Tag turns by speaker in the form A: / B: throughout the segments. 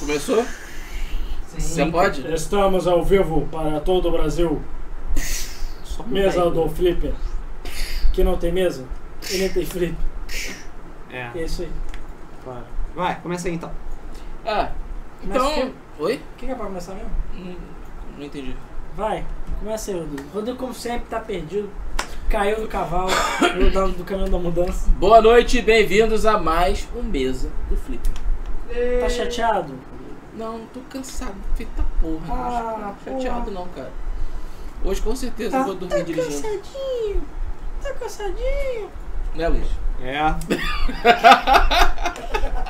A: Começou? Já pode?
B: É. Estamos ao vivo para todo o Brasil.
A: um
B: Mesa do Flipper. Que não tem mesa, e nem tem flip.
C: É,
B: É isso aí.
C: claro. Vai, começa aí então.
A: Ah,
B: Começa
A: então. Oi?
B: O que que é pra começar mesmo?
A: Não, não entendi.
B: Vai, começa aí, Rodrigo. Rodrigo, como sempre, tá perdido. Caiu do cavalo, eu da- do caminhão da mudança.
A: Boa noite e bem-vindos a mais um Mesa do Flip.
B: Tá chateado?
A: Não, tô cansado, feita porra.
B: Ah,
A: não tô chateado não, cara. Hoje com certeza
B: Tá
A: eu vou dormir dirigindo.
B: cansadinho. Tá cansadinho.
A: Né, Luiz?
C: É.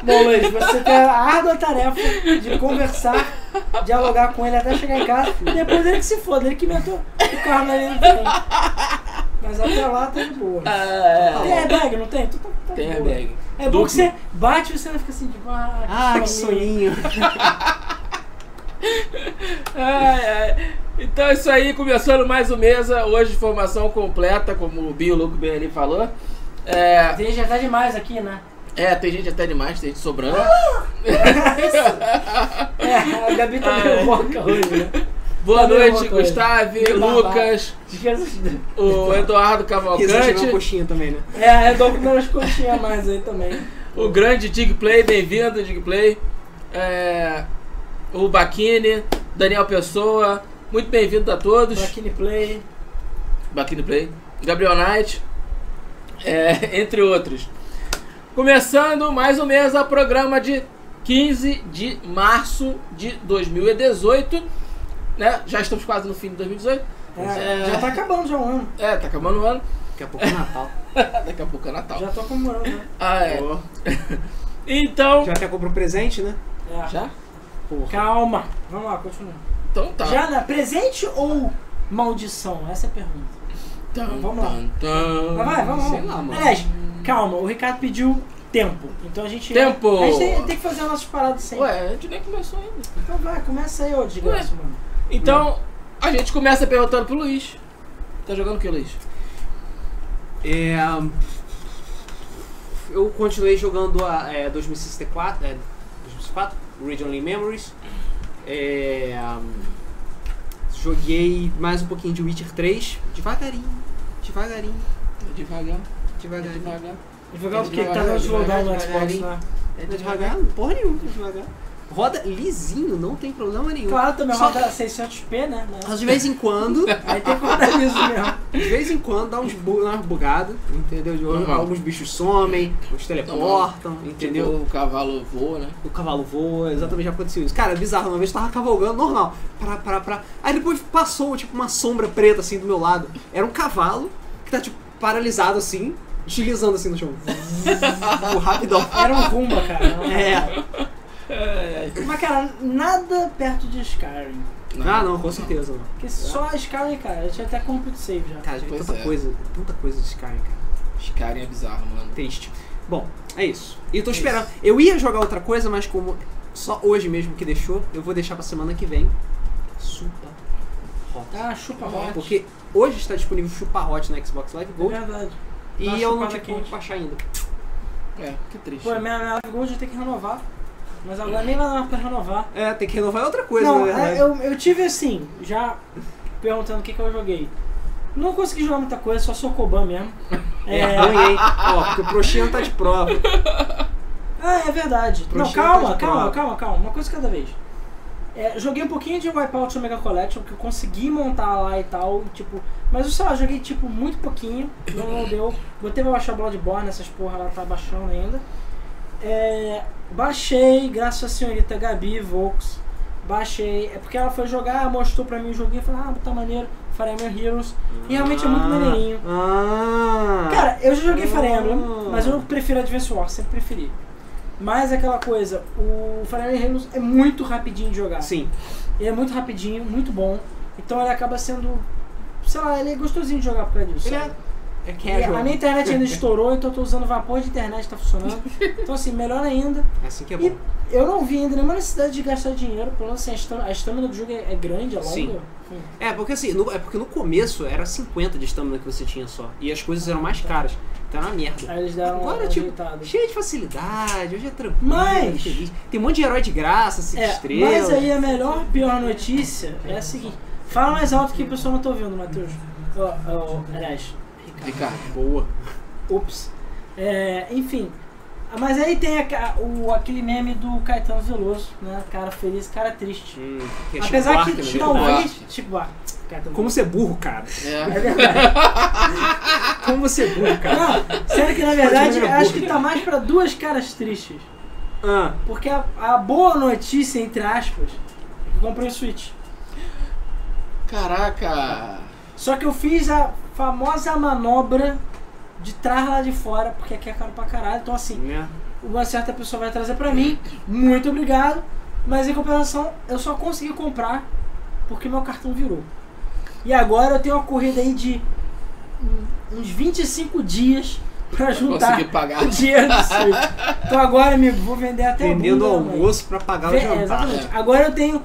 B: Bom, Luiz, você tem a árdua tarefa de conversar, dialogar com ele até chegar em casa. E depois ele que se foda, ele que inventou o carro na linha do trem. Mas até lá tá de boa. Tem
A: Ah,
B: airbag, não tem? Tu tá, tá de
A: tem
B: boa.
A: airbag.
B: É bom que você bate e você não fica assim de ah,
C: Ah, que soninho.
A: Ai, ai. Então é isso aí, começando mais um Mesa. Hoje, formação completa, como o Bio Louco bem ali falou. É,
B: Tem já tá demais aqui, né?
A: é, tem gente até demais, tem gente sobrando.
B: É, a Gabi tá
A: Ah, é.
B: meio boca hoje, né?
A: Boa
B: Tá meio
A: noite,
B: louco hoje.
A: Gustavo,
B: Meio
A: Lucas,
B: Jesus.
C: Então,
A: o Eduardo
C: Quiser tirar uma
A: Cavalcante,
C: coxinha também, né?
B: É, eu dou umas coxinhas a mais aí também.
A: o grande Digplay, bem-vindo, Digplay. É, o Baquini, Daniel Pessoa, muito bem-vindo a todos.
B: Baquine Play.
A: Baquini Play, Gabriel Knight, é, entre outros. Começando mais um mês o programa de 15 de março de 2018. Né? Já estamos quase no fim de 2018.
B: É, Já tá acabando já o ano.
A: É, tá acabando o ano.
C: Daqui a pouco é Natal.
A: Daqui a pouco é Natal.
B: Já tô comemorando, né?
A: Ah, é.
C: Ó,
A: Então.
C: Já até comprou presente, né?
B: É.
A: Já?
C: Porra.
B: Calma. Vamos lá, continua.
A: Então tá.
B: Jana, presente ou maldição? Essa é a pergunta.
A: Então,
B: Vamos lá. Mas vai, vamos,
C: sei
B: vamos.
C: lá, mano.
B: Aliás, calma, o Ricardo pediu tempo. Então a gente.
A: Tempo!
B: A gente tem, tem que fazer as nossas paradas sempre.
A: Ué, a gente nem começou ainda.
B: Então vai, começa aí, ô desgraça, mano.
A: Então, a gente começa perguntando pro Luiz. Tá jogando o que, Luiz?
C: É, eu continuei jogando a é, 2064, é, 2064, Region Only Memories. É, joguei mais um pouquinho de Witcher 3, devagarinho, devagarinho,
B: Tá
A: Devagar,
C: devagarinho.
A: Tá devagar.
B: Devagar o quê?
C: Devagar,
B: Tá no
C: devagar,
B: slowdown no
C: devagar,
B: Xbox, né?
C: É devagar? Porra nenhuma, é devagar. Roda lisinho, não tem problema nenhum.
B: Claro, também
C: Só-
B: roda 600p, né? Mas
C: Mas de vez em quando,
B: Aí tem que rodar isso mesmo.
C: de vez em quando dá uns bu umas bugadas, entendeu? De-
A: Normal.
C: Alguns bichos somem, uns teleportam, entendeu?
A: Entendeu? O cavalo voa, né?
C: Tipo, O cavalo voa, exatamente já aconteceu isso. Cara, bizarro, uma vez eu tava cavalgando, normal. Pará, pará, pará. Aí depois passou, tipo, uma sombra preta assim do meu lado. Era um cavalo que tá, tipo, paralisado assim, deslizando assim no chão. Tipo, rapidão.
B: Era um rumba, cara. não era-
C: É.
B: Mas, cara, nada perto de Skyrim.
C: Ah, não, com certeza não.
B: Porque só Skyrim, cara, eu tinha até compute save já.
C: Cara, já vi
A: Pois
C: tanta
A: é.
C: coisa, tanta coisa de Skyrim, cara.
A: Os caras é bizarro, mano.
C: Triste. Bom, é isso. E eu tô esperando. Eu ia jogar outra coisa, mas como só hoje mesmo que deixou, eu vou deixar pra semana que vem. Super Hot.
B: Ah, chupa rock.
C: Porque hoje está disponível Chupa Hot na Xbox Live
B: É
C: Gold.
B: verdade.
C: E
B: Dá uma
C: eu não
B: chupada
C: tive
B: Tá quente.
C: como baixar ainda.
A: É, que triste.
B: Pô, minha, minha Live Gold eu tenho que renovar. Mas agora nem vai dar mais pra renovar.
C: É, tem que renovar é outra coisa,
B: não,
C: na
B: é,
C: verdade.
B: eu, eu tive assim, já perguntando o que, que eu joguei. Não consegui jogar muita coisa, só Sokoban mesmo.
C: É,
B: É,
C: ruim, hein? Ó, porque o Proxinha tá de prova.
B: ah, é verdade.
C: Pro
B: Não,
C: Chile tá
B: calma,
C: de
B: calma,
C: prova.
B: calma, calma. Uma coisa cada vez. É, joguei um pouquinho de Wipeout Omega Collection, que eu consegui montar lá e tal, tipo... Mas eu sei lá, joguei tipo muito pouquinho, não, não deu. Botei pra baixar Bloodborne, essas porra lá tá baixando ainda. É, baixei, graças à senhorita Gabi Volks. Baixei, é porque ela foi jogar, mostrou pra mim o joguinho, eu falei, ah, tá maneiro, Fire Emblem Heroes. E realmente é muito
C: Ah,
B: maneirinho.
C: Ah.
B: Cara, eu já joguei Fire Emblem,
C: Ah.
B: mas eu prefiro Advance Wars, sempre preferi. Mas é aquela coisa, o Fire Emblem Heroes é muito rapidinho de jogar.
C: Sim.
B: Ele é muito rapidinho, muito bom. Então ele acaba sendo, sei lá, ele é gostosinho de jogar por causa disso.
C: Ele
B: sabe?
C: é. É
B: E a minha internet ainda estourou, então eu tô usando vapor de internet, tá funcionando. Então assim, melhor ainda.
C: É assim que é
B: E
C: bom.
B: eu não vi ainda nenhuma necessidade de gastar dinheiro, pelo menos assim, a estam- a estamina do jogo é é grande, é longa.
C: Sim.
B: Enfim.
C: É, porque assim, no, é porque no começo era 50 de stamina que você tinha só. E as coisas eram mais caras. Tá uma merda.
B: Aí eles deram
C: Agora,
B: um
C: tipo,
B: ajeitado.
C: cheio de facilidade, hoje é tranquilo.
B: Mas-
C: é feliz. Tem um monte de herói de graça, cinco
B: É,
C: estrelas.
B: mas aí a melhor, pior notícia é a seguinte. Fala mais alto que o pessoal não tá ouvindo, Matheus. Ó, ó, aliás,
A: Ricardo.
C: Boa.
B: ups. É, enfim. Mas aí tem a- o, aquele meme do Caetano Veloso, né? Cara feliz, cara triste.
C: Hum, que é Chico
B: Apesar
C: Buarque, né?
B: que um-
A: Chico
B: talvez.
A: Buarque.
B: Chico Buarque. Caetano
C: Como você é burro, cara.
B: É
A: É.
B: verdade.
C: Como você é burro, cara.
B: Não, sério que na verdade
C: Fazendo
B: eu acho
C: burro.
B: que tá mais pra duas caras tristes.
C: Ah,
B: Porque a, a boa notícia, entre aspas, é que eu comprei o Switch.
A: Caraca.
B: Só que eu fiz a famosa manobra de trás lá de fora, porque aqui é caro pra caralho. Então assim,
C: né?
B: uma certa pessoa vai trazer pra mim, muito obrigado. Mas em compensação, eu só consegui comprar porque meu cartão virou. E agora eu tenho uma corrida aí de hum, uns 25 dias pra juntar
A: Consegui pagar.
B: o dinheiro do Switch. Então agora, amigo, vou vender até
C: Vendendo
B: o
C: o
B: bunda, mãe.
C: almoço pra pagar o
B: Ve- é,
C: jantar.
B: exatamente. Agora eu tenho.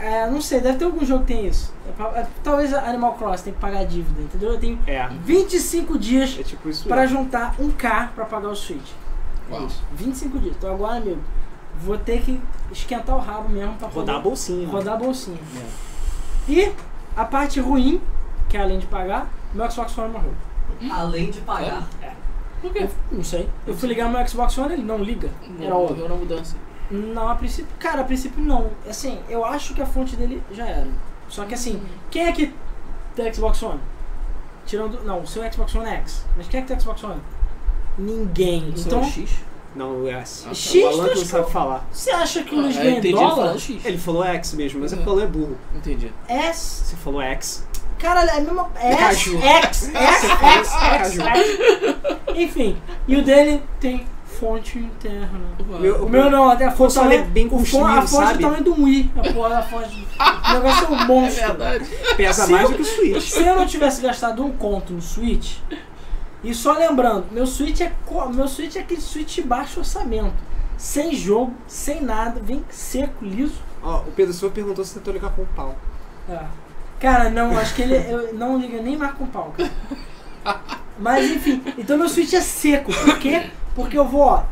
B: é, não sei, deve ter algum jogo que tem isso. É pra- é, talvez Animal Cross tem que pagar a dívida, entendeu? Eu tenho
C: É,
B: 25 dias
C: é tipo isso.
B: pra
C: mesmo.
B: juntar um K pra pagar o Switch.
A: Uau.
B: 25 dias. Então agora, amigo, vou ter que esquentar o rabo mesmo pra
C: rodar a
B: poder
C: bolsinha.
B: rodar a bolsinha. E a parte ruim, que é além de pagar, meu Xbox One morreu.
D: Além de pagar.
C: É,
A: Por quê?
B: Não sei. Eu fui ligar meu Xbox One, ele não liga. Era
A: Não,
B: óbvio.
A: deu na mudança.
B: Não, a princípio. Cara, a princípio não. Assim, eu acho que a fonte dele já era. Só que assim, quem é que tem Xbox One? Tirando. Não, o seu Xbox One X. Mas quem é que tem Xbox One? Ninguém. Então,
A: Então, X.
C: Não, é assim.
A: Ah,
B: X,
C: o Alan que
B: tu
C: não
B: acha
C: sabe
B: que-
C: falar.
B: você acha que o
A: Ah,
B: Luiz
A: eu
B: ganha em
A: entendi ele
B: dólar?
A: falando X.
C: Ele falou X mesmo, mas é
A: Uhum.
C: porque o Alan é burro.
A: Entendi.
B: S.
C: Você falou X.
B: Cara, é a mesma. S.
C: Caju.
A: né?
B: X. S. X. X.
C: Caju.
B: Enfim. E o dele tem fonte interna.
A: Uau.
C: Meu-
B: O meu não, até a fonte.
C: console
B: também-
C: é bem
B: o fon- A tá
C: construído,
B: fonte
C: sabe?
B: também do Wii. A porra da fonte. O negócio é um
A: É
B: monstro.
A: verdade.
C: Pesa
B: Sim.
C: mais do que o Switch.
B: Se eu não tivesse gastado um conto no Switch, e só lembrando, meu Switch é co- meu Switch é aquele Switch de baixo orçamento. Sem jogo, sem nada, vem seco, liso.
C: Ó, o Pedro Silva perguntou se tentou ligar com o pau.
B: É. Cara, não, acho que ele é, eu não liga nem mais com pau, cara. Mas enfim, então meu Switch é seco. Por quê? Porque eu vou, ó,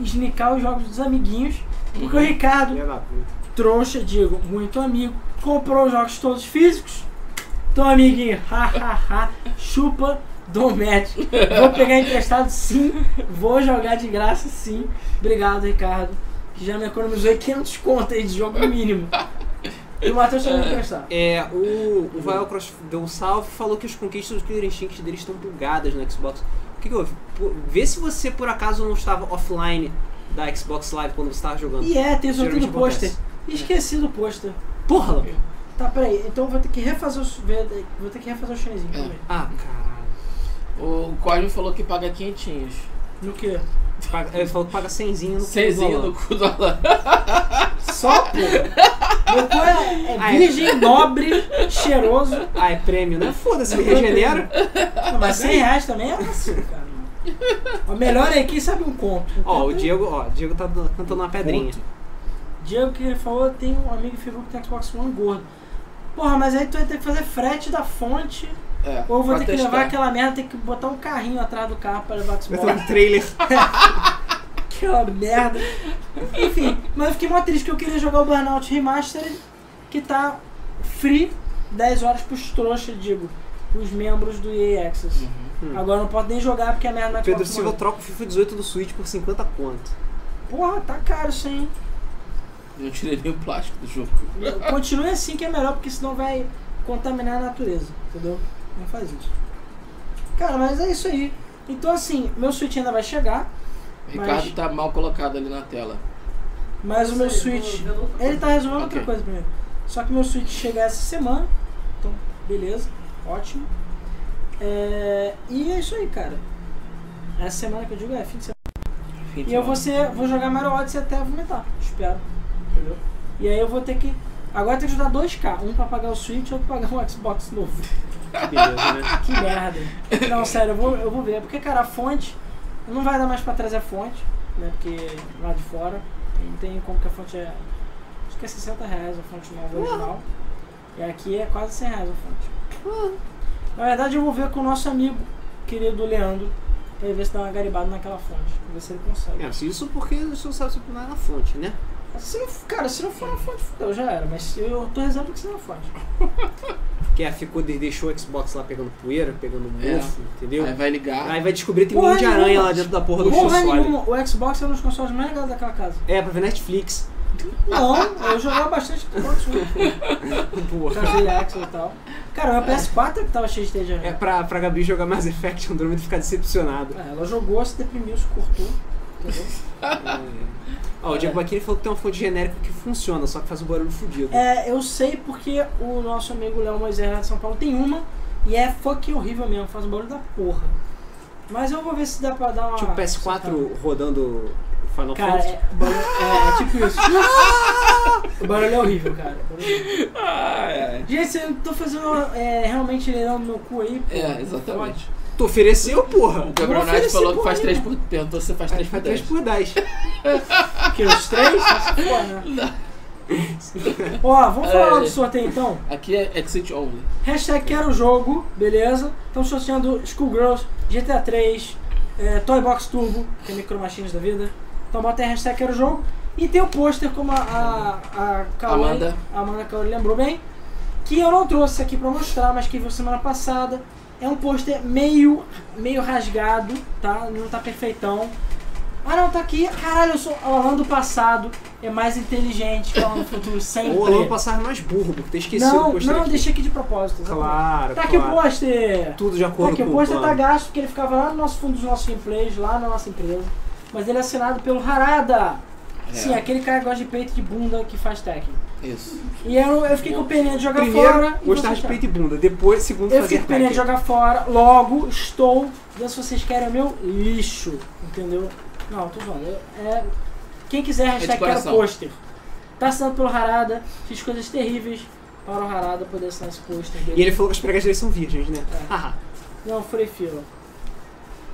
B: esnicar os jogos dos amiguinhos. Porque o Ricardo
C: Filha da puta.
B: trouxa, digo, muito amigo, comprou os jogos todos físicos. Então, amiguinho, ha, ha, ha, chupa, dou match. Vou pegar emprestado sim, vou jogar de graça sim. Obrigado, Ricardo, que já me economizou 500 conto aí de jogo mínimo. E o Matheus também vai emprestar.
C: É, o, o Vial Cross deu um salve e falou que as conquistas do Killer Instinct dele estão bugadas no Xbox. O que, que houve? Pô, Vê se você por acaso não estava offline da Xbox Live quando você estava jogando.
B: E é, tem o sorteio
C: Geralmente
B: do pôster.
C: acontece. É.
B: Esqueci do pôster.
C: Porra, Alan.
B: Tá, peraí, então eu vou ter que refazer o. Vou ter que refazer o chinesinho também.
C: Ah, caralho.
A: O Cosme falou que paga quentinhos.
B: No
C: É.
B: quê?
C: Paga- Ele falou que paga 100zinho no cu do
A: Cezinho
C: Alan.
A: do cu do Alan.
B: Só, pô! Meu cu é, é
C: Ai.
B: virgem, nobre, cheiroso.
C: Ah, é prêmio, né? Foda-se, ele regenera.
B: Não, mas 100 reais também é assim, cara. O melhor é quem sabe um conto.
C: Ó, o Diego, ó, o Diego tá dan- cantando uma pedrinha.
B: Diego que ele falou, tem um amigo que ficou que tem Xbox One gordo. Porra, mas aí tu vai ter que fazer frete da fonte,
A: É,
B: ou eu vou
A: pra
B: ter que
A: testar.
B: levar aquela merda, ter que botar um carrinho atrás do carro pra levar o
C: Eu tô
B: Xbox.
C: no um trailer.
B: Aquela merda. Enfim, mas eu fiquei mó triste que eu queria jogar o Burnout Remastered, que tá free, 10 horas pros trouxas, digo, os membros do EA Access.
C: Hum.
B: Agora eu não pode nem jogar porque a merda não é
C: Pedro
B: Xbox
C: Silva
B: One.
C: troca o FIFA 18 do Switch por 50 conto.
B: Porra, tá caro isso aí, hein?
A: Eu tirei nem o plástico do jogo.
B: Continue assim que é melhor, porque senão vai contaminar a natureza, entendeu? Não faz isso. Cara, mas é isso aí. Então assim, meu Switch ainda vai chegar,
A: O Ricardo tá mal colocado ali na tela.
B: mas o meu
D: Isso aí,
B: Switch.
D: vou ver outra
B: Ele tá resolvendo outra
A: Ok.
B: coisa primeiro. Só que meu Switch chega essa semana. Então, beleza, ótimo. É, e é isso aí, cara. Essa semana que eu digo é fim de semana.
A: Fim de
B: E eu vou,
A: semana.
B: ser, vou jogar Mario Odyssey até vomitar, espero. Entendeu? E aí eu vou ter que. Agora tem que ajudar dois k um pra pagar o Switch e outro pra pagar um Xbox novo.
C: Beleza, né?
B: Que merda. Não, sério, eu vou, eu vou ver. Porque, cara, a fonte. Não vai dar mais pra trazer a fonte, né? Porque lá de fora. Não tem como que a fonte é. Acho que é 60 reais a fonte nova original. E aqui é quase 100 reais a fonte. Na verdade, eu vou ver com o nosso amigo, querido Leandro, pra ele ver se dá uma garibada naquela fonte. Pra ver se ele consegue.
C: É, assim, isso porque você não sabe se não é na fonte, né?
B: Se não, cara, se não for na fonte, fudeu, já era. Mas eu tô rezando pra que seja na fonte.
C: Que é, ficou, de- deixou o Xbox lá pegando poeira, pegando
A: É.
C: mofo, entendeu?
A: Aí vai ligar.
C: Aí vai descobrir que tem um
B: Porra
C: monte de
B: nenhuma.
C: aranha lá dentro da porra do
B: Porra
C: console.
B: nenhuma, o Xbox é um dos consoles mais legais daquela casa.
C: É, pra ver Netflix.
B: Não, eu jogava bastante Xbox né? One.
C: Porra.
B: Joguei Axel e tal. Cara, o PS4 que tava cheio de teia de
C: É
B: aranha.
C: pra, pra Gabi jogar Mass Effect Andromeda e ficar decepcionado. É.
B: É, ela jogou, se deprimiu, se cortou. Entendeu?
C: Ó, o Diego Baquini falou que tem um fonte genérico que funciona, só que faz um barulho fudido.
B: É, eu sei porque o nosso amigo Léo Moisés lá de São Paulo tem uma e é fucking horrível mesmo, faz um barulho da porra. Mas eu vou ver se dá pra dar uma.
C: Tipo o PS4 rodando Final
B: Cara,
C: Fantasy.
B: é, barulho- é, é tipo isso. o barulho é horrível, cara. O barulho é horrível.
A: Ai, ai.
B: Gente, eu tô fazendo uma, é, realmente leilão no meu cu aí. Pô.
A: É, exatamente.
C: Tu ofereceu, porra!
A: O Gabriel
B: Não
A: Knight
B: ofereci
A: falou que
B: porra
A: faz 3 por. Perguntou se faz
C: A
A: 3
C: gente
A: por 10.
C: faz 3 por 10.
B: Porque os três? Pô, né? Ó, vamos
A: É.
B: falar do sorteio então.
A: Aqui é exit only.
B: Hashtag quero o jogo, beleza? Estamos sorteando Schoolgirls, GTA 3, é, Toy Box Turbo, que é Micro Machines da vida. Então bota aí hashtag quero o jogo. E tem o pôster, como a, a, a Kaori-
A: Amanda.
B: a Amanda Kaori lembrou bem, que eu não trouxe aqui pra mostrar, mas que viu semana passada. É um pôster meio, meio rasgado, tá? Não tá perfeitão. Ah não, tá aqui. Caralho, eu sou o Alan do passado. É mais inteligente que o Alan do futuro, sempre.
C: Ou o passar mais burro, porque tem esquecido
B: não,
C: o pôster
B: não,
C: aqui.
B: deixei aqui de propósito. exatamente.
C: Claro,
B: Tá aqui o
C: claro.
B: pôster.
C: Tudo de
B: Tá
C: acordo
B: aqui,
C: com
B: o pôster tá
C: plano.
B: gasto porque ele ficava lá no nosso fundo dos nossos gameplays, lá na nossa empresa. Mas ele é assinado pelo Harada.
C: É.
A: É,
B: Sim, é. aquele cara que gosta de peito de bunda que faz técnico.
A: Isso.
B: E eu, eu fiquei com peninha de jogar fora.
C: Primeiro,
B: e
C: gostar
B: vocês
C: de
B: já.
C: peito e bunda. Depois, segundo,
B: Eu
C: fazer
B: fiquei com peninha de
C: hack.
B: jogar fora. Logo, estou. Vê se vocês querem o meu lixo. Entendeu? Não, tô zoando. Eu- é- quem quiser, hashtag quero
A: coração.
B: pôster. Tá assinado pelo Harada. Fiz coisas terríveis para o Harada poder assinar esse pôster dele.
C: E ele falou que as pregas dele são virgens, né?
B: É.
C: Haha.
B: Não, furei fila.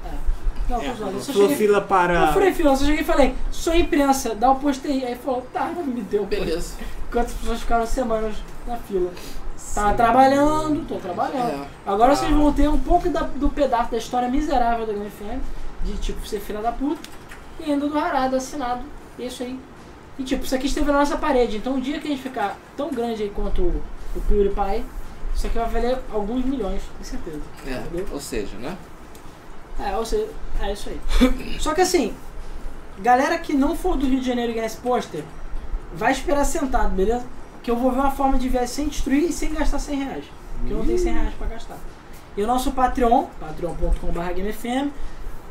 B: É. Não, tô zoando. Eu só
C: Sua
B: cheguei...
C: fila para...
B: Não furei fila, eu só cheguei e falei, sou imprensa, dá o post aí. Aí falou, tá, me deu.
A: Ah, Beleza.
B: Quantas pessoas ficaram semanas na fila? Tava "Tá trabalhando, tô trabalhando.
A: É.
B: Agora
C: Ah.
B: vocês vão ter um pouco da- do pedaço da história miserável da Game FM, de tipo ser filha da puta, e ainda do Harada assinado. E é isso aí. E tipo, isso aqui esteve na nossa parede, então um dia que a gente ficar tão grande aí quanto o, o PewDiePie, isso aqui vai valer alguns milhões, com certeza.
A: É. Ou seja, né?
B: É, ou seja, é isso aí. Só que assim, galera que não for do Rio de Janeiro e ganhar esse pôster, vai esperar sentado, beleza? Que eu vou ver uma forma de viagem sem destruir e sem gastar 100 reais. Porque eu não tenho 100 reais pra gastar. E o nosso Patreon, patreon.com.br GameFM,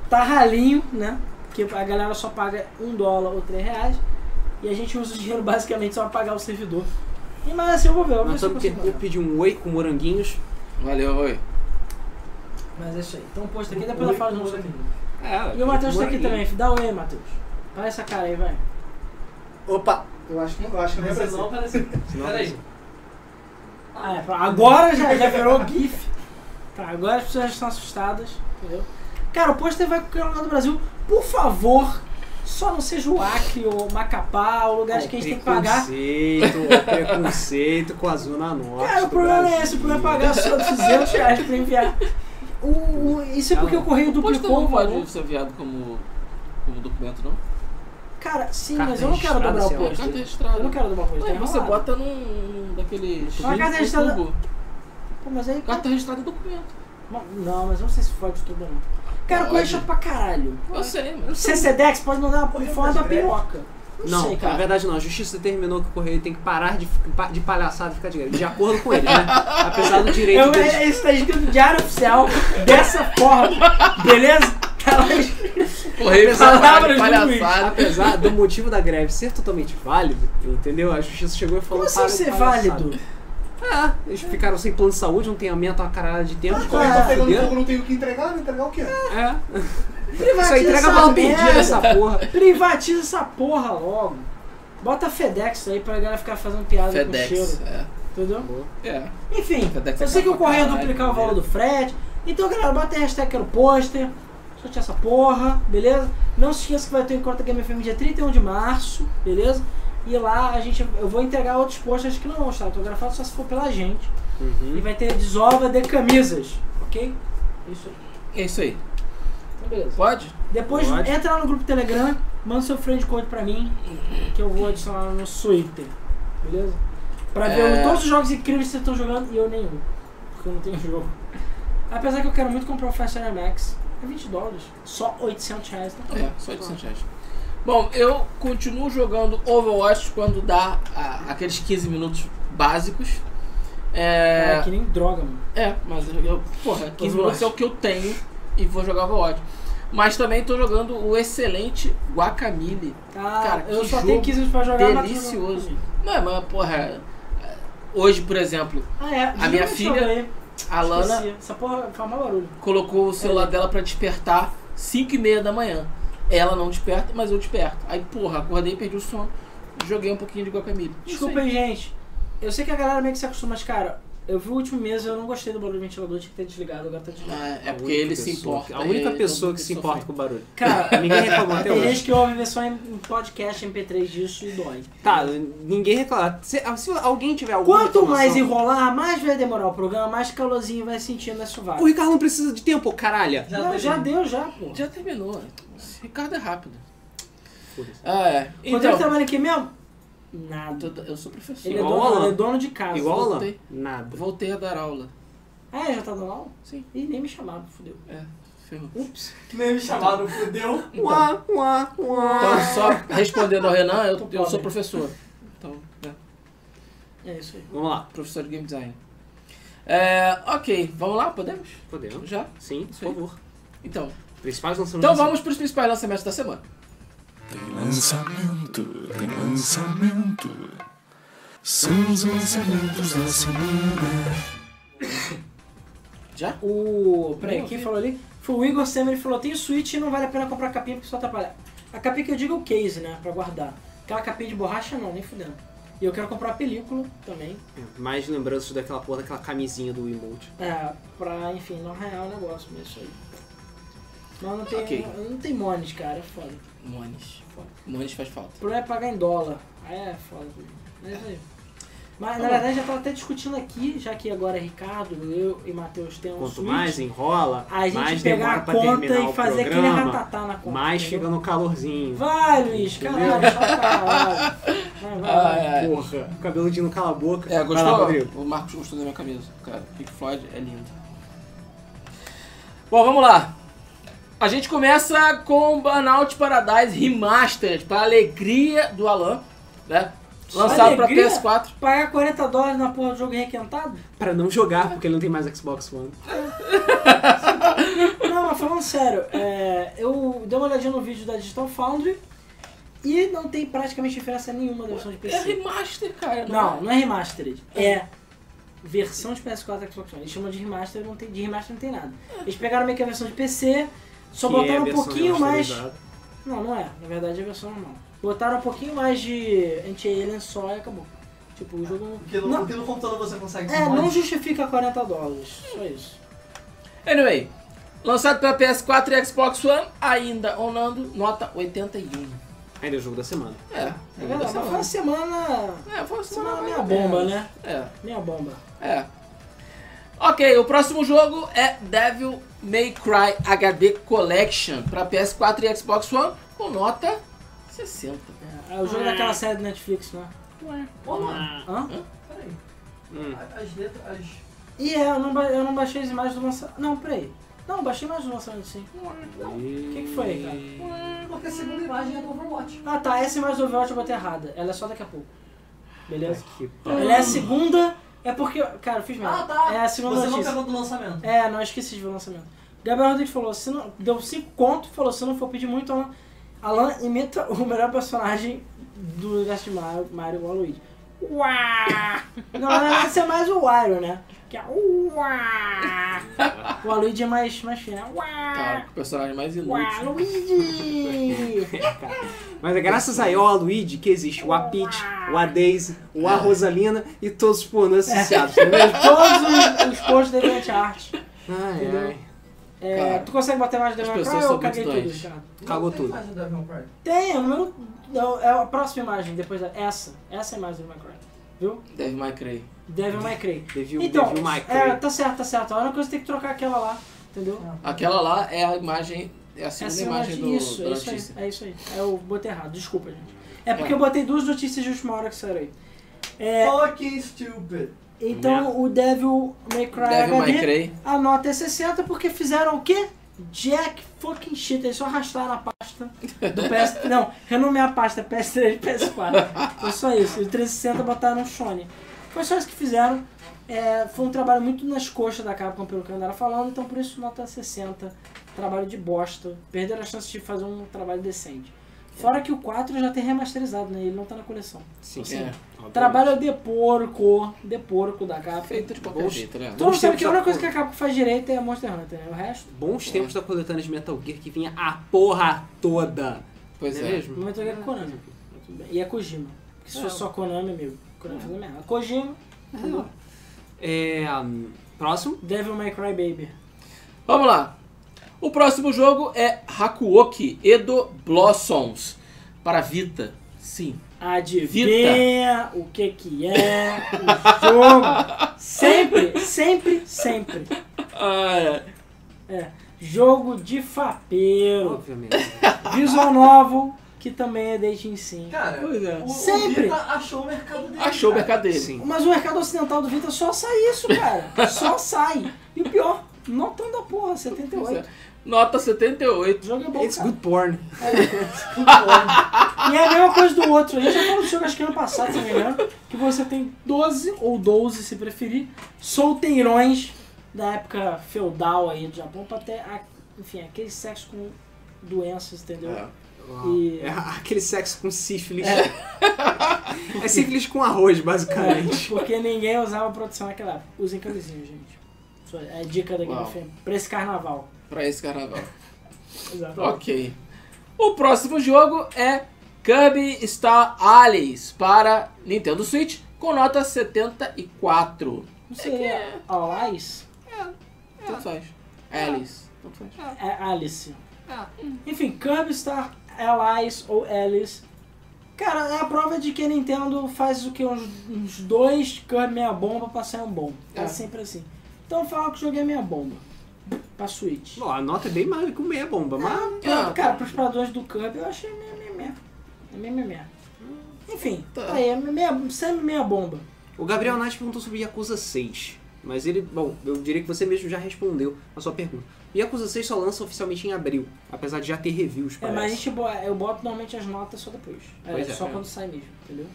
B: tá ralinho, né? Porque a galera só paga um dólar ou 3 reais. E a gente usa o dinheiro basicamente só pra pagar o servidor. E, mas assim eu vou ver, eu vou ver
C: Nós
B: se eu
C: estamos
B: consigo.
C: porque eu
B: pagar.
C: pedi um oi com moranguinhos.
A: Valeu, oi.
B: Mas é isso aí. Então o pôster aqui, depois eu falo de novo.
C: É,
B: E o Matheus tá aqui
C: moranguinho.
B: também, filho. dá oi, Matheus. Olha essa cara aí, vai.
C: Opa!
E: Eu acho que não, eu acho que não vai
D: Essa não
E: aparecer.
D: apareceu. Peraí.
B: Ah, é, pra-
C: Uhum.
B: agora já, já virou GIF. Tá, agora as pessoas já estão assustadas, entendeu? Cara, o pôster vai qualquer lugar do Brasil. Por favor, só não seja o Acre ou Macapá, ou lugares que a gente tem que pagar.
C: Preconceito, o preconceito com a Zona Norte.
B: Cara, o
C: do
B: problema não é
C: Brasil.
B: esse, o problema é pagar só 200 reais pra enviar. O- o- isso é porque o correio
A: O pôster
B: duplicou o
A: não
B: valor.
A: pode ser enviado como, como documento, não?
B: Cara, sim,
C: Carta
B: mas eu não quero
C: registrada,
B: dobrar o
C: assim, sei lá.
A: Carta
B: pôster.
A: registrada.
B: Eu não quero dobrar o pôster.
A: Ué,
B: tá
A: tá você
B: errado.
A: bota num, num daqueles.
B: Uma carta
A: de
B: registrada-
A: tubo.
B: Pô, mas aí.
A: Carta registrada é documento.
B: Bom, Não, mas eu não sei se fode tudo não. Cara, o
A: Pode.
B: correio é chato pra caralho.
A: Eu sei, mas.
B: CCDEX pode mandar uma fora da piroca.
C: Não,
B: sei, cara.
C: na verdade não. A justiça determinou que o Correio tem que parar de, fi- de palhaçada e ficar de greve. De acordo com ele, né? Apesar do direito
B: Eu,
C: deles.
B: é, isso tá escrito no Diário Oficial dessa forma, beleza? Tá lá escrito.
A: Correio
B: Palavras
A: palha-
B: do juiz.
A: palhaçada.
C: Apesar do motivo da greve ser totalmente válido, entendeu? A justiça chegou e falou
B: Como assim
C: "Para de
B: ser
C: palhaçada."
B: válido?
C: Ah, eles ficaram sem plano de saúde, não tem aumento, uma caralho de tempo. de
E: Como ele
C: comer pra
E: tá pegando
C: fuder.
E: fogo, não tem o que entregar, vai entregar o quê?
C: É. Só
B: Privatiza
C: entrega
B: Ah, essa
C: mal pedida
B: merda.
C: essa porra.
B: Privatiza essa porra logo. Bota FedEx aí pra galera ficar fazendo piada com
A: FedEx.
B: cheiro,
A: É.
B: entendeu?
A: É.
B: Enfim,
A: FedEx é
B: eu sei que o
A: caro pra
B: correio ia
A: caralho,
B: duplicar o valor do
A: primeiro.
B: frete. Então, galera, bota a hashtag quero pôster. Sorte essa porra, beleza? Não se esqueça que vai ter o Encontro da Game FM dia 31 de março, beleza? E lá a gente, eu vou entregar outros posters que não vão estar autografados só se for pela gente.
A: Uhum.
C: Hum. Uhum.
B: E vai ter desova de camisas, ok? Isso aí.
A: É isso aí.
B: Então beleza.
A: Pode?
B: Depois
C: Pode.
B: entra lá no grupo Telegram, manda seu friend code pra mim, que eu vou adicionar no Twitter. Beleza? Pra
A: É.
B: ver todos os jogos incríveis que vocês estão jogando e eu nenhum. Porque eu não tenho jogo. Apesar que eu quero muito comprar o Fast Max. É 20 dólares. Só 800 reais. Tá bom.
A: É, só de reais. Bom, eu continuo jogando Overwatch quando dá a- aqueles 15 minutos básicos.
B: Cara,
A: É,
B: que nem droga, mano.
A: é mas eu, eu- porra, 15 minutos
B: Overwatch.
A: é o que eu tenho e vou jogar Overwatch. Mas também tô jogando o excelente Guacamole.
B: Ah,
A: Cara,
B: eu
A: que
B: só
A: jogo
B: tenho 15 minutos pra jogar. mas-
A: delicioso. Não é, mas porra, hoje, por exemplo,
B: Ah, é. Juro
A: minha
B: que eu
A: filha,
B: joguei.
A: a Lana
B: Esqueci. Essa porra faz mal barulho.
A: colocou o celular dela pra despertar 5 e meia da manhã. Ela não desperta, mas eu desperto. Aí, porra, acordei, perdi o sono, joguei um pouquinho de guacamole.
B: Desculpa aí, gente. Eu sei que a galera meio que se acostuma, mas, cara, eu vi o último mês eu não gostei do barulho do ventilador, tinha que ter desligado, agora tá desligado.
A: Ah, é
C: A
A: porque
C: única
A: ele se
C: pessoa-
A: importa. É,
C: A única
A: ele-
C: pessoa que
A: ele
C: se
A: sofre.
C: importa com o barulho.
B: Cara,
C: Ninguém reclamou até
B: tem
C: hoje.
B: gente que ouve versão em em podcast MP3 disso e dói.
C: Tá, ninguém reclama. Se, ah, se alguém tiver alguma
B: Quanto mais
C: reclamação-
B: enrolar, mais vai demorar o programa, mais calorzinho vai sentir na
C: Ah, O
B: sovaco.
C: Ricardo não precisa de tempo, caralho.
D: Já
B: Não,
D: teve.
B: já deu, né? já, pô.
A: Já terminou. Esse Ricardo é rápido.
C: Foda-se.
A: Ah, é.
B: Quando ele
A: Então,
B: trabalha aqui mesmo? Nada.
A: eu sou professor.
B: Ele é,
C: Igual
B: dono,
C: o Alan.
B: ele é dono de casa.
C: Igual Alan?
A: voltei.
C: Nada.
A: Voltei a dar aula.
B: Ah, é, já tá dando aula?
A: Sim.
B: Ih, nem me chamaram, fudeu.
A: É, ferrou.
B: Ups.
E: Nem me chamaram, fudeu.
C: Uá, uá, uá.
A: Então, só respondendo ao Renan,
B: Tô
A: eu, eu
B: pobre.
A: sou professor. Então, é,
B: É isso aí.
C: Vamos lá.
A: professor de game design. É, ok, vamos lá? Podemos?
C: Podemos?
A: Já?
C: Sim, por
A: Sim.
C: favor.
A: Então,
C: Principais lançamentos.
A: então vamos para os principais lançamentos da semana.
F: Tem lançamento, tem lançamento. São os lançamentos da semana.
A: Já?
B: O. Peraí,
A: Não,
B: quem
A: vi.
B: falou ali? Foi o Igor Semer, ele falou: tem Switch e não vale a pena comprar capinha porque só atrapalha. A capinha que eu digo é o case, né? Pra guardar. Aquela capinha de borracha não, nem fudendo. E eu quero comprar a película também,
C: Mais lembranças daquela porra, daquela camisinha do emote.
B: é, pra, enfim, não arranhar o negócio, mas isso aí. Mas não tem,
A: Ok.
B: não, não tem mones, cara, é foda.
A: Mones. Mones faz falta.
B: O problema é pagar em dólar. Aí é foda. Mas, é isso aí. mas
C: Tá
B: na verdade já tava até discutindo aqui, já que agora Ricardo, eu e Matheus temos um
C: Quanto
B: Switch,
C: mais enrola,
B: a gente
C: mais
B: pegar
C: demora
B: a
C: pra
B: conta
C: terminar
B: e
C: o
B: fazer aquele
C: programa,
B: ratatá na conta.
C: mais
B: entendeu?
C: chega no calorzinho.
B: Vai, Luiz, caralho, tá caralho. Vai, vai, vai.
A: Ah, é.
C: Porra, o cabelo de não cala a boca.
A: É,
C: Vai lá,
A: gostou?
C: Rodrigo.
A: o Marcos gostou da minha camisa. Cara, Pink Floyd é lindo. Bom, vamos lá. A gente começa com Burnout Paradise Remastered, pra alegria do Alan, né? Lançado pra
B: Alegria?
A: PS4.
B: Pagar 40 dólares na porra do jogo requentado?
C: Pra não jogar, porque ele não tem mais Xbox One.
B: Não, mas falando sério, é, eu dei uma olhadinha no vídeo da Digital Foundry e não tem praticamente diferença nenhuma da versão de
A: É
B: PC.
A: remaster, cara.
B: Não, não é remastered. É versão de PS4 e Xbox One. Eles chamam de remaster, não tem, de remaster não tem nada. Eles pegaram meio que a versão de PC, só
C: que é a
B: botaram um
C: versão
B: pouquinho mais...
C: remasterizada.
B: Não, não é. Na verdade é a versão normal. Botaram um pouquinho mais de anti-alien só e acabou. Tipo, o jogo não...
E: Porque no,
B: Não.
E: porque no computador você consegue
B: É,
E: os mods.
B: não justifica 40 dólares. Só isso.
A: Anyway, lançado pra PS4 e Xbox One, ainda onando, nota 81.
C: Ainda é o jogo da semana.
A: É,
B: É verdade, mas foi uma semana...
A: É, foi uma
B: Semana
A: semana
B: minha
A: mais
B: bomba,
A: ou menos.
B: né?
A: É.
B: Minha bomba.
A: É. Ok, o próximo jogo é Devil May Cry HD Collection para PS4 e Xbox One com nota 60.
B: É, é o jogo daquela série do Netflix, né?
E: Ô, mano,
B: Hã?
E: peraí.
C: Hum.
E: A- As letras. As...
B: E é, eu não, ba- eu não baixei as imagens do lançamento. Não, peraí. Não, eu baixei mais do lançamento sim.
E: Não,
B: O que, que foi, cara?
E: porque a segunda imagem é do Overwatch.
B: Ah tá, essa imagem do Overwatch eu botei errada. Ela é só daqui a pouco. Beleza?
C: Que pariu.
B: Ela é a segunda. É porque. Cara, eu fiz merda.
D: Ah, tá.
B: É a segunda
E: Você não
B: notícia.
E: pegou do lançamento.
B: É, não, eu esqueci de ver o lançamento. Gabriel Rodrigues falou, se não, deu 5 conto, falou, se não for pedir muito, Alan, Alan imita o melhor personagem do universo de Mario, Mario igual o Luigi. Uá! Não, na verdade, isso é mais o Wario, né? Que é uá! O Luigi é mais, mais fino, né?
A: Cara,
B: Uá!
A: que personagem mais
B: Uá,
A: inútil.
B: Luigi!
C: Mas é graças a Iola, Luigi, que existe o A Peach, o A Daisy, o A Rosalina e todos os pornôs associados, não é mesmo?
B: Todos os, os posts da Event Art.
C: Ai, ai.
B: É,
A: Cara,
B: tu consegue bater mais da
A: as
B: Event
A: pessoas
B: Art ou
A: são
B: eu caguei
A: muito
B: tudo,
A: doentes.
B: cara?
C: Cagou
E: não
C: tudo.
E: Tem imagem do Devil May Cry.
B: Tem, o número. não, É a próxima imagem, depois da. Essa. Essa é a imagem do Minecraft. Viu?
A: Devil May Cry.
B: Devil May Cry.
C: Teve o
B: Então,
C: Mike.
B: é, tá certo, tá certo. A única coisa que tem que trocar é aquela lá, é entendeu?
A: Aquela lá é a imagem É a
B: É
A: segunda
B: assim,
A: imagem
B: imagem,
A: do,
B: isso,
A: da
B: é isso, aí,
A: notícia.
B: é isso aí. Eu botei errado, desculpa, gente. É porque
A: É.
B: eu botei duas notícias de última hora que saíram aí. É,
E: Fucking stupid.
B: então o Devil May Cry
A: Devil May
B: HD,
A: Cry.
B: a nota é 60 porque fizeram o quê? Jack fucking shit, eles só arrastaram a pasta do PS... não, é renomear a pasta PS3 e PS4. Foi só isso. E o 360 botaram no Sony. Foi só isso que fizeram. É, foi um trabalho muito nas coxas da Capcom, pelo que eu andava falando, então por isso nota 60. Trabalho de bosta. Perderam a chance de fazer um trabalho decente. Fora que o 4 já tem remasterizado, né? Ele não tá na coleção.
C: Sim,
A: É.
B: Trabalho de porco, de porco da Capcom.
A: Feito de qualquer
C: Bolsa.
A: jeito, né?
B: Todo mundo sabe que a
C: Tempos
B: única
C: da
B: coisa que a Capcom faz direito é Monster Hunter, né? O resto,
C: Bons tempos da coletânea de Metal Gear que vinha a porra toda.
A: Pois
C: não
A: é.
B: no
C: mesmo?
B: momento é Konami. Mas tudo bem. E é Kojima. Porque se
C: É.
B: fosse só Konami, amigo, Konami fazia merda. Kojima, entendeu?
C: É, hum, próximo.
B: Devil May Cry Baby.
A: Vamos lá. O próximo jogo é Hakuoki Edo Blossoms para Vita. Sim.
B: Adivinha o que que é o jogo. Sempre, sempre, sempre.
A: Ah,
B: É, jogo de fapeiro.
C: Obviamente.
B: Visual novo, que também é dating sim.
E: Cara,
A: Pois é.
E: o,
B: Sempre.
E: o Vita achou o mercado dele.
A: achou o
E: cara.
A: mercado dele.
C: Sim.
B: Mas o mercado ocidental do Vita só sai isso, cara. Só sai. E o pior, notando a porra,
A: Pois
B: 78.
A: é. Nota 78.
B: O jogo é bom,
C: It's
B: cara.
C: good porn.
B: E é a mesma coisa do outro. A gente já falou do jogo, acho que ano passado, se não me engano, que você tem 12 ou 12, se preferir, solteirões da época feudal aí do Japão pra ter, a- enfim, aquele sexo com doenças, entendeu?
A: É.
B: E-
C: É aquele sexo com sífilis. É,
B: É.
C: sífilis com arroz, basicamente.
B: Porque ninguém usava produção naquela época. Usem camisinha, gente. Isso é a dica da Game
A: Uau.
B: Fame. Pra esse carnaval.
A: Pra esse carnaval.
B: Exato.
A: Ok. O próximo jogo é Kirby Star Allies para Nintendo Switch com nota 74.
B: Não seria Alice?
A: Tanto faz. Alice. Tanto faz.
B: É Alice.
A: Ah.
B: Enfim, Kirby Star Allies ou Alice. Cara, é a prova de que a Nintendo faz o que? Uns, uns dois Kirby meia bomba pra sair um bom. É
A: É.
B: sempre assim. Então fala que o jogo é meia bomba. Pra Switch.
C: Bom, a nota é bem mais do que o meia bomba, mas.
A: ah.
B: Pronto, cara, pros padrões do Kirby eu achei meio memé. É meio memé. Enfim,
A: Hum. Tá.
B: aí é meia, sempre meia bomba.
C: O Gabriel Nath perguntou sobre Yakuza 6. Mas ele, bom, eu diria que você mesmo já respondeu a sua pergunta. Yakuza 6 só lança oficialmente em abril, apesar de já ter reviews,
B: É,
C: parece.
B: mas a gente bo- eu boto normalmente as notas só depois. É,
C: Pois é,
B: só
C: é.
B: quando sai mesmo, entendeu?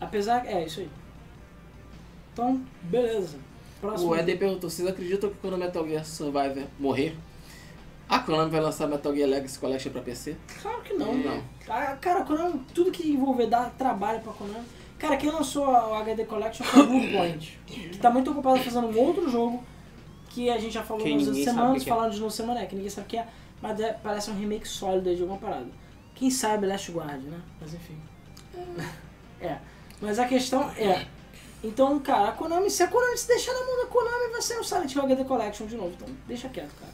B: Apesar. É, isso aí. Então, beleza. Próximo.
A: O Eden perguntou, vocês acreditam que quando Metal Gear Survivor morrer, a Konami vai lançar Metal Gear Legacy Collection pra PC?
B: Claro que
C: É.
B: não,
A: Não.
B: né? Ah, Cara, a Konami, tudo que envolver dar trabalho pra Konami. Cara, quem lançou a- o HD Collection foi a Bluepoint, que tá muito ocupado fazendo um outro jogo que a gente já falou
C: Que
B: nas
C: ninguém
B: outras
C: sabe o
B: semanas,
C: que é.
B: falando de não semana, que ninguém sabe o que é, mas é- parece um remake sólido aí de alguma parada. Quem sabe Last Guard, né? Mas enfim. É. Mas a questão é. Então, cara, a Konami, se a Konami se deixar na mão da Konami, vai ser o Silent Hill HD Collection de novo. Então, deixa quieto, cara.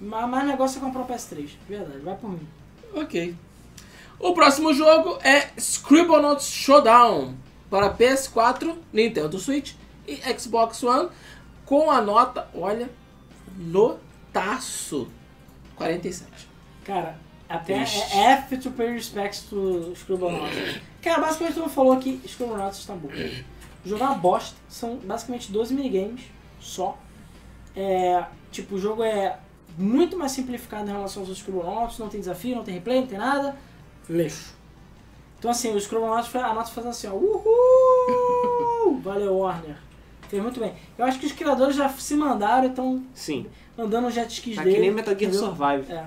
B: Mas, mas o negócio é comprar o PS3. Verdade, vai por mim.
A: Ok. O próximo jogo é Scribblenauts Showdown para PS4, Nintendo Switch e Xbox One com a nota, olha, notaço 47.
B: Cara, até
C: Triste.
B: é F to pay respects to Scribblenauts. Cara, basicamente todo mundo falou que Scribblenauts está bom. Jogar bosta são basicamente 12 minigames só. É, tipo, o jogo é muito mais simplificado em relação aos Scribblenauts, não tem desafio, não tem replay, não tem nada. Lixo. Então assim, o Scribblenauts foi a nota fazendo assim, ó, uhul! Valeu, Warner. Fez muito bem. Eu acho que os criadores já se mandaram, então
C: Sim.
B: andando jet skis
C: Tá
B: dele.
C: que nem Metal Gear
B: entendeu?
C: Survive.
B: É.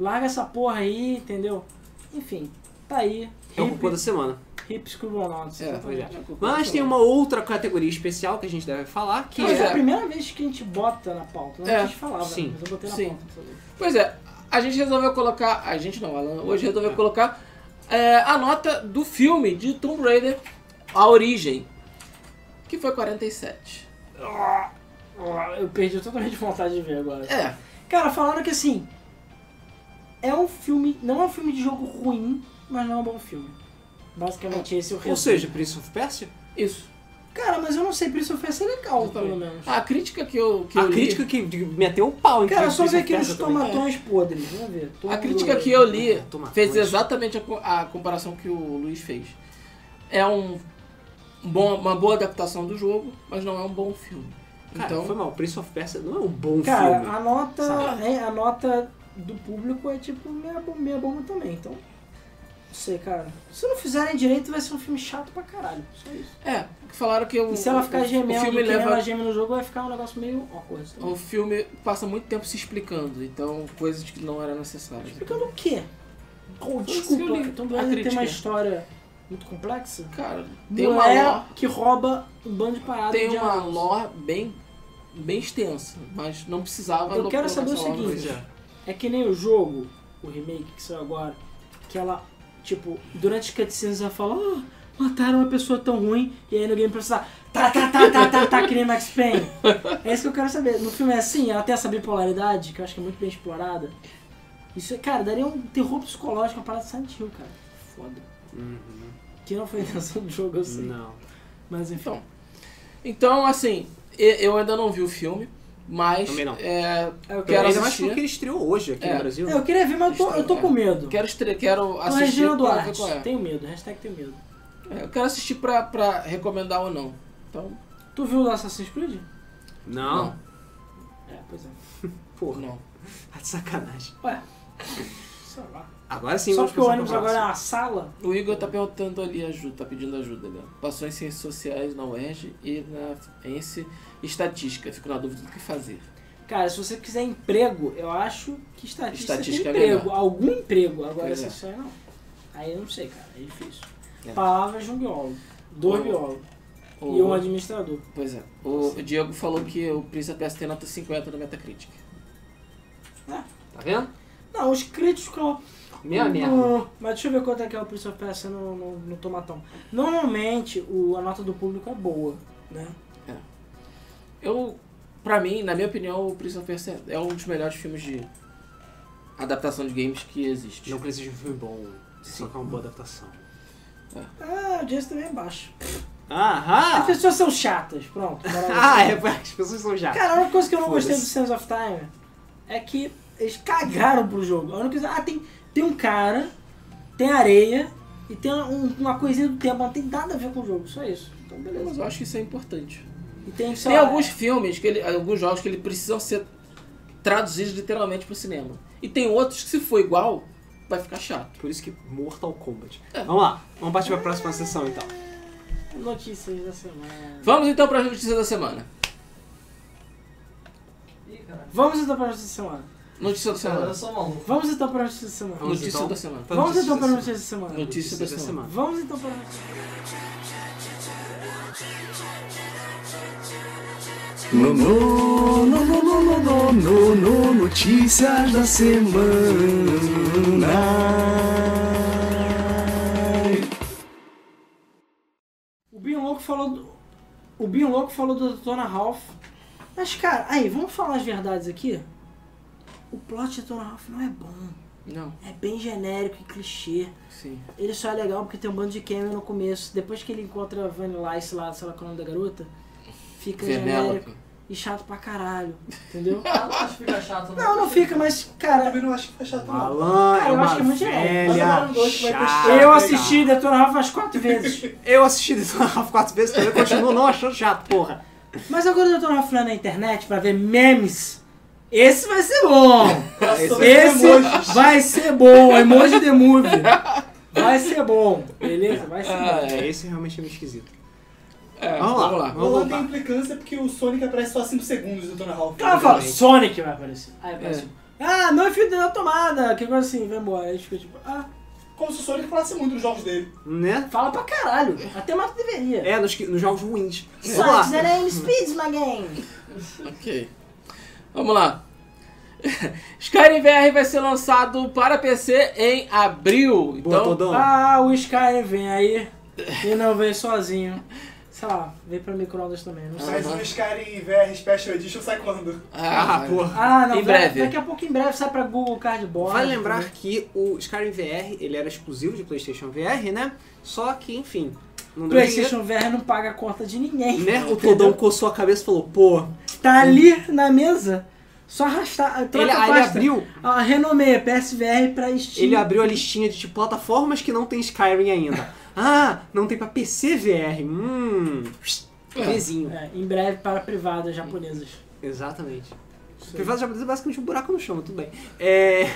B: Larga essa porra aí, entendeu? Enfim, tá aí.
C: É o cupom da semana.
B: hip Scribblenauts.
A: É,
C: Pois é.
B: exatamente.
C: Mas tem uma outra categoria especial que a gente deve falar, que
B: Mas é a
C: é.
B: primeira vez que a gente bota na pauta. né? Não
A: É,
B: a gente falava,
C: sim,
B: mas eu botei na
A: sim.
B: pauta.
A: Pois é, a gente resolveu colocar, a gente não, Alan, hoje resolveu colocar é, a nota do filme de Tomb Raider, A Origem, que foi 47.
B: Ah, Eu perdi totalmente vontade de ver agora.
A: É,
B: Cara, falaram que assim. É um filme. Não é um filme de jogo ruim, mas não é um bom filme. Basicamente, esse é o
C: Ou
B: resumo.
C: seja, Prince of Persia?
A: isso.
B: Cara, mas eu não sei, Prince of Persia é legal, pelo
A: Exatamente.
B: menos.
A: A crítica que eu que
C: A
A: eu li-
C: crítica que de- meteu o pau em
B: Cara, só ver
C: ver
B: aqueles tomatões podres, vamos ver. Todo
A: A
B: mundo-
A: crítica que eu li
C: Toma,
A: fez
C: toma.
A: exatamente a, co- a comparação que o Luiz fez. É um um bom, uma boa adaptação do jogo, mas não é um bom filme.
C: Cara,
A: então,
C: foi mal. Prince of Persia não é um bom
B: Cara,
C: filme.
B: a nota,
C: sabe?
B: né, a nota do público é tipo meia, bo- meia bomba também, então. Não sei, cara. Se não fizerem direito, vai ser um filme chato pra caralho. Só isso.
A: é, que falaram que o,
B: E se ela
A: o-
B: ficar
A: o
B: gemendo,
A: filme
B: que nem
A: leva
B: ela geme no jogo, vai ficar um negócio meio awkward. também.
A: o filme passa muito tempo se explicando, então coisas que não eram necessárias.
B: Explicando o quê? Oh,
A: se eu
B: desculpa,
A: li
B: então
A: a
B: Blade tem
A: crítica.
B: uma história muito complexa.
A: Cara, tem
B: Tem
A: uma
B: Mulher
A: lore,
B: que rouba um bando de parada
A: tem
B: é de
A: uma
B: armas.
A: lore bem bem extensa, mas não precisava
B: Eu quero
A: colocar
B: saber o
A: essa lore no
B: seguinte.
A: jogo.
B: É que nem o jogo, o remake que saiu agora, que ela, tipo, durante as cutscenes ela fala, ah, mataram uma pessoa tão ruim, e aí no game precisa, tá, tá, tá, tá, tá, tá, que nem Max Payne. É isso que eu quero saber. No filme é assim, ela tem essa bipolaridade, que eu acho que é muito bem explorada. Isso, é- cara, daria um terror psicológico, uma parada de Silent Hill, cara. Foda.
C: Uhum.
B: Que não foi a intenção do jogo, eu sei.
C: Não.
B: Mas enfim.
A: Então, então assim, e- eu ainda não vi o filme, mas
C: Também não.
A: é,
B: É, eu
A: quero
B: quero,
C: Ainda mais
A: assistir.
C: porque ele estreou hoje aqui
A: É.
C: no Brasil.
B: É, eu queria ver, mas eu tô, eu tô com medo.
A: quero, estre- quero
B: Então,
A: assistir
B: Regina
A: pra ver
B: Duarte,
A: qual é.
B: tenho medo, hashtag tenho medo.
A: É, Eu quero assistir pra, pra recomendar ou não. Então,
B: Tu viu o Assassin's Creed?
C: Não.
B: É, pois é.
C: Porra,
A: não.
C: tá de sacanagem.
B: Ué, sei lá.
C: Agora sim,
B: Só
C: vamos
B: porque o
C: passar
B: ônibus
C: pra
B: agora é
C: próxima.
B: uma sala?
A: O Igor tá perguntando ali ajuda, tá pedindo ajuda, né? Passou em ciências sociais na UERJ e na ENSE estatística. Fico na dúvida do que fazer.
B: Cara, se você quiser emprego, eu acho que estatística,
A: Estatística é
B: tem emprego.
A: melhor.
B: algum emprego. Agora
A: Pois é.
B: essa história não. Aí eu não sei, cara. É difícil.
A: É.
B: Palavras de um biólogo. Dois
A: O-
B: biólogos.
A: O-
B: E um administrador.
A: Pois é. O, o Diego falou que o Prince of Persia tem nota 50 no Metacritic.
C: Tá vendo?
B: Não, os críticos... ó,
C: Minha
B: hum,
C: merda.
B: Mas deixa eu ver quanto é que é o Prince of Persia no, no, no tomatão. Normalmente, o, a nota do público é boa, né?
A: Eu, pra mim, na minha opinião, o Prince of Persia é um dos melhores filmes de adaptação de games que existe.
C: Não precisa de um filme bom. Só que é uma boa adaptação.
B: Ah, o Jason também é baixo. As
C: Aham!
B: pessoas são chatas, pronto. bora lá.
C: Ah, é, as pessoas são já.
B: Cara, a única coisa que eu não gostei do
C: Foda-se.
B: Sands of Time é que eles cagaram pro jogo. A única coisa. Ah, tem, tem um cara, tem areia e tem um- uma coisinha do tempo, mas não tem nada a ver com o jogo, só isso. Então,
A: Mas
B: beleza.
A: eu acho que isso é importante.
B: E tem, sei
A: Tem
B: lá,
A: alguns filmes, que ele, alguns jogos que ele precisam ser traduzidos literalmente pro cinema. E tem outros que se for igual, vai ficar chato.
C: Por isso que Mortal Kombat.
B: É.
C: Vamos lá, vamos partir pra próxima sessão então.
B: Notícias da semana.
A: Vamos então para as notícias da semana.
E: Ih, caralho.
B: Vamos então para a notícia da semana.
A: Notícia da
E: Cara,
A: semana.
E: eu sou maluco.
B: Vamos então para a notícia da semana.
C: Vamos
A: Notícia
C: então.
A: da semana.
B: Vamos então para a
C: da
B: notícia da semana.
A: Notícia da
C: Notícia da
A: semana.
C: semana.
B: Vamos então para a notícia.
F: No, no, no, no, no, no, no, no, no, notícias da semana.
B: O Binho Louco falou do. O Binho Louco falou do Tona Ralph. Mas, cara, aí, vamos falar as verdades aqui? O plot de Tona Ralph não é bom.
A: Não,
B: É bem genérico e clichê.
A: sim.
B: Ele só é legal porque tem um bando de cameo no começo. Depois que ele encontra a Vanilla Ice lá, sei lá qual é o nome da garota, fica genérico
A: é Penélope.
B: e chato pra caralho. Entendeu?
E: Ah, não acho que fica chato.
B: não, não fica, mas,
E: Cara, eu
B: cara,
E: também não acho que fica chato, não.
C: Alan
B: Cara,
C: é
B: eu
C: uma
B: acho que é muito
C: velha
E: legal. Mas eu não gosto,
C: chata.
E: vai
B: eu assisti Detona Ralph umas quatro vezes.
C: Eu assisti Detona Ralph quatro vezes também, continuo não achando chato, porra.
B: mas agora o Detona Ralph lá na internet pra ver memes. Esse vai ser bom!
E: Nossa,
C: é
B: Esse
E: emojis.
B: vai ser bom, emoji the movie. Vai ser bom, beleza? Vai ser
A: Ah,
B: bom.
A: é.
C: Esse realmente é meio esquisito.
A: É,
C: Vamos lá.
E: O
C: Vamos
E: Lan
C: voltar.
E: tem implicância porque o Sonic aparece só 5 segundos do Tony Hawk.
B: O cara fala, Sonic vai aparecer. Aí aparece.
A: É.
B: Ah, meu filho deu na tomada, que coisa assim, vai embora. Aí fica tipo, ah,
E: Como se o Sonic falasse muito nos jogos dele.
C: Né?
B: fala pra caralho. Até mais que deveria.
C: É, nos, que- nos jogos ruins. Vamos
B: Sonic's the
C: lá.
B: name speeds my game.
A: Ok. Vamos lá. Skyrim VR vai ser lançado para PC em abril.
C: Boa,
A: Então,
C: Todão.
B: Ah, o Sky vem aí e não vem sozinho. Sei lá, vem pra microondas também, não sei.
E: Mas o Skyrim VR Special Edition sai quando?
A: ah,
C: Ah, porra.
B: Ah, não,
A: Em
B: vai-
A: breve.
B: daqui a pouco em breve sai pra Google Cardboard.
C: Vale lembrar que o Skyrim VR, ele era exclusivo de PlayStation VR, né? Só que, enfim, Não deu dinheiro.
B: PlayStation VR não paga a conta de ninguém.
C: Né? O
B: entendeu?
C: Todão coçou a cabeça e falou, pô.
B: Tá ali na mesa, só arrastar. Troca
C: Ele,
B: a
C: aí ele
B: pasta.
C: abriu.
B: Ah, renomeia PSVR pra Steam.
C: Ele abriu a listinha de tipo, plataformas que não tem Skyrim ainda. Ah, não tem pra PC VR. Hum. Vizinho.
B: É, em breve para privadas japonesas.
C: Exatamente. Privado japonês é basicamente um buraco no chão, mas tudo bem. É.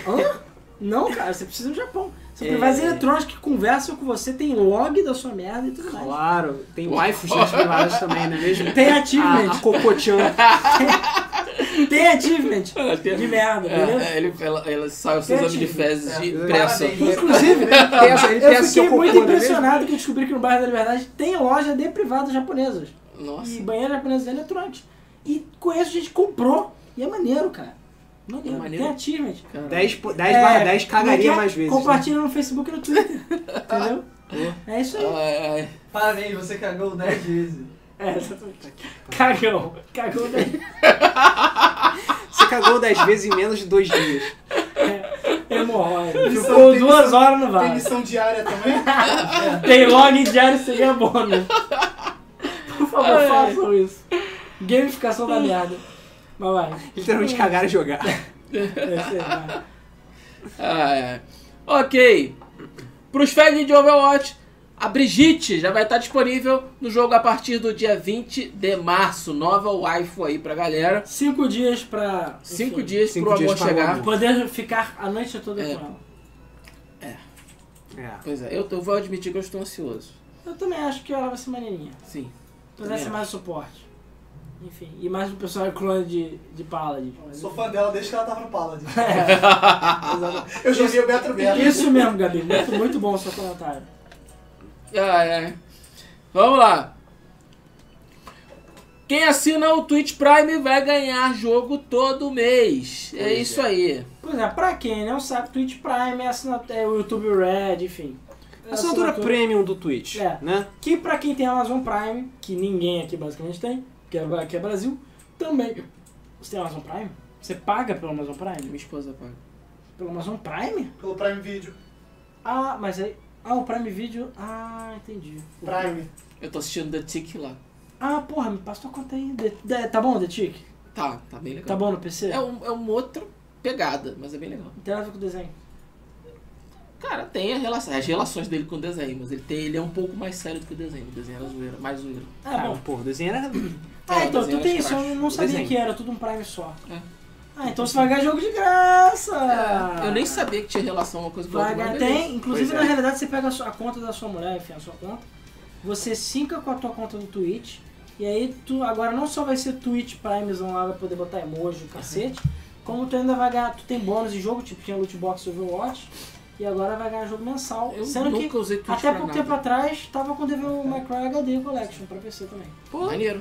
B: Não, cara, você precisa do Japão. São
C: É.
B: privadas eletrônicas que conversam com você, tem log da sua merda e tudo mais.
C: Claro, tem waifus nas privadas também, não é mesmo?
B: Tem
C: A,
B: achievement,
C: a Cocochan. Ah.
B: tem achievement
A: Ela tem-
B: de merda, beleza?
A: É, ele, ela, ela sai os seus exames de fezes de
D: É.
A: impresso.
D: Parabéns.
C: Inclusive, tem essa, ele tem
B: Eu fiquei
C: essa seu
B: muito
C: cocô, não é mesmo?
B: impressionado que eu descobri que no bairro da Liberdade tem loja de privadas japonesas. E
A: Nossa,
B: banheiro japonês é eletrônico. E conheço gente que comprou. E é maneiro, cara. Maneiro.
A: É maneiro.
B: Tem achievement.
A: cara.
C: 10, po- 10 barra 10 cagaria
B: como é que é?
C: mais vezes. né?
B: Compartilha no Facebook e no Twitter. entendeu? É isso aí.
A: Ai, ai.
D: Parabéns, você cagou 10 vezes.
B: É, exatamente. Cagão. Cagão daí.
C: Você cagou 10 vezes em menos de 2 dias.
B: É Hemorroida.
E: Isso
B: Ficou
E: tem
B: duas
E: missão-
B: horas no
E: Tem
B: vale.
E: missão diária também?
B: Tem log diário seria bônus. Por favor, façam isso. Gamificação da merda. Mas vai.
C: Literalmente
B: Hum.
C: cagar e jogar.
B: É isso aí, vai.
A: Ai, ai. é, Ok. Para os fãs de Overwatch, a Brigitte já vai estar disponível no jogo a partir do dia 20 de março. Nova waifu aí pra galera.
B: Cinco dias pra. enfim,
A: Cinco dias
C: Cinco
A: pro
C: dias
A: amor
C: pra
A: chegar.
C: amor.
B: Poder ficar a noite toda
A: É.
B: com ela.
C: É.
A: Pois é, eu, tô- eu vou admitir que eu estou ansioso.
B: Eu também acho que ela vai ser maneirinha.
A: Sim. Também
B: Pudesse mais suporte. Enfim, e mais um pessoal clone de, de Paladin.
E: Sou fã dela desde que ela tava no Paladin.
B: Exato.
E: Eu joguei o Metro Metro.
B: É, Isso mesmo, Gabi. Muito, muito bom o seu comentário.
A: Ai, ai. É, Vamos lá. Quem assina o Twitch Prime vai ganhar jogo todo mês. É isso aí.
B: Pois é, pra quem não sabe, Twitch Prime, assinat- é o YouTube Red, enfim. É
C: Assinatura premium do Twitch,
B: É.
C: né?
B: Que pra quem tem Amazon Prime, que ninguém aqui basicamente tem, que é, que é Brasil, também. Você tem Amazon Prime? Você paga pelo Amazon
A: Minha
B: Prime?
A: esposa paga.
B: Pelo Amazon Prime?
E: Pelo Prime Video.
B: Ah, mas aí. Ah, o Prime Video. Ah, entendi. O
E: Prime.
A: Eu tô assistindo The Tick lá.
B: Ah, porra, me passa tua conta aí. De- de- tá bom, The Tick?
A: Tá, tá bem legal.
B: Tá bom no PC?
A: É, um, é uma outra pegada, mas é bem legal.
B: Não tem nada a ver com o desenho.
A: Cara, tem a relação- as relações dele com o desenho, mas ele, tem, ele é um pouco mais sério do que o desenho. O desenho era zoeira, mais zoeira.
B: Ah,
C: Ah,
B: bom.
C: pô, o desenho era.
B: Ah,
A: Tá. é,
B: então,
A: o desenho
B: tu tem
A: era
B: isso, eu
A: escracho.
B: não
C: O
B: sabia
C: desenho.
B: que era tudo um Prime só.
A: É.
B: Ah, então você vai ganhar jogo de graça!
A: É, Eu nem sabia que tinha relação uma coisa com a
B: Ah. Vai
A: outra.
B: ganhar,
A: mas
B: tem,
A: beleza.
B: inclusive
C: Pois é.
B: na realidade você pega a, sua- a conta da sua mulher, enfim, a sua conta, você sinca com a tua conta do Twitch, e aí tu agora não só vai ser Twitch Primezão lá, vai poder botar emoji, o cacete, como tu ainda vai ganhar, tu tem bônus de jogo, tipo tinha loot box do Overwatch, e agora vai ganhar jogo mensal,
A: Eu
B: sendo
A: nunca
B: que
A: usei Twitch
B: até
A: pra
B: pouco
A: nada.
B: tempo atrás tava com o Devil May Cry HD Collection pra PC também.
A: Pô, maneiro.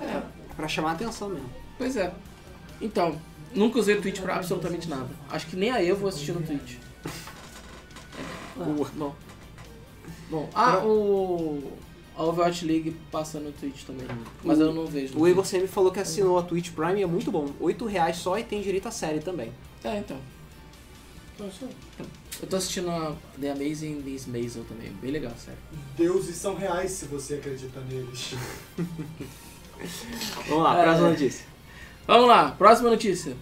A: É,
C: Pra chamar a atenção mesmo.
A: pois é. Então, nunca usei o Twitch pra absolutamente nada. Acho que nem a eu vou assistir no Twitch.
C: Boa.
A: Bom. Bom, ah, o... A Overwatch League passa no Twitch também, mas eu não vejo. no
C: Uhum. O Igor sempre falou que assinou a Twitch Prime e é muito bom. 8 reais só e tem direito à série também.
A: Twitch. É, então.
B: Então, isso aí.
A: Eu tô assistindo a The Amazing Miss Maisel também, bem legal, sério.
E: Deuses são reais se você acredita neles.
C: Vamos lá,
A: É.
C: próxima notícia.
A: Vamos lá, próxima notícia.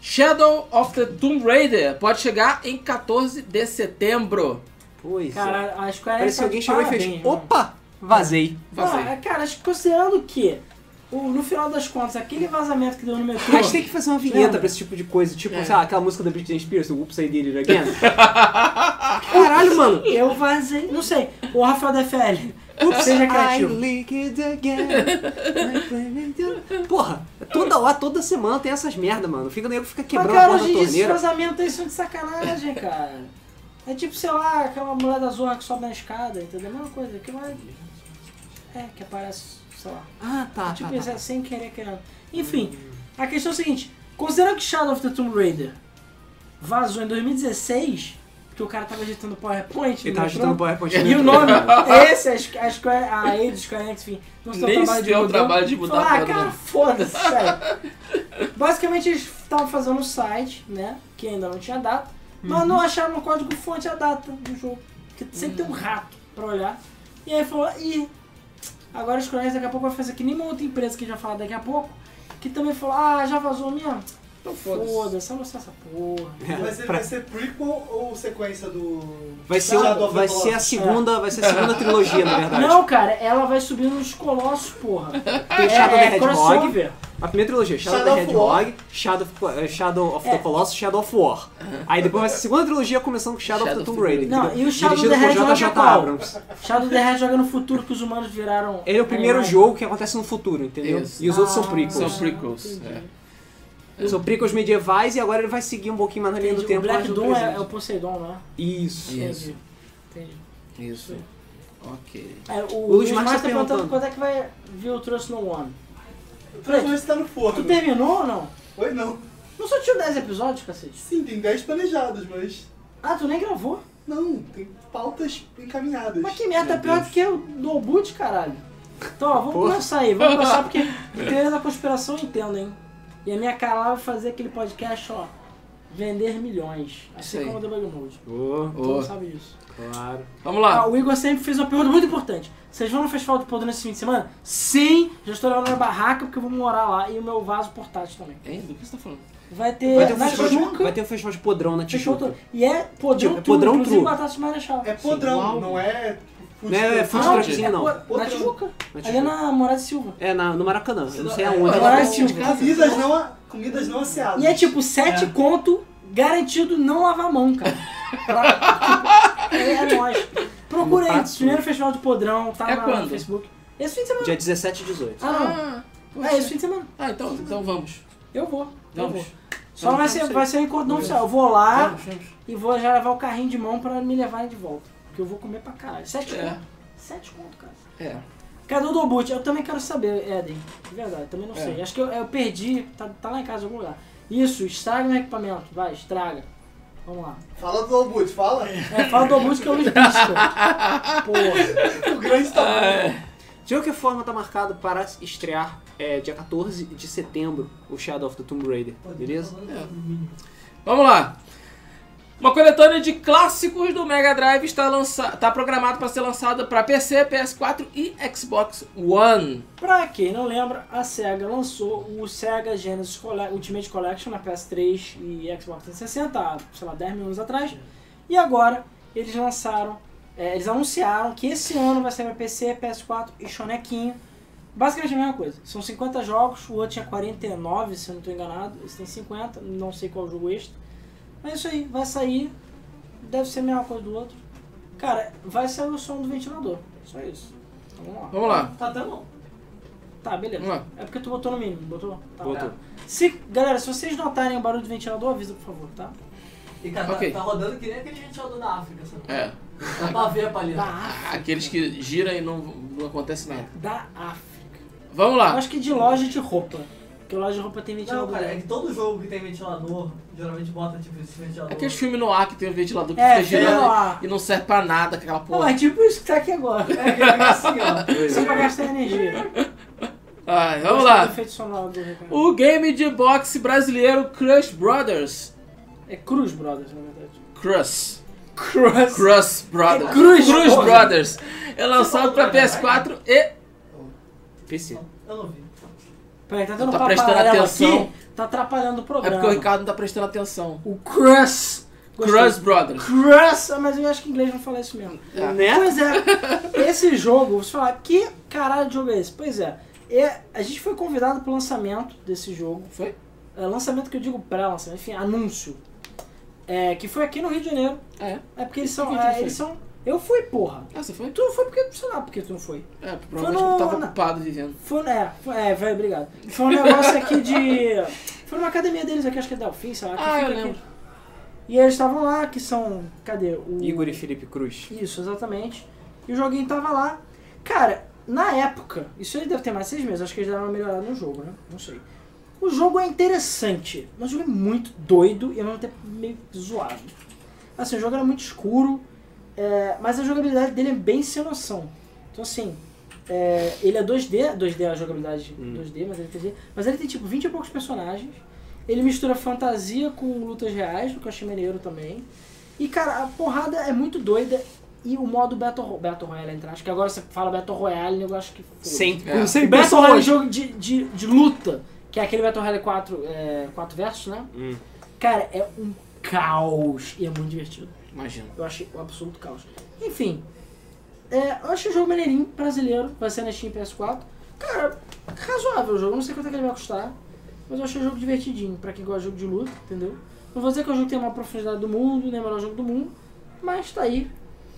A: Shadow of the Tomb Raider pode chegar em 14 de setembro.
C: Pois. é.
B: Cara, a Square
C: Parece que
B: tá
C: alguém
B: de
C: chegou e
B: parabéns,
C: fez.
B: mano.
C: Opa! Vazei.
A: Vazei.
B: Não, é, cara, acho que considerando que o- no final das contas, aquele vazamento que deu no metrô.
C: A gente tem que fazer uma vinheta
B: Lembra?
C: pra esse tipo de coisa, tipo,
A: É.
C: sei lá, aquela música da Britney Spears, o Oops, I Did It Again. Caralho, mano.
B: Eu vazei. Não sei. O Rafael DFL. Ups, seja
C: I
B: criativo.
C: lick it again. I play it again. Porra, toda hora, toda semana tem essas merda, mano. Fica o nego fica
B: Mas,
C: quebrando
B: cara,
C: a
B: hoje
C: porra da
B: em dia esses
C: torneira.
B: vazamentos aí são de sacanagem, cara. É tipo, sei lá, aquela mulher da zorra que sobe na escada, entendeu? A mesma coisa. Que vai. É, que aparece, sei lá.
C: Ah, tá,
B: tipo,
C: tá, tá.
B: é sem querer, querendo. Enfim, a questão é a seguinte: considerando que Shadow of the Tomb Raider vazou em 2016, porque o cara tava agitando PowerPoint.
C: Ele tá
B: no metrô,
C: tava agitando o PowerPoint.
B: assim, né? E o nome é esse, a Square, a, Square, a Eidos, Square Enix, enfim. Não se deu
A: Nem
B: trabalho
A: se
B: de
A: deu o
B: mudar.
A: trabalho de mudar a porra do
B: Falaram, Ah, cara,
A: nome."
B: foda-se, sério. Basicamente, eles estavam fazendo um site, né? Que ainda não tinha data.
A: Uhum.
B: mas não acharam no código fonte a data do jogo. Porque sempre
A: Uhum.
B: tem um rato pra olhar. E aí falou, ih, agora os colegas daqui a pouco vai fazer que nem uma outra empresa que a gente vai falar daqui a pouco, que também falou, ah, já vazou mesmo?
A: Então foda-se.
B: Foda-se, anunciar essa porra.
E: Vai ser,
C: Pra-
E: vai ser prequel ou sequência do.
C: Vai ser,
E: Shadow
C: o,
E: of
C: vai
E: the
C: ser a
E: Colossus?
C: segunda, vai ser a segunda trilogia, na verdade.
B: Não, cara, ela vai subir nos colossos, porra.
C: Shadow
B: é,
C: the
B: é
C: Hedgehog.
B: crossover.
C: A primeira trilogia, Shadow,
E: Shadow
C: of the
E: of War.
C: Hedgehog, Shadow, of- eh, Shadow of the
B: É.
C: Colossus, Shadow of War. Aí depois vai ser a segunda trilogia começando com Shadow,
A: Shadow
C: of the
A: of
C: Tomb
A: the
C: Raider.
B: Tomb Raider. Não,
C: entendeu?
B: e o Shadow
C: Dirigido
B: of the
C: por
B: Hedgehog
C: JJ
B: é qual?
C: Abrams.
B: Shadow the Hedgehog é no futuro que os humanos viraram. um
C: Ele é o primeiro
B: animais.
C: jogo que acontece no futuro, entendeu?
A: Isso.
C: E os outros são
B: Ah,
C: prequels.
A: São prequels,
B: entendi.
A: é.
C: São prequels medievais e agora ele vai seguir um pouquinho mais na linha do
B: Entendi.
C: tempo.
B: o Black
C: mais do
B: Doom é,
C: presente.
B: é o Poseidon, né?
C: Isso.
A: Isso.
B: Entendi. Entendi.
A: Isso. Ok.
B: É, o,
C: O Luiz
B: Marcos tá
C: Marcos tá
B: perguntando
C: perguntando.
B: quando é que vai vir o Trust No One.
E: Transformers tá no forno.
B: Tu terminou ou não?
E: Oi, não.
B: Não só tinha 10 episódios, cacete?
E: Sim, tem 10 planejados, mas.
B: Ah, tu nem gravou?
E: Não, tem pautas encaminhadas.
B: Mas que merda,
A: Meu
B: é pior
A: Deus.
B: do que o do Boot, caralho. Então, ó, vamos
C: Porra.
B: começar aí, vamos começar porque teoria da conspiração eu entendo, hein? E a minha cara lá vai fazer aquele podcast, ó, vender milhões.
A: Isso
B: Assim
A: aí.
B: como o Debug Mode.
C: Oh,
B: Todo
A: Ô,
B: mundo Então, sabe disso.
C: claro.
A: Vamos lá.
B: Ah, o Igor sempre fez uma pergunta muito importante. Vocês vão no Festival do Podre nesse fim de semana? Sim! Já estou levando minha barraca porque eu vou morar lá e o meu vaso portátil também.
A: Hein? Do que você tá falando?
B: Vai ter,
C: Vai ter, um
B: na
C: festival de,
B: Tijuca.
C: vai ter um festival de podrão na
B: Fechou
C: Tijuca.
B: tudo. E é podrão
C: Tipo,
B: true,
C: é podrão
B: inclusive
C: true.
B: batata de marechal.
E: É podrão,
A: Sim, Né, uau.
E: não é. food
C: Não é
E: truck.
C: food
A: truck.
B: Não,
C: truckzinho, não.
B: é po- na Tijuca.
C: Na
B: Ali é
C: Tijuca.
B: na Morada Silva.
C: É na, no Maracanã. Eu não sei
E: É,
C: aonde.
B: Agora
A: é
B: sim.
A: de casa.
E: Ah, Comidas não, a- comidas não asseadas.
B: E é tipo 7
D: É.
B: conto garantido não lavar a mão, cara. Pra- tipo, é nóis. Procura
C: No
B: aí,
C: prato.
B: primeiro festival de podrão, tá
A: É
B: lá
A: quando?
B: no Facebook. Esse fim de semana.
C: Dia 17 e 18.
B: Ah, não.
A: poxa.
B: É, esse fim de semana.
A: Ah, então, então vamos.
B: Eu vou. Eu
A: Vamos.
B: vou. Só vai
A: Vamos,
B: ser,
A: vamos
B: vai
A: aí.
B: ser um encontro não
A: Vamos.
B: oficial. Eu vou lá
A: Vamos, vamos.
B: e vou já levar o carrinho de mão pra me levarem de volta. Porque eu vou comer pra caralho. 7
A: É.
B: conto. 7 conto, cara.
A: É.
B: Cadê o Dobut? Eu também quero saber, Eden. De verdade, também não
A: É.
B: sei. Acho que eu, eu perdi, tá, tá lá em casa em algum lugar. Isso, estraga meu equipamento. Vai, estraga. Vamos lá.
E: Fala do Albut, fala.
B: É, fala do Dobut que eu não pisca. Porra.
E: o grande tá- tamanho.
C: De qualquer forma, tá marcado para estrear é, dia 14 de setembro o Shadow of the Tomb Raider, beleza?
A: Vamos lá. Uma coletânea de clássicos do Mega Drive está, lança... está programada para ser lançada para PC, PS4 e Xbox One.
B: Pra quem não lembra, a SEGA lançou o SEGA Genesis Colle- Ultimate Collection na PS3 e Xbox 360, há, sei lá, 10 mil anos atrás. E agora eles lançaram, é, eles anunciaram que esse ano vai sair pra PC, PS4 e Chonequinho. Basicamente a mesma coisa. São 50 jogos, o outro tinha 49, se eu não estou enganado. Esse tem 50, não sei qual jogo extra. Mas é isso aí, vai sair. Deve ser a mesma coisa do outro. Cara, vai sair o som do ventilador. Só isso. Então, vamos lá.
A: Vamos lá.
D: Tá até bom.
B: Tá, beleza.
A: Vamos lá.
B: É porque tu botou no mínimo, botou? Tá.
C: Voltou.
B: Se, galera, se vocês notarem o barulho do ventilador, avisa, por favor, tá?
D: E cara, tá-
A: Ok.
D: tá, rodando que nem aquele ventilador da África, sabe?
A: É. Ah,
D: Dá pra ver a
A: Tá.
D: palheta.
B: Da, Af-
A: Aqueles que giram e não, não acontece nada.
B: da África.
A: Vamos
B: Eu
A: lá.
B: acho que é de loja de roupa. Porque loja de roupa tem
D: Não,
B: ventilador.
D: cara, é
B: né?
D: que todo jogo que tem ventilador, geralmente bota tipo esse ventilador.
A: Aqueles filmes no ar que tem um ventilador que
B: É,
A: fica girando
B: filme no ar.
A: e não serve pra nada, aquela
B: Não,
A: porra.
B: é tipo isso que tá aqui agora.
D: É, aquele negócio assim, ó.
B: Só pra gastar energia.
A: Ai, vamos
B: Gostei do
A: lá.
B: efeito sonoro do recado.
A: O game de boxe brasileiro Crush Brothers.
B: É Cruz Brothers, na verdade.
A: Crush.
B: Cruz.
A: Crush Brothers.
B: É Cruz,
A: Crush
B: porra.
A: Brothers. É lançado pra PS4 e
B: É.
C: PC.
D: Eu não vi.
B: Peraí, tá dando
A: Tá
B: um papo
A: prestando
B: paralelo
A: atenção?
B: aqui, tá atrapalhando o
A: É
B: programa.
A: porque o Ricardo não tá prestando atenção.
B: O Cruz. Gostei.
A: Crush Brothers.
B: Cruz. Ah, mas eu acho que em inglês não fala isso mesmo.
C: Né?
B: Pois é, esse jogo, você falar, que caralho de jogo é esse? Pois é, é, a gente foi convidado pro lançamento desse jogo.
A: Foi?
B: É, lançamento que eu digo pré-lançamento, enfim, anúncio. É, que foi aqui no Rio de Janeiro.
A: É.
B: É porque eles
A: Por
B: são.
A: que que
B: é,
A: tu
B: eles são. Eu fui, porra.
A: Ah, você foi?
B: Tu não foi porque, sei lá, porque tu não foi.
A: É, provavelmente
B: Foi no-
A: eu tava
B: na-
A: ocupado vivendo.
B: Foi, é, foi, é, velho, obrigado. Foi um negócio aqui de. Foi numa academia deles aqui, acho que é Delfim, sei lá. que
A: Ah,
B: fica
A: eu
B: aqui.
A: lembro.
B: E eles estavam lá, que são. Cadê? O...
C: Igor e Felipe Cruz.
B: Isso, exatamente. E o joguinho tava lá. Cara, na época, isso aí deve ter mais seis meses, acho que eles deram uma melhorada no jogo, né? Não sei. O jogo é interessante, mas o jogo é muito doido e ao mesmo tempo meio zoado. Assim, o jogo era muito escuro, é, mas a jogabilidade dele é bem sem noção. Então assim, é, ele é 2D, 2D é a jogabilidade 2D, mas ele é 3D, mas ele tem tipo 20 e poucos personagens. Ele mistura fantasia com lutas reais, o que eu achei maneiro também. E, cara, a porrada é muito doida. E o modo Battle, Ro- Battle Royale, entre aspas, que agora você fala Battle Royale, eu acho que... foda-se.
C: Sem,
A: É.
C: é. sem
B: O Battle Royale é um
C: pessoas.
B: jogo de, de, de luta, que é aquele Battle Royale 4, é, 4 versus, né? Cara, é um caos e é muito divertido.
A: Imagina.
B: Eu achei um absoluto caos. Enfim, é, eu achei o jogo maneirinho, brasileiro, vai ser na Steam e PS4. Cara, razoável o jogo, eu não sei quanto é que ele vai custar, mas eu achei o jogo divertidinho, pra quem gosta de jogo de luta, entendeu? Não vou dizer que é o jogo tem a maior profundidade do mundo, nem o melhor jogo do mundo, mas tá aí,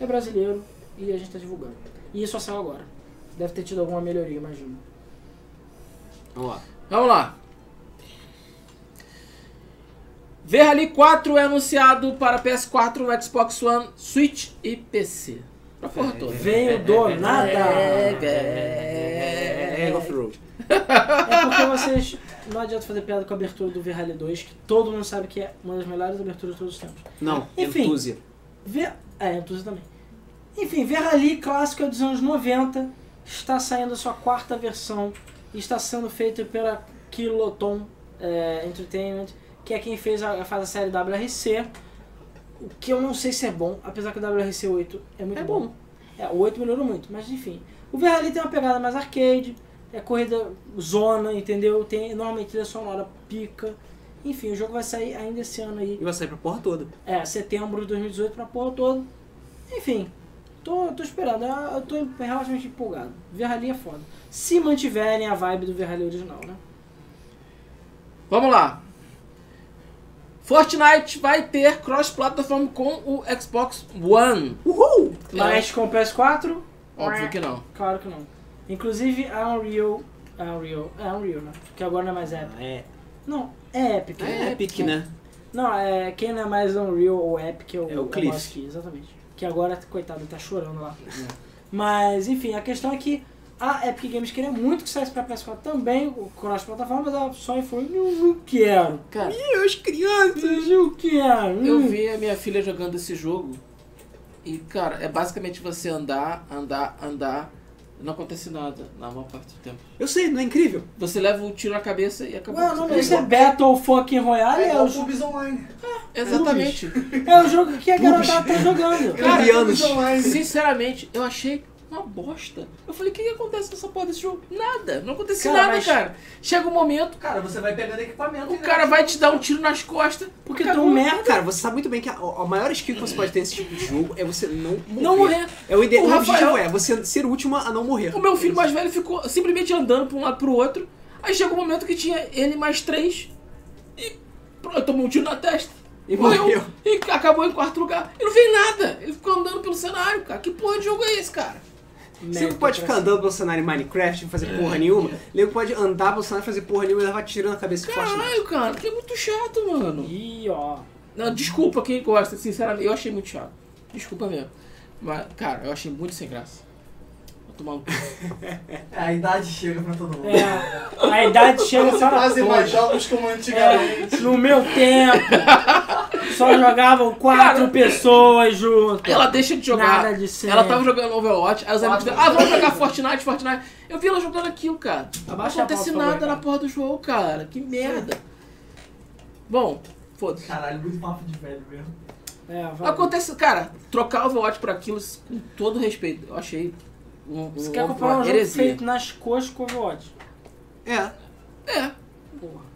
B: é brasileiro e a gente tá divulgando. E isso só saiu agora. Deve ter tido alguma melhoria, imagino.
C: Vamos lá.
A: Vamos lá. Verrali 4 é anunciado para PS4, Xbox One, Switch e PC. Pra porra toda.
B: Veio do nada!
C: É, Off Road.
B: É porque vocês. Não adianta fazer piada com a abertura do Verralha 2, que todo mundo sabe que é uma das melhores aberturas de todos os tempos.
C: Não,
B: Enfim.
C: Enthusia.
B: Ver... É, Entusa também. Enfim, Verrali, clássico dos anos 90, está saindo a sua quarta versão e está sendo feito pela Kiloton é, Entertainment, que é quem fez a, faz a série WRC, o que eu não sei se é bom, apesar que o WRC 8 é muito
A: É
B: bom.
A: bom.
B: É, o 8 melhorou muito, mas enfim. O Verrali tem uma pegada mais arcade, é corrida zona, entendeu? Tem normalmente trilha sonora pica. Enfim, o jogo vai sair ainda esse ano aí.
C: E vai sair pra porra toda.
B: É, setembro de 2018 pra porra toda. Enfim, tô, tô esperando. Eu, eu tô relativamente empolgado. Verrali é foda. Se mantiverem a vibe do Verrali original, né?
A: Vamos lá. Fortnite vai ter cross-platform com o Xbox One.
C: Uhul!
B: Mas com o PS4,
A: Óbvio que não.
B: claro que não. Inclusive a Unreal. A Unreal. É a Unreal, né? Que agora não é mais Epic.
C: É,
B: Não, é Epic.
C: é Epic, né?
B: Não, é, quem não é mais Unreal ou Epic é o,
C: É o Cliff.
B: Boss Key, exatamente. Que agora, coitado, ele tá chorando lá.
C: É.
B: Mas, enfim, a questão é que a Epic Games queria muito que saísse pra PS4 também, o cross plataforma, mas a Sony foi, não, não quero.
A: Cara,
C: Meus crianças!
B: Não quero.
A: eu
B: hum."
A: vi a minha filha jogando esse jogo. E, cara, é basicamente você andar, andar, andar. Não acontece nada na maior parte do tempo.
C: Eu sei, não é incrível?
A: Você leva um tiro na cabeça e acabou.
B: Ué, não, mas isso é Battle Fucking Royale,
E: É
B: é,
E: igual
B: o,
E: o
B: jo-
E: Pubs Online.
A: Exatamente.
B: é o jogo que a garotada tá jogando.
E: Cara,
C: Arianos.
E: Pubs Online.
A: Sinceramente, eu achei uma bosta. Eu falei, o que, que acontece com essa porra desse jogo? Nada, não acontece
B: Cara,
A: nada,
B: mas-
A: cara. Chega um momento,
D: Cara, você vai pegando equipamento.
A: o
D: né?
A: cara vai te dar um tiro nas costas.
B: Porque tu é
A: acabou.
B: um merda.
C: Cara, você sabe muito bem que a, a maior skill que você pode ter nesse tipo de jogo é você não morrer.
A: Não morrer.
C: É o ideal.
A: O
C: O, objetivo
A: Rafael-
C: é você ser o último a não morrer.
A: O meu filho mais velho ficou simplesmente andando pra um lado pro outro. Aí chega um momento que tinha ele mais três. E pronto, tomou um tiro na testa.
C: E morreu.
A: E acabou em quarto lugar. E não fez nada. Ele ficou andando pelo cenário, cara. Que porra de jogo é esse, cara?
C: Você não pode ficar andando pelo cenário em Minecraft e fazer porra nenhuma. Nego pode andar pelo cenário e fazer porra nenhuma e levar tiro na cabeça de Fortnite.
A: Caralho, cara. Que é muito chato, mano.
B: Ih, ó.
A: Não, desculpa quem gosta, sinceramente, eu achei muito chato. Desculpa mesmo. Mas, cara, eu achei muito sem graça. Vou tomar um...
D: É, a idade chega pra todo mundo.
B: É, a idade chega
E: Você
B: só na
E: fazem mais
B: todos.
E: jogos
A: É.
E: como antigamente.
B: No meu tempo, só jogavam quatro pessoas junto.
A: Ela deixa de jogar.
B: Nada de ser.
A: Ela tava jogando Overwatch, aí os amigos dela, ah, vamos jogar Fortnite, Fortnite. Eu vi ela jogando aquilo, cara.
B: Abaixa
A: Não
B: a
A: acontece
B: pauta,
A: nada
B: por favor,
A: na porra do jogo, cara. Que merda. Bom, foda-se.
D: Caralho, muito papo de velho mesmo.
B: É, vai.
A: Acontece, cara, trocar Overwatch por aquilo, com todo respeito, eu achei um, um,
B: Você quer
A: uma
B: comprar um jogo
A: heresia.
B: feito nas coxas com Overwatch?
C: É.
A: É.
B: Porra.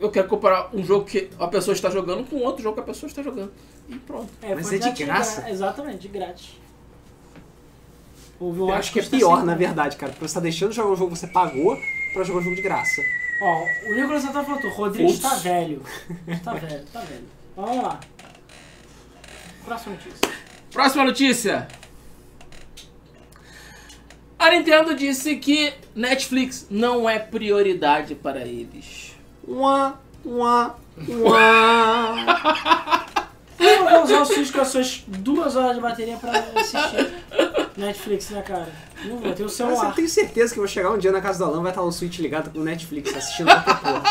A: Eu quero comparar um jogo que a pessoa está jogando com outro jogo que a pessoa está jogando. E pronto.
B: É,
C: Mas
B: foi
C: é de
B: grátis,
C: graça?
B: gra- Exatamente, de grátis. O
C: Eu
B: Overwatch
C: acho que é
B: custa
C: pior,
B: 100.
C: na verdade, cara. Porque você tá deixando de jogar um jogo que você pagou pra jogar um jogo de graça.
B: Ó, o Nicolas Santana falou, tudo, o Rodrigues
A: Ups.
B: tá velho. Tá velho, tá velho. Vamos lá. Próxima notícia.
A: Próxima notícia. A Nintendo disse que Netflix não é prioridade para eles.
C: Uá, uá, uá.
B: Eu vou usar o Switch com as suas duas horas de bateria pra assistir Netflix, né, cara? Não vou, tem
A: Então,
B: o
C: Cara,
B: celular.
C: Então, assim, eu tenho certeza que eu vou chegar um dia na casa do Alan vai estar no Switch ligado com o Netflix assistindo qualquer porra.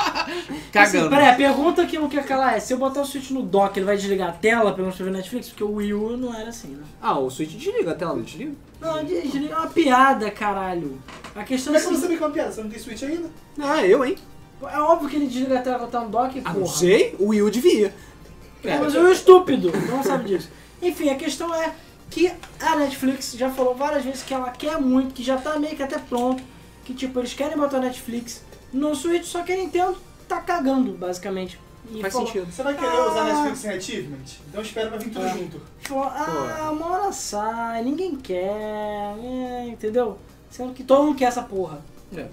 A: Cagando.
B: Peraí, a pergunta que eu não quero calar é: se eu botar o Switch no dock, ele vai desligar a tela pra eu não escrever Netflix? Porque o Wii U não era assim, né?
C: Ah, o Switch desliga a tela, não desliga?
B: Não, desligar é uma piada, caralho. A questão
E: Como
B: é
E: é que você não
B: assim.
E: sabe que é uma piada? Você não tem Switch ainda?
C: Ah, eu, hein?
B: É óbvio que ele desliga a tela quando tá no dock,
C: Ah, não
B: porra.
C: sei, o Will devia.
B: É, mas eu é estúpido, não sabe disso. Enfim, a questão é que a Netflix já falou várias vezes que ela quer muito, que já tá meio que até pronto, que tipo, eles querem botar a Netflix no Switch, só que a Nintendo tá cagando, basicamente. E
C: Faz
B: falou,
C: sentido.
E: Você vai querer
D: Ah.
E: usar Netflix sem achievement? Então espera pra vir tudo
B: É.
E: junto.
B: falou, ah, uma hora sai, ninguém quer, é, entendeu? Sendo que todo mundo quer essa porra.
A: É.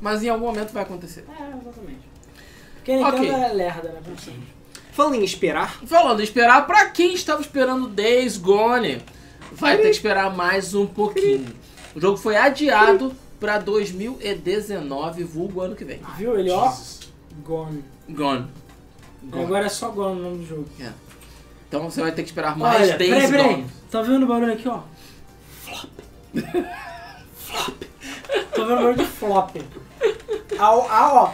A: Mas em algum momento vai acontecer.
B: É, exatamente. Porque a Nintendo
A: Ok.
B: é lerda, né? por si.
C: Falando em esperar,
A: Falando em esperar, pra quem estava esperando Days Gone, vai ter que esperar mais um pouquinho. O jogo foi adiado pra 2019, vulgo ano que vem.
B: Viu? Ele, ó, gone.
A: Gone. Gone.
B: Agora é só gone o nome do jogo.
A: Então você vai ter que esperar mais
B: Olha,
A: Days
B: peraí, peraí.
A: Gone.
B: Tá vendo o barulho aqui, ó? Flop. Flop. Tô vendo o barulho de flop. Ao, ao, ó.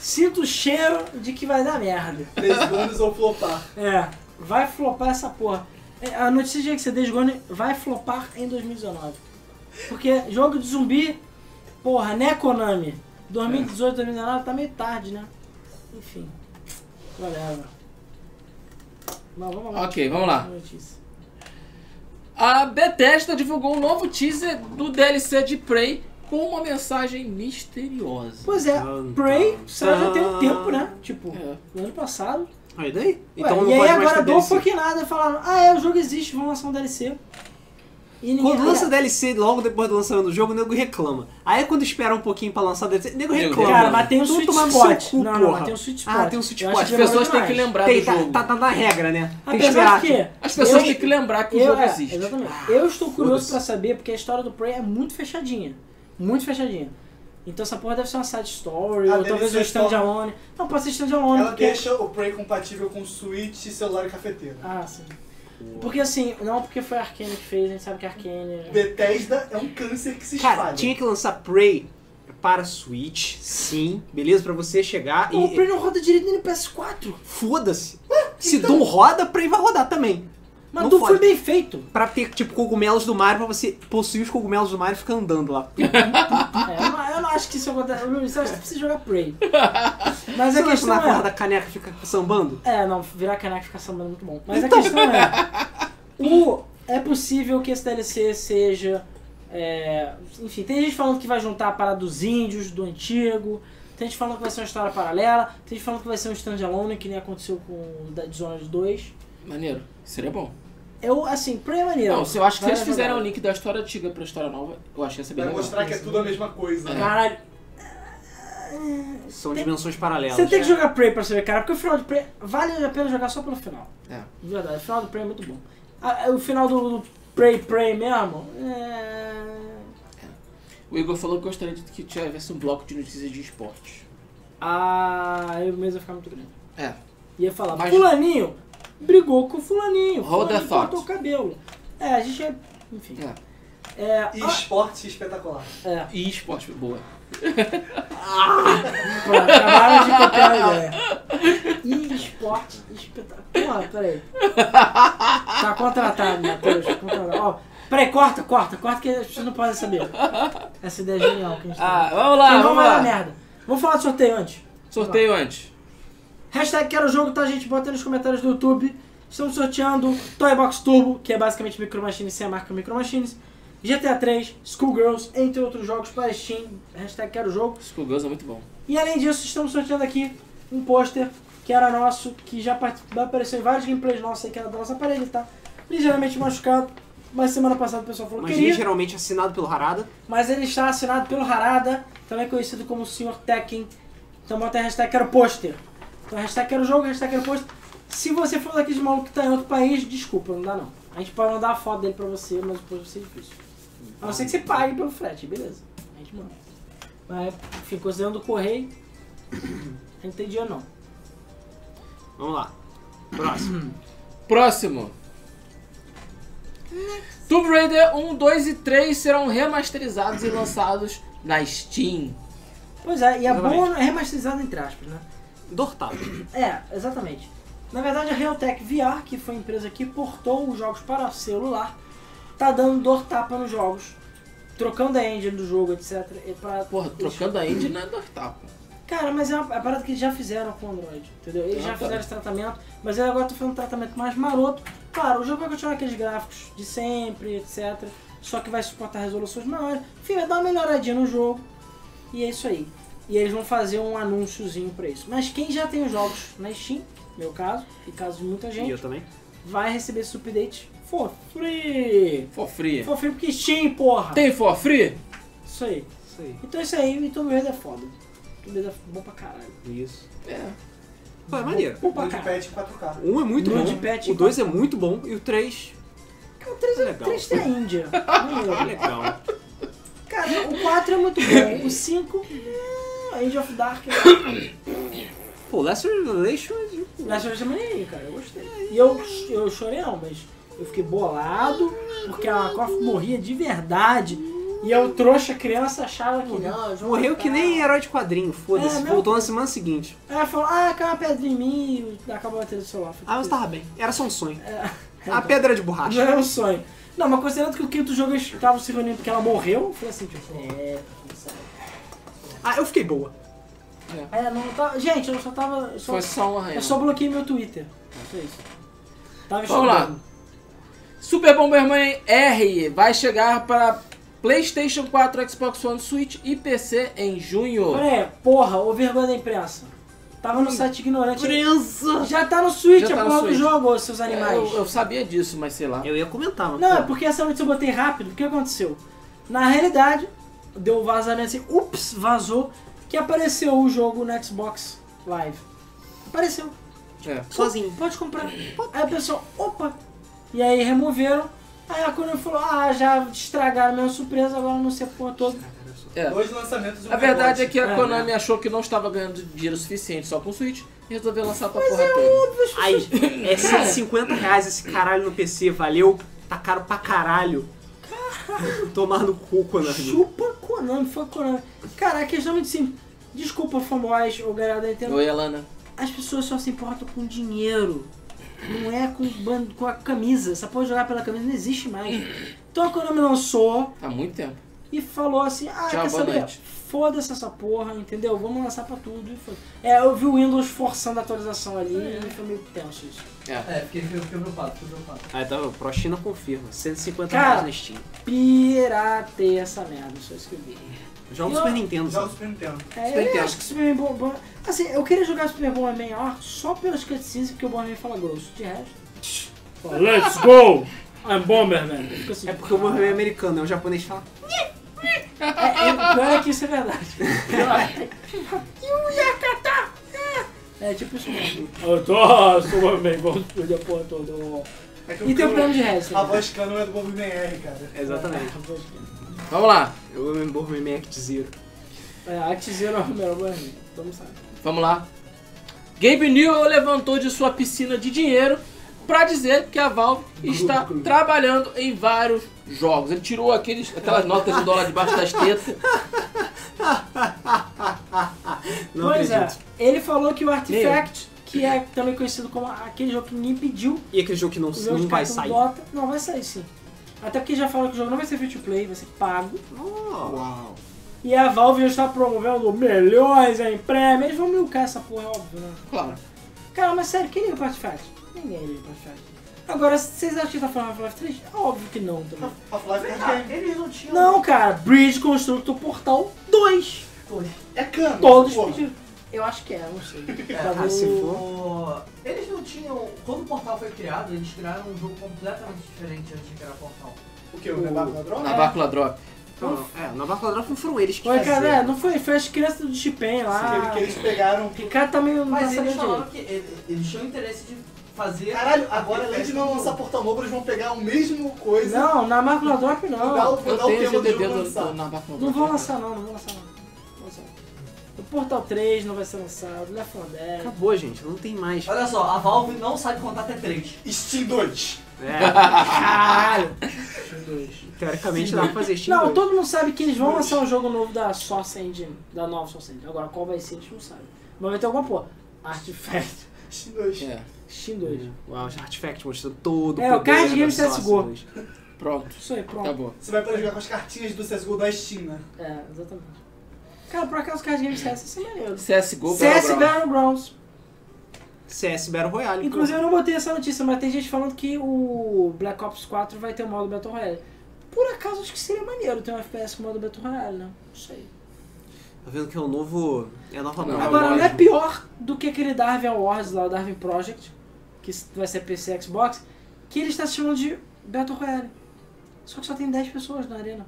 B: Sinto o cheiro de que vai dar merda.
E: Três bônus ou flopar.
B: É, vai flopar essa porra. É, A notícia de que você desgone vai flopar em 2019. Porque jogo de zumbi, porra, né, Konami? 2018, 2019 tá meio tarde, né? Enfim. Whatever. Mas vamos lá.
A: Ok, vamos lá.
B: Notícia.
A: A Bethesda divulgou um novo teaser do DLC de Prey com uma mensagem misteriosa.
B: Pois é,
C: Tan,
B: Prey
C: tan,
B: saiu já tem um
C: tan.
B: tempo, né? Tipo,
A: É.
B: no ano passado.
C: aí Ah, daí?
B: Ué,
C: Então não
B: e aí
C: pode mais
B: agora
C: ter
B: dou um
C: DLC.
B: pouquinho nada falando, ah é, o jogo existe, vamos lançar um DLC. E ninguém
C: Quando lança DLC logo depois do lançamento do jogo, o nego reclama. Aí quando espera um pouquinho pra lançar DLC, o
A: Nego
C: nego reclama.
A: reclama.
B: Cara, mas tem um
C: Então
B: sweet
C: toma no
B: spot.
C: seu cu,
B: não, não,
C: porra.
B: mas tem um sweet spot.
C: Ah, tem um sweet
B: Eu acho
C: spot.
A: As
B: que demorou
A: pessoas têm que
B: demais.
A: lembrar
C: Tem,
A: do
C: tá,
A: jogo.
C: tá, tá na regra, né? Tem que
B: Apesar
C: esperar.
B: que,
A: As pessoas
B: eu-
A: têm que lembrar que o
B: eu,
A: jogo
B: é,
A: existe.
B: Exatamente. Eu estou curioso pra saber, porque a história do Prey é muito fechadinha. Muito fechadinha. Então essa porra deve ser uma side story,
E: Ah,
B: ou
E: deve
B: talvez
E: ser
B: um
E: só-
B: standalone. Não, pode ser standalone.
E: Ela
B: porque-
E: deixa o Prey compatível com Switch, celular e cafeteira.
B: Ah, sim. Porque assim, não porque foi a Arkane que fez, a gente sabe que a Arkane...
E: Bethesda é um câncer que se
C: Cara,
E: espalha.
C: tinha que lançar Prey para Switch, sim, beleza? Pra você chegar
B: Pô, o
C: e.
B: Prey não roda direito nem no PS4.
C: Foda-se. Se
B: então-
C: Doom roda, Prey vai rodar também.
B: Mas
C: Não
B: tudo
C: fode.
B: foi bem feito.
C: Pra ter, tipo, cogumelos do Mario, pra você possuir os cogumelos do Mario e ficar andando lá.
B: É, eu, não, eu não acho que isso acontece. Luiz, Você acha que precisa jogar Prey. Mas
C: Você
B: a
C: não acha que
B: questão
C: na porra
B: é...
C: da caneca fica sambando?
B: É, não, virar caneca e ficar sambando é muito bom. Mas a questão é. O, é possível que esse DLC seja. é, enfim, tem gente falando que vai juntar a parada dos índios, do antigo. Tem gente falando que vai ser uma história paralela. Tem gente falando que vai ser um standalone, que nem aconteceu com o da Dishonored 2.
A: Maneiro. Seria bom.
B: Eu, assim, pra maneiro.
A: Não, se eu acho que se
B: Vai
A: eles fizeram o
B: jogar.
A: link da história antiga pra história nova, eu achei essa bem
E: Vai
A: legal.
E: mostrar que é tudo a mesma coisa. né?
B: Caralho,
C: São dimensões
A: É,
C: paralelas. né?
B: você tem que jogar Prey pra saber, cara, porque o final de Prey vale a pena jogar só pelo final.
A: É.
B: De verdade, o final do Prey é muito bom. Ah, o final do, do Prey Prey mesmo. É...
A: O Igor falou que gostaria de que tivesse um bloco de notícias de esporte.
B: Ah, eu mesmo ia ficar muito grande.
A: É.
B: Ia falar,
A: Mas-
B: fulaninho brigou com fulaninho.
A: Hold
B: fulaninho
A: the thought.
B: cortou o cabelo. É, a gente é... Enfim.
A: É.
B: É,
E: E
B: ah,
E: esporte espetacular.
B: é
A: E esporte, boa.
B: pronto, acabaram de copiar a ideia. E esporte espetáculo. Porra, peraí. Tá contratado, Matheus. Contratado. Ó, peraí, corta, corta, corta que as pessoas não podem saber. Essa ideia é genial que a gente
A: Ah,
B: tem.
A: vamos lá,
B: Senão
A: vamos
B: vai dar
A: lá.
B: merda. Vamos falar do sorteio antes.
A: Sorteio antes.
B: Hashtag quero jogo, tá, gente? Bota aí nos comentários do YouTube. Estamos sorteando Toy Box Turbo, que é basicamente Micro Machines sem a marca Micro Machines. GTA 3, Schoolgirls, entre outros jogos para Steam. Hashtag quero jogo.
A: Schoolgirls é muito bom.
B: E além disso, estamos sorteando aqui um pôster que era nosso, que já part- apareceu em vários gameplays nossos aí, que era da nossa parede, tá? Ligeiramente machucado, mas semana passada o pessoal falou que
C: Mas ele é
B: queria.
C: geralmente assinado pelo Harada.
B: Mas ele está assinado pelo Harada, também conhecido como o Sr. Tekken. Então bota a hashtag quero pôster. Então hashtag quero jogo, hashtag quero pôster. Se você for daqui de maluco que está em outro país, desculpa, não dá não. A gente pode mandar a foto dele pra você, mas depois vai ser difícil. A não ser que você pague pelo frete, beleza. A gente manda. Mas, enfim, considerando o correio, a gente tem dinheiro não.
C: Vamos lá. Próximo.
A: Próximo. Tomb Raider 1, 2 e 3 serão remasterizados e lançados na Steam.
B: Pois é, e a
C: Exatamente.
B: boa é remasterizada entre aspas, né?
C: Dortado.
B: É, exatamente. Na verdade, a Realtek VR, que foi a empresa que portou os jogos para celular, tá dando dor tapa nos jogos, trocando a engine do jogo, etc. e pra-
A: Porra, trocando a engine não é dor tapa.
B: Cara, mas é uma é uma parada que eles já fizeram com o Android, entendeu? Eles
A: Ah,
B: já
A: tá.
B: fizeram esse tratamento, mas eu agora tô fazendo um tratamento mais maroto. Claro, o jogo vai continuar aqueles gráficos de sempre, etc. Só que vai suportar resoluções maiores. Enfim, vai dar uma melhoradinha no jogo. E é isso aí. E eles vão fazer um anúnciozinho pra isso. Mas quem já tem os jogos na Steam, meu caso, e caso de muita
C: E eu
B: gente,
C: também.
B: vai receber esse update for free.
A: For free.
B: For free porque Steam, porra!
A: Tem for free?
B: Isso aí.
C: Isso aí.
B: Então é isso aí, e todo mundo é foda. Todo mundo é bom pra caralho.
C: Isso.
A: É.
C: Pô, é maneiro.
B: Bom pra
E: Nude
B: caralho.
E: pad 4K.
C: Um é muito
B: Nude
C: bom.
B: Patch
C: o dois é muito bom. E o três
B: O 3
C: é
B: é tá
C: legal.
B: 3 da Índia.
C: é legal.
B: Cara, o 4 é muito bom. O 5. É... Age of Dark. é-
C: Pô, Last Revelation é de-
B: Nessa vez também, é aí, cara, eu gostei. E eu, eu chorei não, mas eu fiquei bolado, porque a Coff morria de verdade. E eu trouxa criança achava que não. eu já
C: Morreu que nem herói de quadrinho,
B: É,
C: foda-se.
B: mesmo.
C: Voltou na semana seguinte.
B: Ela falou, ah, caiu uma pedra em mim e acabou batendo no celular.
C: Ah, mas tava bem. Era só um sonho.
B: É.
C: A pedra de
B: Não
C: borracha.
B: era um sonho. Não, mas considerando que o quinto jogo eles estavam se reunindo porque ela morreu, eu falei assim, tipo, é,
C: Ah, eu fiquei boa.
B: é, não tá. Gente, eu só tava. eu só-
A: Foi só uma rainha.
B: Eu É só bloqueei meu Twitter. Só isso. Tava
A: Vamos lá.
B: estudando.
A: Super Bomberman R vai chegar para PlayStation 4, Xbox One, Switch e PC em junho.
B: Olha aí, porra, ô vergonha da imprensa. Tava no site ignorante.
C: Criança!
B: Já tá no Switch
A: Já tá no
B: a porra do
A: Switch.
B: jogo, ô, seus
A: É,
B: animais.
A: eu, eu sabia disso, mas sei lá.
C: Eu ia comentar, mas.
B: Não,
C: pô.
B: é porque essa notícia eu botei rápido. O que aconteceu? Na realidade, deu vazamento assim, ups, vazou, que apareceu o jogo no Xbox Live. Apareceu.
A: É.
C: Sozinho.
B: Pode comprar. Aí a pessoa, opa! E aí removeram. Aí a Konami falou, ah, já estragaram minha surpresa, agora não sei a porra toda.
A: É.
E: Dois lançamentos e um
A: A verdade é que a
B: É,
A: Konami achou que não estava ganhando dinheiro suficiente só com o Switch e resolveu lançar pra porra toda.
C: Ai, é 150 reais esse caralho no PC, valeu? Tá caro pra caralho. Tomar no cu, Konami.
B: Chupa Konami, foi Konami. Cara, a questão é muito simples. Desculpa, fanboys ou galera da Nintendo.
A: Oi, Alana.
B: As pessoas só se importam com dinheiro. Não é com, ban- com a camisa. Essa porra de jogar pela camisa não existe mais. Então a Konami lançou
A: Há muito tempo.
B: e falou assim: Ah,
A: Tchau,
B: quer
A: boa
B: saber?
A: noite.
B: Foda-se essa porra, entendeu? Vamos lançar pra tudo. E foi. É, eu vi o Windows forçando a atualização ali e foi meio tenso isso.
A: É.
D: É, fiquei, fiquei preocupado, fiquei preocupado.
C: Aí tá, pro China confirma. 150
B: Cara.
C: reais na Steam.
B: Piratei essa merda, só isso que eu vi. Eu-
C: Joga no Super Nintendo.
E: Jogos
C: sabe?
E: Super Nintendo.
A: Super
B: É, eu
A: Nintendo.
B: acho que Super Bowl. Bowl- Assim, eu queria jogar Super Bowl maior só pelas cutscenes, porque o Bomberman fala grosso. De resto. Let's go! I'm Bomberman. Fica assim,
C: É porque o meu é americano, é o japonês que fala.
B: É, é, o pior é que isso é verdade. Yuyakata! É tipo isso mesmo. Eu tô, ah, sou Bomberman, vamos explodir a porra toda.
E: É que
B: E tem o plano de resto. né?
E: A voz canon é do Bomberman R, cara.
C: Exatamente.
A: Vamos lá.
C: Eu amo Bomberman Act Zero.
B: É, Act Zero é o melhor Bomberman. Todo mundo sabe.
A: Vamos lá. Gabe Newell levantou de sua piscina de dinheiro pra dizer que a Valve está trabalhando em vários jogos. Ele tirou aqueles, aquelas notas de dólar debaixo das tetas.
C: Não
B: pois
C: acredito.
B: é, ele falou que o Artifact, que é também conhecido como aquele jogo que ninguém pediu,
C: E aquele jogo que não,
B: o jogo
C: não
B: de
C: vai
B: cartão
C: sair.
B: Dota, não vai sair sim. Até porque já falaram que o jogo não vai ser free to play, vai ser pago.
C: Oh.
E: Uau.
B: E a Valve já está promovendo milhões em prêmio. Eles vão milcar essa porra, óbvio, né?
A: Claro.
B: Cara, mas sério, quem liga pro Artifact? Ninguém liga pro Artifact. Agora, vocês acham que tá falando Half-Life 3? É óbvio que não também.
E: Half-Life é
D: Ah,
E: game.
D: eles não tinham.
B: Não, cara, Bridge Constructor Portal 2.
D: Pois,
E: É cano.
B: Todos
E: pô.
B: pediram. Eu acho que é, não sei.
D: é,
C: Ah, se
D: o... Eles não tinham. Quando o portal foi criado, eles criaram um jogo completamente diferente antes de criar o portal.
E: O que? O Nebaco da Droga?
A: Na Bácula Drop.
C: Não, não. É, na Nova Quadra não foram eles que
B: Ué,
C: fizeram.
B: cara, é, não foi, foi as crianças do Chipen lá.
E: Aquele que eles pegaram.
B: O cara também não tá
D: Mas eles
B: sabendo
D: falaram
B: direito.
D: que ele- eles tinham interesse de fazer.
E: Caralho, agora além de não lançar Portal Novo, eles vão pegar o mesmo coisa.
B: Não, na Marvel Drop
E: e dar
B: não.
E: o-
A: Eu
E: dar o
A: tenho
E: tema
A: esse
E: do
A: DVD
E: jogo
A: do, do,
E: lançado.
A: na Bácula Drop.
B: Não vão lançar não, não vão lançar não. Não vão lançar não. O Portal 3 não vai ser lançado, o Left 4 Dead.
C: Acabou, gente. Não tem mais.
D: Olha só, a Valve não sabe contar até 3.
E: Steam 2.
C: É,
B: Caralho!
C: teoricamente dá pra fazer Steam.
B: Não,
C: dois.
B: todo mundo sabe que eles vão lançar um jogo novo da Source Engine, da nova Source Engine. Agora, qual vai ser, a gente não sabe. Mas vai ter alguma porra. Artifact,
E: Steam 2.
A: É,
B: Steam 2.
C: Uau, Artifact mostrando todo
B: É, o
C: poder
B: card game
C: das
B: CSGO.
C: sócias.
A: pronto.
B: Isso aí, pronto.
A: Tá bom.
E: Você vai poder jogar com as cartinhas do CSGO da Steam, né?
B: É, exatamente. Cara, por acaso Card Game CS é maneiro.
A: CSGO,
B: CS
A: Battlegrounds.
B: Battlegrounds.
C: CS Battle Royale.
B: Inclusive eu não botei essa notícia, mas tem gente falando que o Black Ops 4 vai ter o modo Battle Royale. Por acaso acho que seria maneiro ter um FPS com modo Battle Royale, né? Não sei.
C: pô. Tá vendo que é o novo. É a nova
A: Não,
C: moda.
B: Agora, não é
A: lógico.
B: pior do que aquele Darwin Awards lá, o Darwin Project, que vai ser PC e Xbox, que ele está se chamando de Battle Royale. Só que só tem 10 pessoas na arena.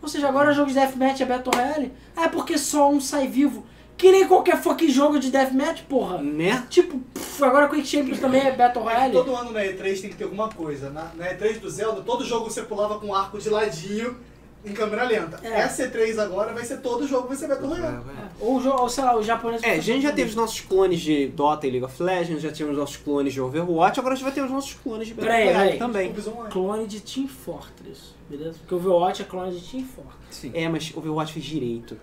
B: Ou seja, agora o jogo de Deathmatch é Battle Royale? Ah, é porque só um sai vivo. Que nem qualquer fucking jogo de Deathmatch,
A: é
B: porra.
C: Né?
B: Tipo, pff, agora Quick Champions também é Battle
E: É que
B: Royale.
E: todo ano na E3 tem que ter alguma coisa. Na, na E3 do Zelda, todo jogo você pulava com um arco de ladinho em câmera lenta.
B: É.
E: Essa E3 agora vai ser todo jogo, vai ser Battle Royale.
A: é.
B: Ou, o jo- ou sei lá, o japonês... um
C: É, a gente já teve os nossos clones de Dota e League of Legends, já tivemos nossos clones de Overwatch, agora a gente vai ter os nossos clones de Battle
B: Peraí,
C: Royale
B: peraí.
C: também.
E: Clubes online.
B: Clone de Team Fortress, beleza? Porque o Overwatch é clone de Team Fortress.
A: Sim.
C: É, mas Overwatch fez direito.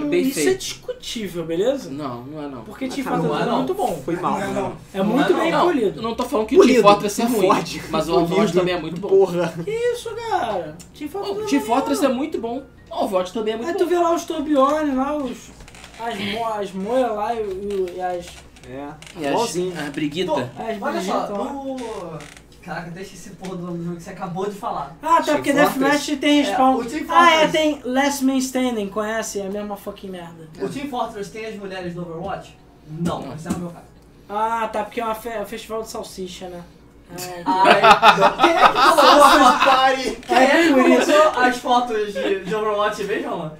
A: É bem
B: Isso é
A: feito.
B: discutível, beleza?
A: Não, não é não.
B: Porque Team
C: Ah, cara,
B: Fortress
A: não é
B: é
A: não.
B: muito bom.
C: Foi mal.
E: Não,
C: cara.
E: não.
B: É muito
A: não,
B: bem
A: não,
B: polido.
A: Não tô falando que o Team
C: Polido,
A: Fortress é ruim,
C: Ford.
A: mas o Overwatch
C: Polido.
A: também é muito bom.
C: Porra.
B: Que isso, cara? Team Fortress.
A: O
B: é
A: Team
B: maneiro.
A: Fortress é muito bom, o Overwatch também é muito
B: Aí
A: bom.
B: tu vê lá os Torbjorn, lá os. As, mo as moias lá e, o- e as.
C: É.
A: E
C: Igualzinho.
A: as, a briguita.
D: Pô,
B: as
D: Olha só,
B: bonitas lá.
D: no... Caraca, deixa esse porra do jogo que você acabou de falar.
B: Ah, até
C: Team
B: porque
C: Fortress?
B: Deathmatch tem respawn.
D: É, o Team
B: ah, é,
D: Fortress.
B: tem Last Man Standing, conhece? É a mesma fucking merda.
D: O Team Fortress tem as mulheres do Overwatch? Não, esse é o meu caso.
B: Ah, tá, porque é uma fe- é um festival de salsicha, né? Ah,
D: Ai, quem é que colocou,
E: Ah, Pare!
D: quem é que colocou as fotos de, de Overwatch mesmo, mano?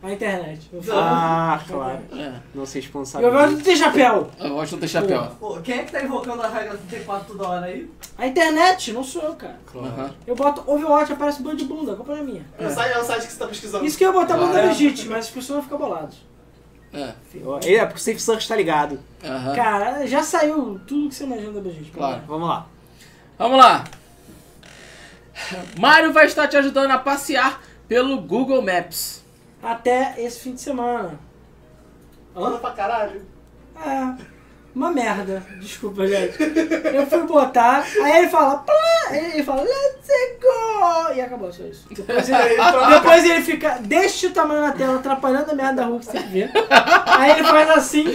B: na Ah, internet. Eu falo.
C: Ah, claro.
A: É,
C: Não sei
B: E o
C: responsável.
B: Overwatch tem chapéu.
A: o Overwatch não tem chapéu.
D: Pô, quem é que tá invocando a regra 34 toda hora aí?
B: A internet, não sou eu, cara.
A: Aham.
B: Eu boto Overwatch, aparece bando de bunda, a culpa não é minha.
E: É o site- é o site que você tá pesquisando.
B: Isso que eu ia botar banda
A: Ah, é.
B: legítima, mas as pessoas vão ficar boladas.
A: É,
C: É, porque o Safe Search tá ligado.
A: aham.
B: Cara, já saiu tudo que você imagina da Bajit.
A: Claro.
C: Vamos lá.
A: Vamos lá. Mário vai estar te ajudando a passear pelo Google Maps.
B: Até esse fim de semana.
E: Manda pra caralho.
B: É, uma merda. Desculpa, gente. Eu fui botar, aí ele fala, plá, ele ele fala, let's go! E acabou, só isso. Depois ele, depois ele fica deste tamanho na tela, atrapalhando a merda da rua que você vê. Aí ele faz assim,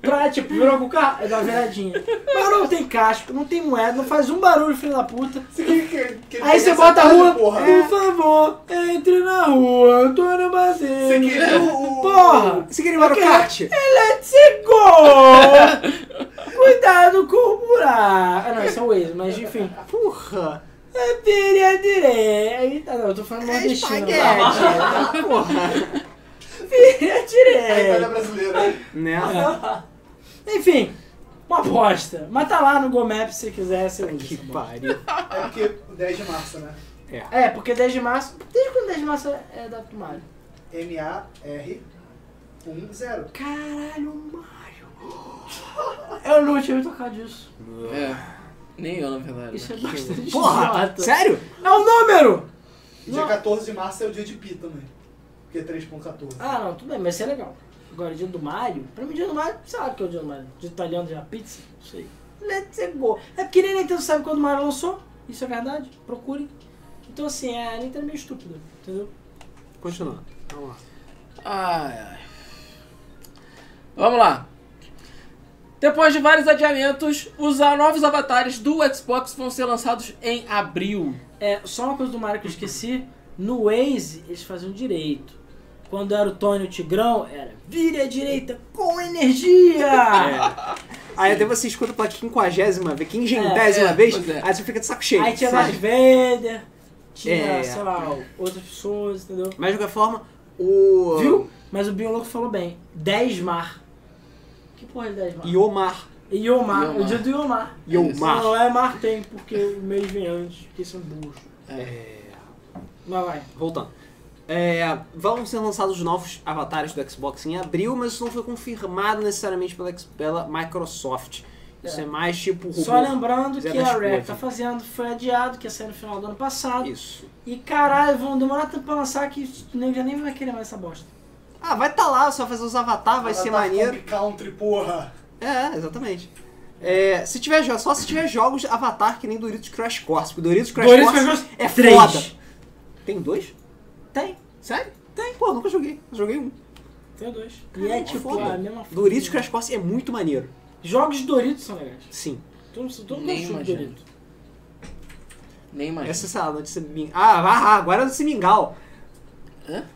B: pra, tipo, virou com o carro, aí dá uma viradinha. Mas não tem casco, não tem moeda, não faz um barulho, filho da puta.
E: Você quer- quer- quer-
B: Aí você
E: quer
B: bota a
E: essa
B: rua, É.
E: Porra.
B: por favor, entre na rua, eu tô no
E: Você
B: barzinho.
E: queria o. o-
B: Porra!
C: Você queria ir Mario Kart?
B: Let's go! Cuidado com o buraco! Ah, não, isso é o Waze, mas enfim.
C: Porra.
B: Eu teria direito. Ah, não, eu tô falando nordestino. tá, né?
C: Espaguete. Porra.
B: Teria
E: A Itália
B: direito.
E: brasileira.
C: Né?
B: Enfim, uma aposta. Mas tá lá no GoMap se quiser, se eu
C: Que pariu.
E: É porque 10 de março, né?
B: É, porque 10 de março. Desde quando 10 de março é da Mário?
E: M-A-R-1-0.
B: Caralho, Mário! Eu não tinha me tocado disso.
A: É. Nem eu, na verdade.
B: Isso é bastante
C: Porra.
B: idiota.
C: Sério?
B: É o número!
E: E dia 14 de março é o dia de Pi também. Porque é 3.14.
B: Ah, não, tudo bem, mas isso é legal. Agora, dia do Mario, pra mim, dia do Mario, sei lá o que é o dia do Mario. Dia italiano, dia pizza, não sei. Let's go. É porque nem a Nintendo sabe quando o Mario lançou, isso é verdade, procurem. Então, assim, a Nintendo é meio estúpida, entendeu?
C: Continua. Vamos lá.
A: Ai, ai. Vamos lá. Depois de vários adiamentos, os a- novos avatares do Xbox vão ser lançados em abril.
B: É, só uma coisa do Mario que eu esqueci, no Waze eles faziam direito. Quando era o Tony o Tigrão, era vire à direita com energia!
C: Aí até você escuta pela quinquagésima vez, quinquagésima
A: É, é,
C: vez,
A: pois é.
C: aí você fica de saco cheio.
B: Aí tinha
C: sabe?
B: Darth Vader, tinha,
C: É.
B: sei lá, outras pessoas, entendeu?
C: Mas de qualquer forma, o.
B: Viu? Mas o Bioloco falou bem. 10 mar. Que porra é 10 mar?
C: Iomar.
B: Iomar.
A: Iomar.
B: O dia do Iomar.
C: Iomar.
B: Não, é mar tem, porque o mês vem antes, porque são burros.
C: É.
B: Vai, vai.
C: Voltando. É, vão ser lançados os novos avatares do Xbox em abril, mas isso não foi confirmado necessariamente pela, X- pela Microsoft. Isso é,
B: É.
C: mais tipo rumor.
B: Só lembrando
C: Zé
B: que
C: das
B: a Rare
C: coisas.
B: tá fazendo, foi adiado, que ia sair no final do ano passado.
C: Isso.
B: E caralho, vão demorar tanto pra lançar que o nego já nem vai querer mais essa bosta.
C: Ah, vai tá lá, só fazer os avatar, vai ser maneiro.
E: tá Country, porra.
C: É, exatamente. É, se tiver jo- só se tiver jogos de avatar que nem Doritos Crash Course, porque Doritos Crash
B: Doritos
C: Course
B: Crash Course
C: é
B: três.
C: foda. Tem dois?
B: Tem.
C: Sério? Tem. Pô, nunca joguei. Só Joguei um.
B: Tenho dois. e
C: Cara,
B: é
C: que
B: tipo
C: foda.
B: a mesma forma.
C: Doritos Crash Course é muito maneiro.
B: Jogos de Doritos são legais.
C: Sim.
B: Todo todo mundo
A: Nem
B: chupa
A: imagino.
B: Doritos.
A: Nem mais.
C: Essa sei lá, notícia ming... Ah, ah, ah, agora é notícia mingau.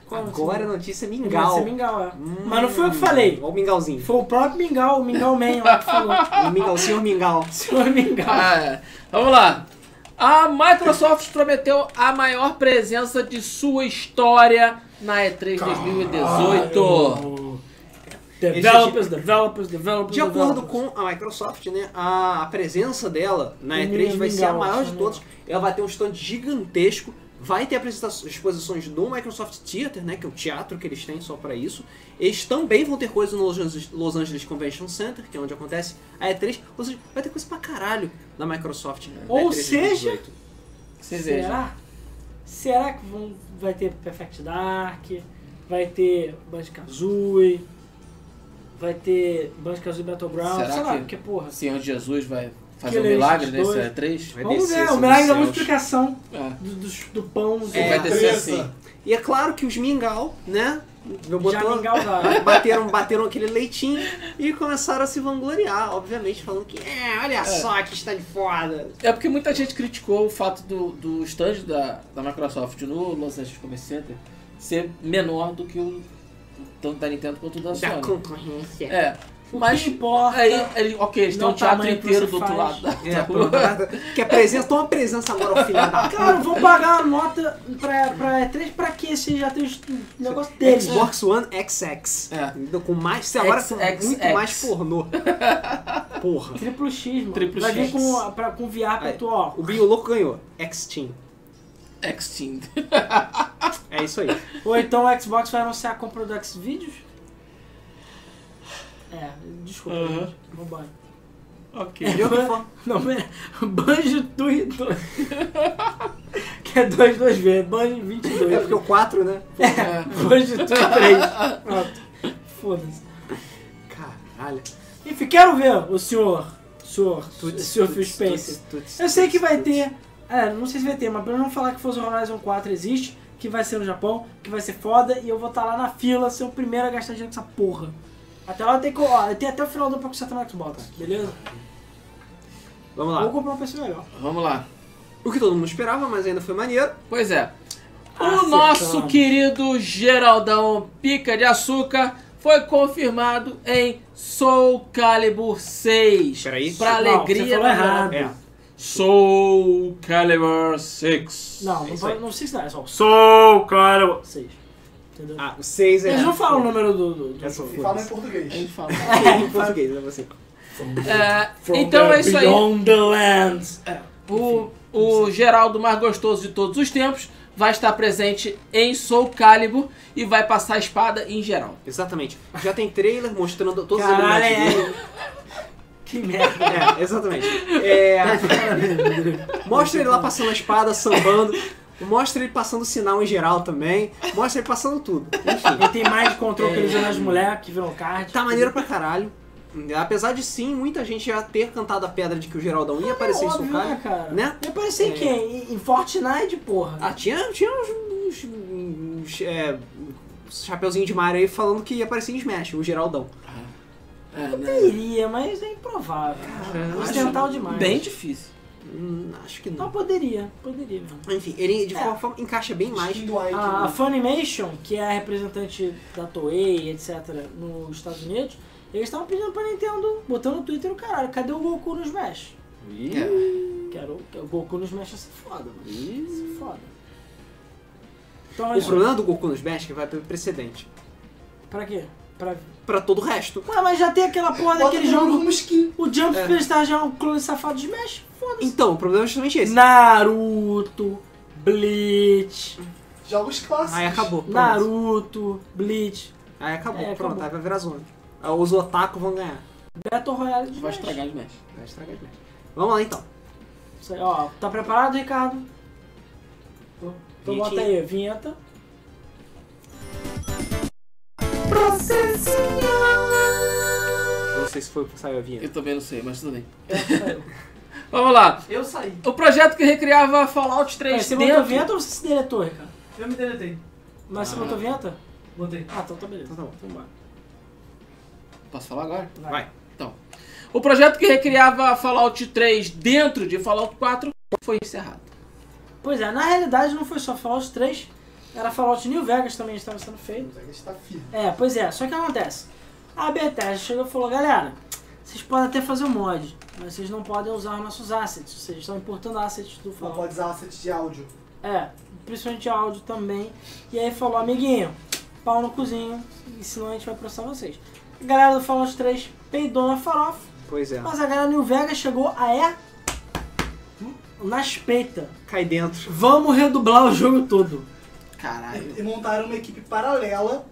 B: Qual é o nome
C: Agora é
B: desse
C: notícia
B: mingau?
C: mingau.
B: Esse mingau, é.
C: Hum.
B: Mas não foi eu que falei.
C: Olha o mingauzinho.
B: Foi o próprio mingau, o mingau man lá que falou.
C: O mingau, senhor mingau.
B: Senhor mingau.
A: Ah, é. vamos lá. A Microsoft prometeu a maior presença de sua história na E3 2018.
B: Developers,
A: tipo,
B: developers, developers.
C: De acordo com a Microsoft, né, a a presença dela na
B: O
C: E3 vai ser a
B: mingau,
C: maior de
B: mingau.
C: todos. Ela vai ter um stand gigantesco, vai ter apresenta- exposições do Microsoft Theater, né, que é o teatro que eles têm só pra isso. Eles também vão ter coisa no Los Angeles, Los Angeles Convention Center, que é onde acontece a E3. Ou seja, vai ter coisa pra caralho da Microsoft. na
B: Ou
C: E3 de
B: seja,
C: 2018.
A: Vocês vejam.
B: Será? Será que vão, vai ter Perfect Dark? Vai ter Banjo-Kazooie? Vai ter Banjo-Kazooie Battlegrounds?
A: Será
B: sei lá,
A: que-
B: porque porra.
A: O Senhor Jesus vai fazer um
B: Aquele
A: milagre
B: Jesus
A: nesse
B: dois.
A: E3?
C: Vai
B: Vamos
C: descer
B: ver, o
C: sobre
B: milagre
C: os
B: da
C: céus.
B: multiplicação
A: Ah,
B: do, do- do pão. do-
A: Vai
B: Já
A: descer
E: Pensa.
A: assim.
C: E é claro que os mingau, né, botou,
B: mingauzaram.
C: bateram, bateram aquele leitinho e começaram a se vangloriar, obviamente, falando que é, olha só que está de foda.
A: É porque muita gente criticou o fato do, do stand da, da Microsoft no Los Angeles Commerce Center ser menor do que o tanto da Nintendo quanto da
C: Da
A: Sony.
C: concorrência.
A: É,
B: O
A: mas
B: que importa
A: aí, ele, ok, eles têm
B: não
A: um teatro
B: tamanho que
A: inteiro
B: você
A: do outro lado
B: faz.
A: da,
C: É,
A: da
C: pô,
A: rua.
C: que apresenta, toma presença agora ao filho da
B: Cara, vão pagar a nota pra, pra E3 pra que se já tem o negócio deles?
C: Xbox One XX.
A: É.
C: Entendeu? Com mais. se Agora com
A: XX.
C: muito mais pornô. Porra.
B: Triplo X, mano.
A: Triplo
B: Vai vir
A: X.
B: com, pra, com VR pra
C: Aí.
B: tu, ó.
C: O Binho Louco ganhou. X-Team.
A: Extinct.
C: É isso aí.
B: Ou então o Xbox vai anunciar a compra do Xvideos? É, desculpa,
A: Aham.
B: gente. Vambora.
A: Ok.
C: De outra forma,
B: Não, pera. Banjo Tui 2. que é 2, 2V. Banjo
C: É
B: 22.
C: porque o 4, né?
B: Banjo Tui 3. Pronto. Foda-se.
C: Caralho.
B: Enfim, quero ver o senhor. Senhor.
C: Tuts,
B: senhor Phil
C: tuts,
B: Spencer.
C: tuts, tuts,
B: Eu sei que
C: tuts,
B: vai
C: tuts.
B: ter. É, não sei se vai ter, mas pra não falar que Forza Horizon 4 existe, que vai ser no Japão, que vai ser foda, e eu vou estar lá na fila, ser o primeiro a gastar dinheiro com essa porra. Até lá eu tenho que. Ó, eu tenho até o final do Paco Satana Xbox, beleza?
C: Vamos
B: Vou
C: lá.
B: comprar um PC melhor.
A: Vamos lá.
C: O que todo mundo esperava, mas ainda foi maneiro.
A: Pois é. O
B: Acertamos.
A: nosso querido Geraldão Pica de Açúcar foi confirmado em Soul Calibur 6.
C: Peraí.
A: Pra
B: Não, você
A: alegria
B: falou
A: da
B: errado.
C: É.
A: galera. Soul Calibur 6.
B: Não,
C: É
B: não,
C: isso
B: vai,
C: aí.
B: não sei se dá, é só
A: Soul Calibur.
B: 6. Entendeu?
C: Ah, o 6 é.
B: Eles não falam o número do. do, do-
C: É só
E: E fala em
C: foda-se.
E: português.
C: Fala em português, é você.
A: É, então é isso aí.
B: Beyond the lands. É.
A: O, o Geraldo mais gostoso de todos os tempos vai estar presente em Soul Calibur e vai passar a espada em geral.
C: Exatamente. Já tem trailer mostrando todas as
B: Caralho,
C: habilidades dele.
B: é. Que merda.
C: É, exatamente. É, mostra ele lá passando a espada, sambando. Mostra ele passando sinal em geral também. Mostra ele passando tudo. Enfim. É.
B: Ele tem mais controle que ele usa nas mulheres que viram card.
C: Tá maneiro pra caralho. Apesar de sim, muita gente já ter cantado a pedra de que o Geraldão ia aparecer em
B: Óbvio, né,
C: Socar.
B: cara?
C: né?
B: Ia aparecer em
C: É.
B: quem? Em- Em Fortnite, porra.
C: Ah, tinha, tinha uns, uns, uns, é, uns chapeuzinho de Mario aí falando que ia aparecer em Smash, o Geraldão.
A: É, né?
B: Eu iria, mas é improvável. Ocidental demais.
A: Bem difícil.
C: Hum, acho que
B: Não,
C: não.
B: Ah, poderia. Poderia mesmo.
C: Enfim, ele de
B: Tá É.
C: qualquer forma encaixa bem mais. Ah,
E: Skin do Ike,
B: A, a
E: né?
B: Funimation, que é a representante da Toei, etc., nos Estados Unidos, eles estavam pedindo pra Nintendo, botando no Twitter o caralho, cadê o Goku no Smash?
A: É.
B: Quero o Goku no Smash ia ser foda, mano. Ia ser foda. Então é
C: O
B: isso.
C: problema do Goku no Smash é que vai ter precedente.
B: Pra quê? Pra...
C: Pra todo o resto.
B: Ué, mas já tem aquela porra
E: Bota
B: daquele
E: todo mundo
B: jogo.
E: como skin.
B: O Jump
C: É.
B: Superstar já é um clone safado de Smash? Foda-se.
C: Então, o problema é justamente esse.
B: Naruto, Bleach,
E: Jogos clássicos.
C: Aí acabou. Pronto.
B: Naruto, Bleach,
C: Aí acabou.
B: É,
C: pronto,
B: acabou.
C: aí vai virar zona. Aí os otaku vão ganhar.
B: Battle Royale de
A: Vai
B: Smash.
A: estragar demais.
C: Vai estragar de merda. Vamos lá então.
B: Isso aí, ó, tá preparado, Ricardo? Então
C: Vinhetinha.
B: bota aí, a vinheta.
C: Não sei se foi o que saiu a vinheta.
A: Eu também não sei, mas tudo bem. Vamos lá.
D: Eu saí.
A: O projeto que recriava Fallout 3
B: É, você botou
A: dentro...
B: vinheta ou você se deletou, Ricardo?
D: Eu me deletei.
B: Mas você botou vinheta?
D: Botei.
B: Ah, então tá beleza.
C: Então tá bom.
B: Então bora.
A: Posso falar agora?
C: Vai.
A: Então. O projeto que recriava Fallout 3 dentro de Fallout 4 foi encerrado.
B: Pois é, na realidade não foi só Fallout 3, era Fallout New Vegas também estava sendo feito.
E: Ele está tá firme.
B: É, pois é, só que acontece. A Bethesda chegou e falou, galera, vocês podem até fazer um mod, mas vocês não podem usar nossos assets, vocês estão importando assets do
E: Não
B: Fallout.
E: pode usar asset de áudio.
B: É, principalmente áudio também. E aí falou, amiguinho, pau no cozinho, e senão a gente vai processar vocês. A galera do Fallout 3 peidou na farofa,
C: Pois é.
B: mas a galera do New Vegas chegou a é na espeita.
C: Cai dentro.
B: Vamos redublar o jogo todo.
A: Caralho.
E: E montaram uma equipe paralela.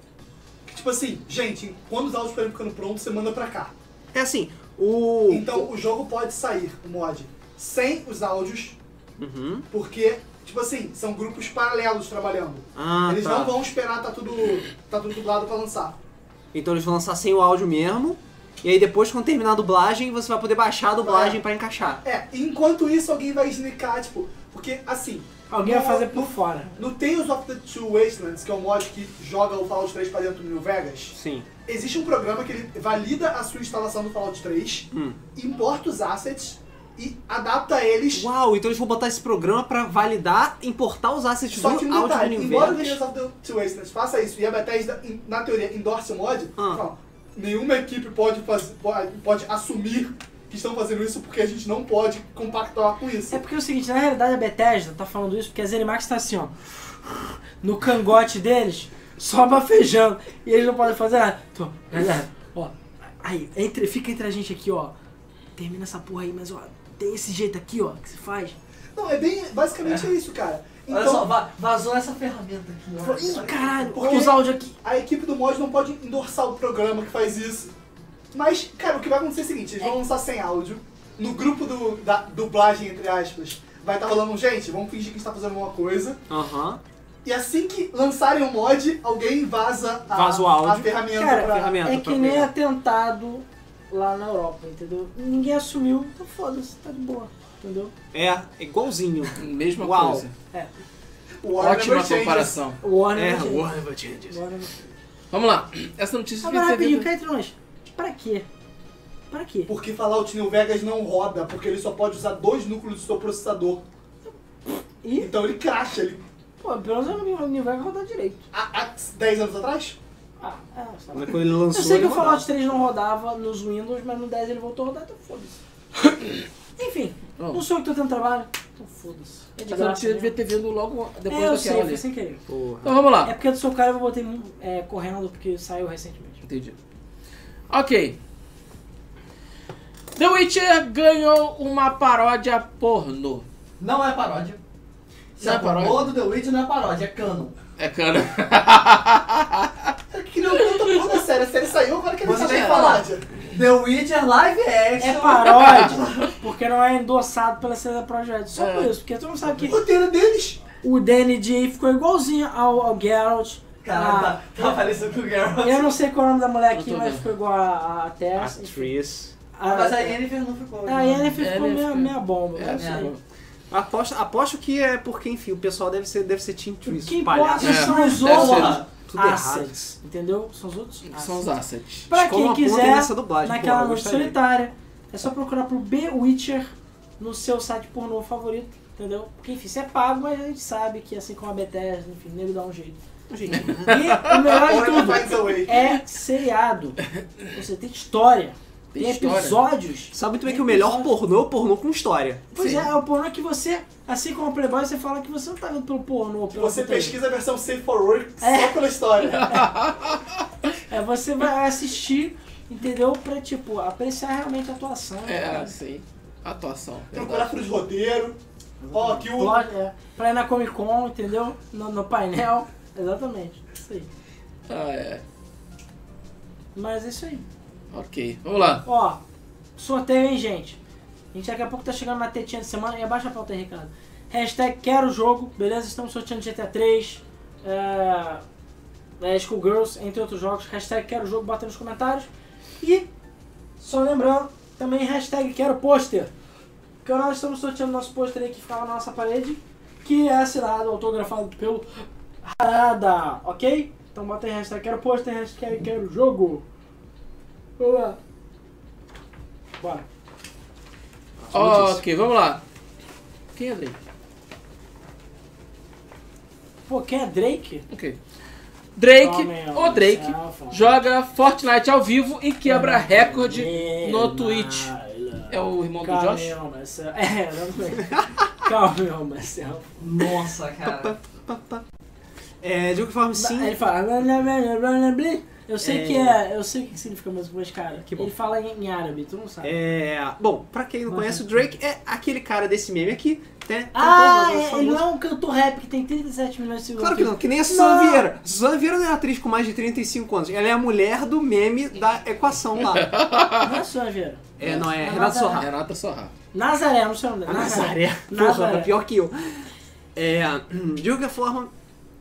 E: Que, tipo assim, gente, quando os áudios forem ficando prontos, você manda pra cá.
C: É assim, o.
E: Então o jogo pode sair, o mod, sem os áudios,
C: Uhum.
E: porque, tipo assim, são grupos paralelos trabalhando.
C: Ah,
E: Eles
C: tá.
E: não vão esperar tá tudo, tá tudo dublado pra lançar.
C: Então eles vão lançar sem o áudio mesmo. E aí depois, quando terminar a dublagem, você vai poder baixar a dublagem pra encaixar.
E: É, enquanto isso alguém vai snicar, tipo, porque assim,
B: Alguém vai fazer por fora.
E: no Tales of the Two Wastelands, que é um mod que joga o Fallout 3 pra dentro do New Vegas,
C: Sim.
E: existe um programa que ele valida a sua instalação do Fallout 3,
C: Hum.
E: importa os assets e adapta eles.
C: Uau, então eles vão botar esse programa pra validar, importar os assets
E: Só
C: do
E: que um
C: áudio
E: detalhe,
C: do
E: embora o
C: Universo.
E: Tales of the Two Wastelands faça isso e a Bethesda, em- na teoria, endorse o mod,
C: Ah.
E: fala, nenhuma equipe pode, faz- pode, pode assumir que estão fazendo isso porque a gente não pode compactuar com isso.
B: É porque é o seguinte, na realidade a Bethesda tá falando isso porque a Zenimax tá assim, ó. No cangote deles, só bafejando. E eles não podem fazer nada. Então, galera, ó. Aí, entre, fica entre a gente aqui, ó. Termina essa porra aí, mas ó, tem esse jeito aqui, ó, que se faz.
E: Não, é bem. Basicamente é, isso, cara. Então,
D: Olha só, va- vazou essa ferramenta aqui, ó.
B: Ih, caralho,
E: Porque-
B: olha os áudios aqui.
E: a equipe do mod não pode endossar o programa que faz isso. Mas, cara, o que vai acontecer é o seguinte, eles vão lançar sem áudio, no grupo do, da dublagem, entre aspas, vai estar rolando, um, gente, vamos fingir que está fazendo alguma coisa.
C: Aham.
E: E assim que lançarem o mod, alguém vaza a,
C: Vaza o áudio.
E: a ferramenta
B: Cara,
E: pra...
C: ferramenta.
B: É que
C: pra
B: nem
C: pegar.
B: atentado lá na Europa, entendeu? Ninguém assumiu, então foda-se, tá de boa, entendeu?
C: É, é igualzinho.
A: Mesma
C: Uau.
A: coisa.
E: O Warner
A: Ótima
E: Changes.
A: comparação.
B: O
C: É,
B: Warner.
C: o
B: gente,
F: Warner Changes.
B: Warner-
A: Vamos lá. Essa notícia
B: Agora
A: devia ter
B: rapidinho,
A: vindo-
B: cá entre nós. Pra quê? Pra quê?
E: Porque Fallout New Vegas não roda, porque ele só pode usar dois núcleos do seu processador.
B: E,
E: Então ele cracha, ele...
B: pô, pelo menos o New Vegas rodar direito.
E: Há, há 10 anos atrás?
B: Ah, é, sei lá.
C: Quando ele lançou.
B: Eu sei que
C: ele
B: o Fallout 3 não rodava nos Windows, mas no 10 ele voltou a rodar, então foda-se. Enfim,
A: Bom.
B: não sou eu que tô tendo trabalho, então foda-se. É de
A: Essa notícia
B: graça, né?
A: devia ter vindo logo depois
B: É, eu sei,
A: daquela
B: foi
A: ali.
B: sem querer.
C: Porra.
A: Então vamos lá.
B: É porque do seu cara eu botei é, correndo, porque saiu recentemente.
A: Entendi. Ok. The Witcher ganhou uma paródia pornô.
D: Não é paródia.
A: Não é
E: Tá
A: paródia?
D: O do The Witch não é paródia, é canon.
A: É cara.
E: Cara, É que não conta porra da série. A série saiu, agora que ele
D: Você
E: tá
D: tem
A: é?
E: sem
D: que falar.
E: Fallout.
D: The Witcher live action.
B: É paródia, porque não é endossado pela CD Projekt. Só por isso, porque tu não sabe
E: O
B: que
E: roteiro deles...
B: o DND ficou igualzinho ao, ao Geralt.
D: Caralho,
B: a-
D: tá, tá parecendo com o Geralt.
B: Eu não sei qual Ah. é o nome da mulher aqui,
A: Eu tô
B: mas
A: vendo.
B: ficou igual a, a Tess.
C: Atriz.
B: A-
D: Mas a Yennefer não ficou. né?
B: Ah, A Yennefer
A: Yennefer.
B: ficou meia, meia bomba.
A: É,
B: não sei.
A: bom.
C: Aposto, aposto que é porque, enfim, o pessoal deve ser, deve ser Team
B: O
C: Tris.
B: que importa
C: palhaço.
A: É,
B: são os
A: deve ser.
B: outros
C: Tudo errado.
B: assets, entendeu? São os outros assets.
A: São os assets.
B: Pra
C: Escola
B: quem
C: aponta
B: quiser,
C: nessa dublagem,
B: naquela
C: porra, eu
B: noite
C: gostaria.
B: solitária, é só procurar pro The Witcher no seu site pornô favorito, entendeu? Porque, enfim, isso é pago, mas a gente sabe que, assim como a Bethesda, enfim, nego dá um jeito.
C: Gente,
B: E o melhor de
E: Warner finds
B: tudo
E: a way.
B: é seriado. Você tem história, tem,
A: Tem história.
B: episódios.
C: sabe muito bem que o melhor pornô é o pornô com história.
B: Pois
A: Sim.
B: é, é o pornô que você, assim como o Playboy, você fala que você não tá vendo pelo pornô. Pelo
E: Você
B: conteúdo.
E: pesquisa a versão Safe for Work
B: É.
E: só pela história.
B: É, você vai assistir, entendeu? Pra, tipo, apreciar realmente a atuação.
A: É,
B: né?
A: sim. Atuação.
E: Procurar por roteiro. Ó, aqui o...
B: Blog, é, pra ir na Comic Con, entendeu? No, no painel. Exatamente. Isso aí.
A: Ah, é.
B: Mas é isso aí.
A: Ok. Vamos lá.
B: Ó, sorteio, hein, gente? A gente daqui a pouco tá chegando na tetinha de semana. E abaixa a pauta aí, Ricardo. Hashtag quero o jogo, beleza? Estamos sorteando GTA 3, é, é, Schoolgirls, entre outros jogos. Hashtag quero o jogo, bota nos comentários. E, só lembrando, também hashtag quero pôster. Porque nós estamos sorteando nosso pôster aí que ficava na nossa parede, que é assinado, autografado pelo Harada, ok? Então bota aí hashtag quero pôster, hashtag quero jogo. Vamos lá. Bora.
A: Ok, vamos lá. Quem é Drake?
B: Pô, quem é Drake?
A: Ok. Drake,
B: Tome,
A: o Drake,
B: Rafa.
A: joga Fortnite ao vivo e quebra recorde
B: Meu
A: no Twitch.
B: Marla.
A: É o irmão do
B: Calma,
A: Josh?
B: meu Marcelo. É, não sei. Calma, meu Marcelo.
D: Nossa, cara.
C: É, de qualquer forma, sim.
B: Aí Ele fala. "Blá, blá, blá, blá, blá, blá". Eu sei
C: É.
B: que é. Eu sei o que significa mesmo, mas, cara,
C: Que bom.
B: ele fala em, em árabe, tu não sabe.
C: É, bom, pra quem não conhece, o Drake é aquele cara desse meme aqui, né?
B: Ah,
C: Cantor,
B: é,
C: famoso.
B: ele não é um cantor rap que tem 37 milhões de segundos.
C: Claro que não, que nem a Suzana
B: Não.
C: Vieira. Suzana Vieira não é atriz com mais de 35 anos. Ela é a mulher do meme da equação lá.
B: Não é sua, Vieira.
C: É, não, é
B: Renata
C: Renato Sorra.
A: Renata Sorra.
B: Nazaré, não sei o nome
C: A
B: dela.
C: Nazaré. Porra,
B: Nazaré.
C: tá pior que eu. É, de qualquer forma,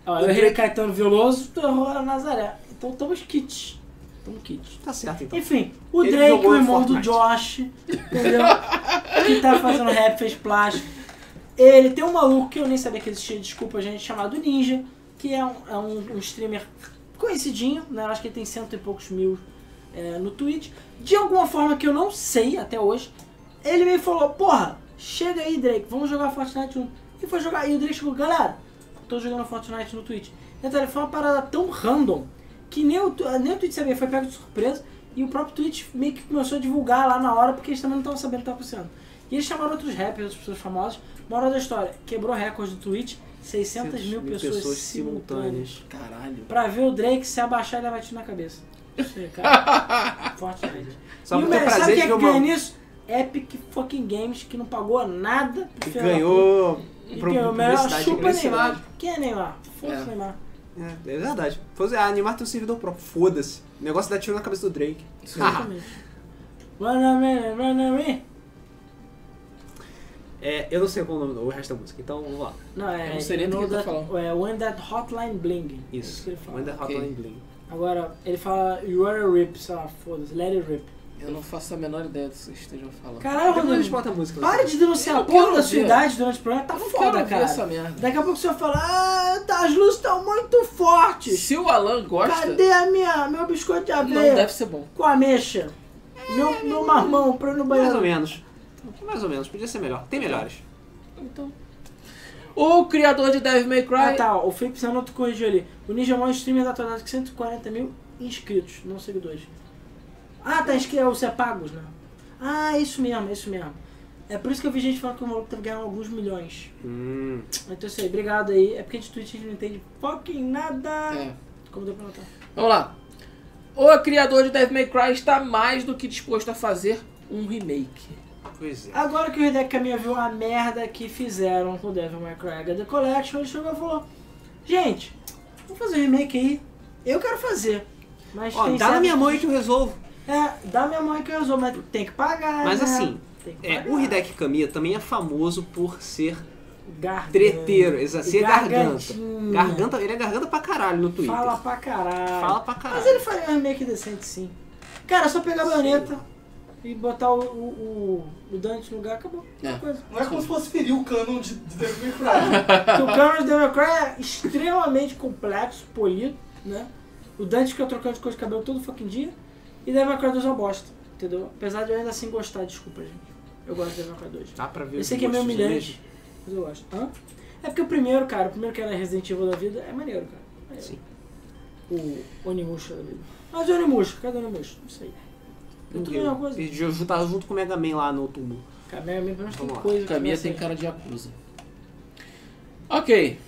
B: Ó, eu errei Caetano Veloso, tu errou a Nazaré. Então estamos kits. um Estamos kits.
C: tá certo então.
B: Enfim, o
C: Ele
B: Drake,
C: jogou
B: o irmão do
C: Fortnite.
B: Josh, entendeu? que tá fazendo rap, fez plástico. Ele tem um maluco que eu nem sabia que existia, desculpa, gente, chamado Ninja, que é um, é um- um streamer conhecidinho, né? Acho que ele tem cento e poucos mil é, no Twitch. De alguma forma que eu não sei até hoje, ele me falou, porra, chega aí, Drake, vamos jogar Fortnite 1. E foi jogar, e o Drake chegou, galera, tô jogando Fortnite no Twitch. Então ele foi uma parada tão random que nem o, tu- ah, nem o Twitch sabia, foi pego de surpresa. E o próprio Twitch meio que começou a divulgar lá na hora, porque eles também não estavam sabendo o que estava acontecendo. E eles chamaram outros rappers, outras pessoas famosas. Moral da história, quebrou recorde do Twitch, 600 mil pessoas, simultâneas.
A: Caralho.
B: Pra ver o Drake se abaixar e levar tiro na cabeça. Isso aí, cara. Fortnite.
C: Só
B: e
C: pra
B: o
C: ter
B: melhor- sabe
C: prazer
B: quem
C: de
B: é
C: ver
B: que
C: o
B: ganha
C: maluco
B: nisso? Epic fucking Games, que não pagou nada. pro
C: que
B: filho da
C: ganhou
B: puta. E
C: pro-
B: ganhou. Melhor
C: publicidade
B: chupa
C: publicidade.
B: Neymar. Quem é Neymar? Foda-se
A: É.
B: Neymar.
C: É, é verdade. Pois é, animar tem um servidor próprio. Foda-se. O negócio dá tiro na cabeça do Drake.
A: Isso aí.
C: Ah,
B: Exatamente. Run away, run away.
C: é, eu não sei qual o nome do o resto da música, então vamos lá.
B: Não, é.
A: Eu não sei nem
B: you
A: do que
B: know
A: ele tá
B: that- É When That Hotline Bling.
C: Isso.
B: que ele fala.
C: Manda
A: Ok.
C: Hotline Bling.
B: Agora, ele fala You are a rip, sei lá, foda-se. Let it rip.
A: Eu não faço a menor ideia do que vocês estejam falando.
B: Caralho,
C: Depois a gente
B: Rodrigo.
C: bota a música.
B: Para de denunciar a porra da sua idade durante o programa, tá
A: Eu não
B: foda,
A: quero ver
B: cara.
A: essa merda.
B: Daqui a pouco você vai falar, ah, tá, as luzes estão muito fortes.
A: Se o Alan gosta,
B: Cadê a minha, meu biscoito de
A: não
B: aveia
A: deve ser bom.
B: com ameixa? Meu, meu marmão pra ir no
C: Mais ou
B: banheiro.
C: menos. Mais ou menos, podia ser melhor. Tem melhores.
A: Então. O criador de Devil May
B: Ah,
A: Cry.
B: tá, ó, o Felipe Sanoto corrigiu ali. O Ninja é um streamer da atualidade com 140 mil inscritos, não seguidores. Ah, tá, inscrito, você é pagos, né? Ah, isso mesmo, isso mesmo. É por isso que eu vi gente falando que o maluco tá ganhando alguns milhões.
C: Hum.
B: Então é isso aí, obrigado aí. É porque de Twitch a gente não entende fucking nada.
A: É.
B: Como deu pra notar.
A: Vamos lá. O criador de Devil May Cry está mais do que disposto a fazer um remake.
C: Pois é.
B: Agora que o Hideki Kamiya viu a merda que fizeram com o Devil May Cry HD Collection, ele chegou e falou: Gente, vamos fazer um remake aí. Eu quero fazer. Mas
C: Ó,
B: tem
C: dá na
B: certas
C: minha mão aí
B: coisas-
C: que eu resolvo.
B: É, dá na minha mãe que eu uso, mas tem que pagar.
C: Mas
B: né?
C: assim,
B: Tem que
C: É,
B: pagar.
C: o Hideki Kamiya também é famoso por ser
B: Garganta.
C: treteiro, exa- ser garganta.
B: Gargantinha.
C: Garganta, ele é garganta pra caralho no Twitter.
B: Fala pra caralho.
C: Fala pra caralho.
B: Mas ele faria um remake decente sim. Cara, é só pegar a baioneta e botar o, o, o- o Dante no lugar, acabou.
A: É.
B: Coisa.
E: Não é como se fosse ferir o canon de, de Devil May Cry.
B: Porque o Cameron Devil Cry é extremamente complexo, polido, né? O Dante fica trocando de cor de cabelo todo fucking dia. E Devil Cry 2 é uma bosta, entendeu? Apesar de eu ainda assim gostar, desculpa, gente. Eu gosto de Devil Cry 2.
C: Dá pra ver
B: Eu
C: os
B: sei que é meio
C: gostos, não
B: humilhante, mas eu gosto. Hã? É porque o primeiro, cara, o primeiro que era Resident Evil da vida é maneiro, cara. Maneiro.
C: Sim.
B: O Onimusha da vida. Mas o Onimusha, cadê o Onimusha? Não sei. É tudo a mesma
C: mesmo?
B: coisa.
C: E eu juntar junto com o Mega Man lá no túmulo.
B: Cara, Mega Man, pelo menos tem
C: Vamos lá.
B: coisa que
A: Caminha
B: não
A: tem
B: sei.
A: cara de acusa. Ok.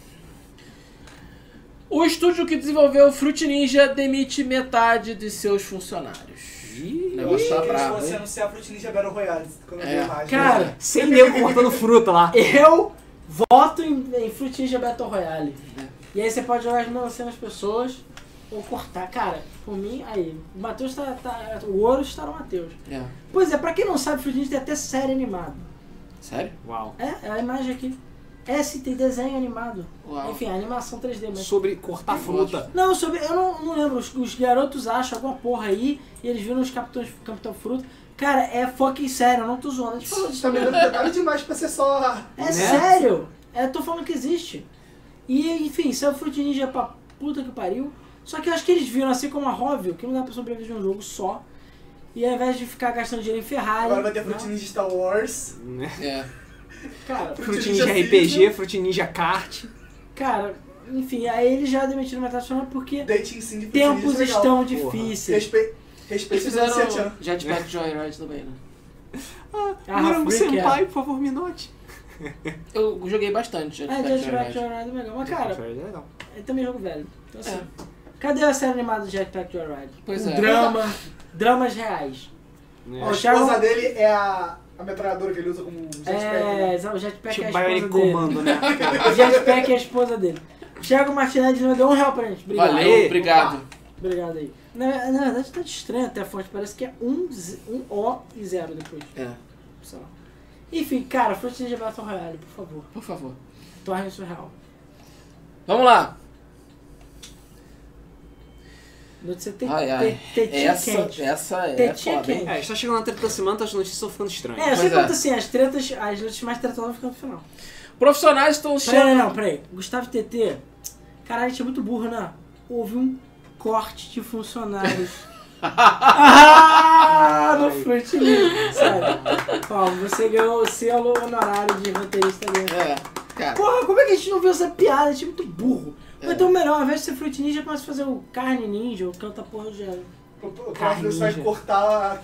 A: O estúdio que desenvolveu Fruit Ninja demite metade de seus funcionários. O
C: Ih,
A: negócio tá
E: Eles
A: bravo,
E: fossem
A: hein?
E: anunciar a Fruit Ninja Battle Royale, quando eu vi
A: É.
E: a imagem.
B: Cara,
C: sem nego cortando fruta lá.
B: eu voto em, em Fruit Ninja Battle Royale.
A: É.
B: E aí você pode jogar as mesmas cenas pessoas ou cortar. Cara, por mim, aí. O Matheus tá, tá- O ouro está no Matheus.
A: É.
B: Pois é, pra quem não sabe, Fruit Ninja tem até série animada.
A: Sério?
C: Uau.
B: É, é a imagem aqui. S tem desenho animado.
A: Uau.
B: Enfim, animação 3D, mas.
C: Sobre cortar fruta.
B: Não, sobre. Eu não, não lembro. Os, os garotos acham alguma porra aí e eles viram os capitães Capitão Fruto. Cara, é fucking sério, eu não tô zoando. A gente falou
E: Pô,
B: disso
E: Tá me dando detalhe demais pra ser só...
B: É
C: Né?
B: sério! É, tô falando que existe. E enfim, saiu Fruit Ninja pra é puta que pariu. Só que eu acho que eles viram, assim como a Rovio, que não dá pra sobreviver de um jogo só. E ao invés de ficar gastando dinheiro em Ferrari.
E: Agora vai ter
B: né?
E: Frutinha de Star Wars.
C: Né?
A: É.
B: Cara,
C: Fruit Ninja RPG, Fruit Ninja Kart.
B: cara, enfim, aí eles já demitiram metade do funcionário porque
E: Dating Sim de Frutinha de
B: tempos
E: Legal.
B: estão
C: Porra.
B: difíceis.
E: Respe...
A: Eles
E: Respeito
A: fizeram
E: ao Setian.
B: um
A: Jetpack Joyride também, né?
B: Ah,
C: Morango
B: Freak
C: Senpai, por favor, me note.
A: Eu joguei bastante
B: É,
A: Jetpack Joyride.
B: Jetpack Joyride é legal. Mas, cara,
C: é legal.
B: é também jogo velho. Então, assim, cadê a série animada do Jetpack Joyride?
A: É, Pois
B: Um
A: é.
B: Drama, dramas reais.
C: Né?
E: A
B: Ó,
E: esposa
B: Sharon-
E: dele é a, a metralhadora que ele usa como jetpack.
B: É,
E: né?
B: o Jetpack
C: Tipo,
B: é a
C: Bionic
B: esposa dele.
C: Comando, né?
B: O Jetpack é a esposa dele. Thiago Martinelli não deu um real pra gente. Obrigado.
A: Valeu, obrigado.
B: Obrigado aí. Na, na verdade tá estranho até a fonte, parece que é um, z- um O e zero depois.
A: É,
B: Sei lá. Enfim, cara, Fruit Ninja Battle Royale, por favor.
A: por favor.
B: Torne isso real.
A: Vamos lá.
B: Notícia tem
A: Ai, ai.
B: tetinha
A: Essa,
B: quente.
A: essa é
B: Tetinha
A: foda, hein?
B: quente.
C: É, a gente tá chegando na treta da semana, tá as notícias estão ficando estranhas.
B: É, eu sei
A: Pois é.
B: quanto assim, as tretas, as notícias mais tretosas ficam no final.
A: Profissionais estão
B: Peraí,
A: sendo...
B: não, não, peraí. Gustavo TT, caralho, a gente é muito burro, né? Houve um corte de funcionários. ah, no Fruit Ninja, sério. Paulo, você ganhou o selo honorário de roteirista mesmo.
A: É, cara.
B: Porra, como é que a gente não viu essa piada? A gente é muito burro. Ou
A: É.
B: então, melhor, ao invés de ser Fruit Ninja, começa a fazer o Carne Ninja, o Canta Porra do Gelo.
E: O o
B: Carne
E: Cláudio vai
B: Ninja.
E: cortar a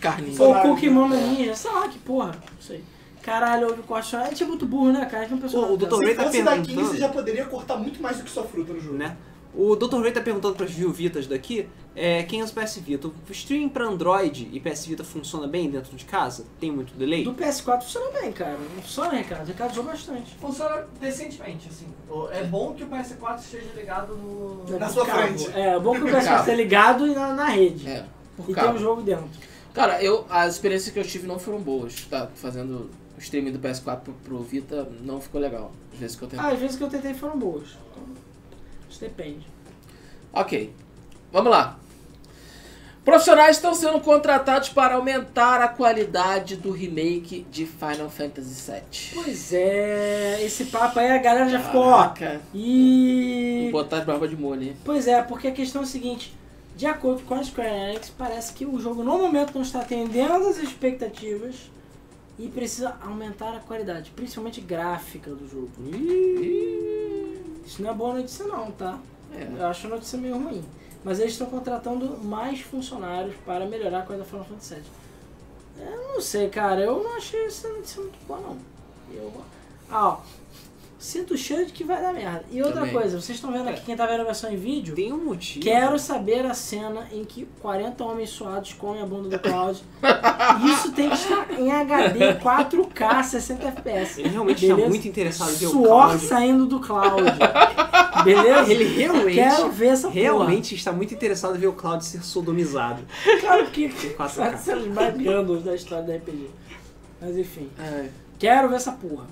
A: Carninho.
B: Ou o
E: Carne
C: né? É.
B: Kukimono Ninja, sei lá que porra. Não sei. Caralho, houve corte. A gente é muito burro, né, cara? A gente não pensou
C: Pô, o
B: nada dessa.
C: Dr. Ray
E: Se
C: tá
E: fosse da 15,
C: perguntando.
E: você já poderia cortar muito mais do que sua fruta no jogo.
C: né? O Dr. Ray tá perguntando pras viuvitas daqui, é, quem usa PS Vita? O streaming pra Android e PS Vita funciona bem dentro de casa? Tem muito delay?
B: Do PS4 funciona bem, cara. Não funciona, Ricardo. Ricardo usou bastante.
D: Funciona decentemente, assim. O- É bom que o PS4 esteja ligado no.
E: Na sua
B: Cabo.
E: frente.
B: É, o bom que o
A: Por
B: PS4
A: cabo.
B: está ligado e na, na rede.
A: É, por
B: e tem um
A: causa.
B: jogo dentro.
A: Cara, eu, as experiências que eu tive não foram boas. Tá fazendo o streaming do PS4 pro, pro Vita não ficou legal. Às vezes que eu tentei.
B: Ah, as vezes que eu tentei foram boas. Então, isso depende.
A: Ok, vamos lá. Profissionais estão sendo contratados para aumentar a qualidade do remake de Final Fantasy VII.
B: Pois é, esse papo aí a galera
A: Ah,
B: já ficou, ó.
A: Caraca.
B: E.
A: Botar de barba de molho, hein?
B: Pois é, porque a questão é a seguinte: de acordo com a Square Enix, parece que o jogo no momento não está atendendo as expectativas e precisa aumentar a qualidade, principalmente gráfica do jogo. Isso não é boa notícia, não, tá?
A: É.
B: Eu acho a notícia meio ruim. Mas eles estão contratando mais funcionários para melhorar a qualidade da Final Fantasy VII. Eu não sei, cara. Eu não achei essa notícia muito boa, não. Eu... Ah, ó. Sinto o cheiro de que vai dar merda. E outra
A: Também.
B: coisa, vocês estão
C: É.
B: vendo aqui, quem tá vendo a versão em vídeo,
C: Tem um motivo.
B: quero saber a cena em que 40 homens suados comem a bunda do Cloud. Isso tem que estar em HD 4K 60 FPS.
C: Ele realmente tá
B: Beleza?
C: muito interessado em ver o
B: Suor
C: Cláudio.
B: saindo do Cloud. Beleza?
C: Ele realmente-
B: Quero ver essa porra.
C: Realmente está muito interessado em ver o Cláudio ser sodomizado.
B: Claro que
C: Em 4K.
B: sabe, são os mais gândulos da história da RPG. Mas enfim,
C: É.
A: Ai,
B: quero ver essa porra.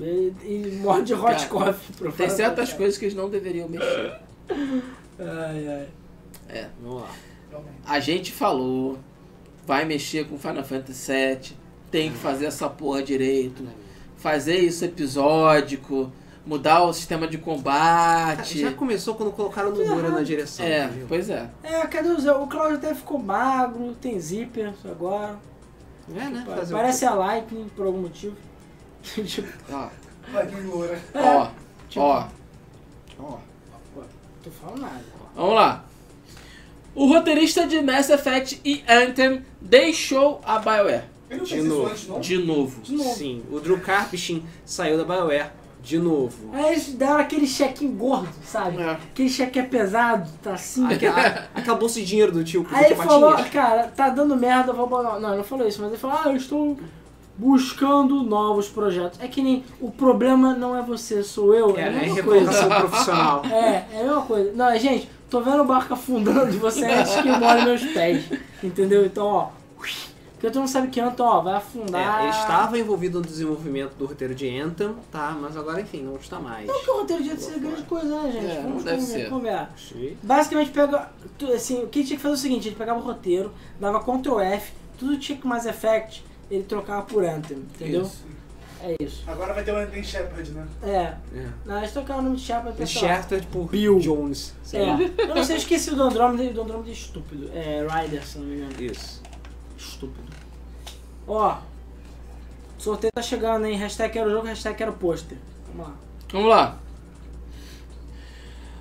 B: E, e morde hot
A: Cara,
B: coffee pro
A: É. Tem
B: fora
A: certas
B: do cara.
A: coisas que eles não deveriam mexer.
B: Ai, ai.
A: É.
C: Vamos lá.
A: A gente falou, vai mexer com Final Fantasy VII, tem que fazer essa porra direito, fazer isso episódico, mudar o sistema de
C: Cara,
A: combate.
C: já começou quando colocaram o Nomura na direção.
A: É,
C: viu?
A: pois é.
B: É, cadê o Zé? O Claudio até ficou magro, tem zíper agora.
C: É, né? Fazer o
B: Parece a Lightning por algum motivo. tipo,
A: Ó,
E: Vai vir loura.
A: ó,
B: tipo,
A: ó, ó.
B: tô falando nada.
A: Vamos lá. O roteirista de Mass Effect e Anthem deixou a BioWare.
E: Ele não
C: De
E: fez isso
C: novo.
E: antes, não?
A: De novo.
B: De novo.
C: Sim, o Drew Karpyshyn saiu da BioWare de novo.
B: Aí eles deram aquele chequinho gordo, sabe?
A: É.
B: Aquele cheque é pesado, tá assim.
C: Aquela- Acabou esse dinheiro do tio com
B: Aí ele
C: o
B: falou, cara, tá dando merda, eu vou botar. Não, ele não falou isso, mas ele falou, ah, eu estou buscando novos projetos. É que nem o problema não é você, sou eu. É,
C: É,
B: a
C: é
B: mesma coisa. assim,
C: recordação profissional.
B: É, é a mesma coisa. Não, é, gente, tô vendo o barco afundando e você é antes que molhe meus pés. Entendeu? Então, ó. Porque tu não sabe que anta, ó, vai afundar.
C: É, ele estava envolvido no desenvolvimento do roteiro de Anthem, tá? Mas agora, enfim, não está mais.
B: Porque o roteiro de ser grande coisa, né, gente?
A: É, não
B: Vamos
A: deve
B: conver-
A: ser.
B: conversar.
C: Sim.
B: Basicamente pega. tu- Assim, o que tinha que fazer é o seguinte, ele pegava o roteiro, dava Ctrl F, tudo tinha que Mass Effect, ele trocava por Anthem, entendeu?
A: Isso.
B: É isso.
E: Agora vai ter o Anthony Shepard, né?
B: É.
C: É.
B: Não, eles trocaram o nome de Shepard pra sei lá.
C: Shattered por Jones. sei lá.
B: É. Eu não sei, eu esqueci do Andrômeda e do Andrômeda é estúpido. É, Ryder, se não me engano.
C: Isso.
B: Estúpido. Ó. Sorteio tá chegando, hein? Hashtag era o jogo, hashtag era o pôster. Vamos lá.
A: Vamos lá.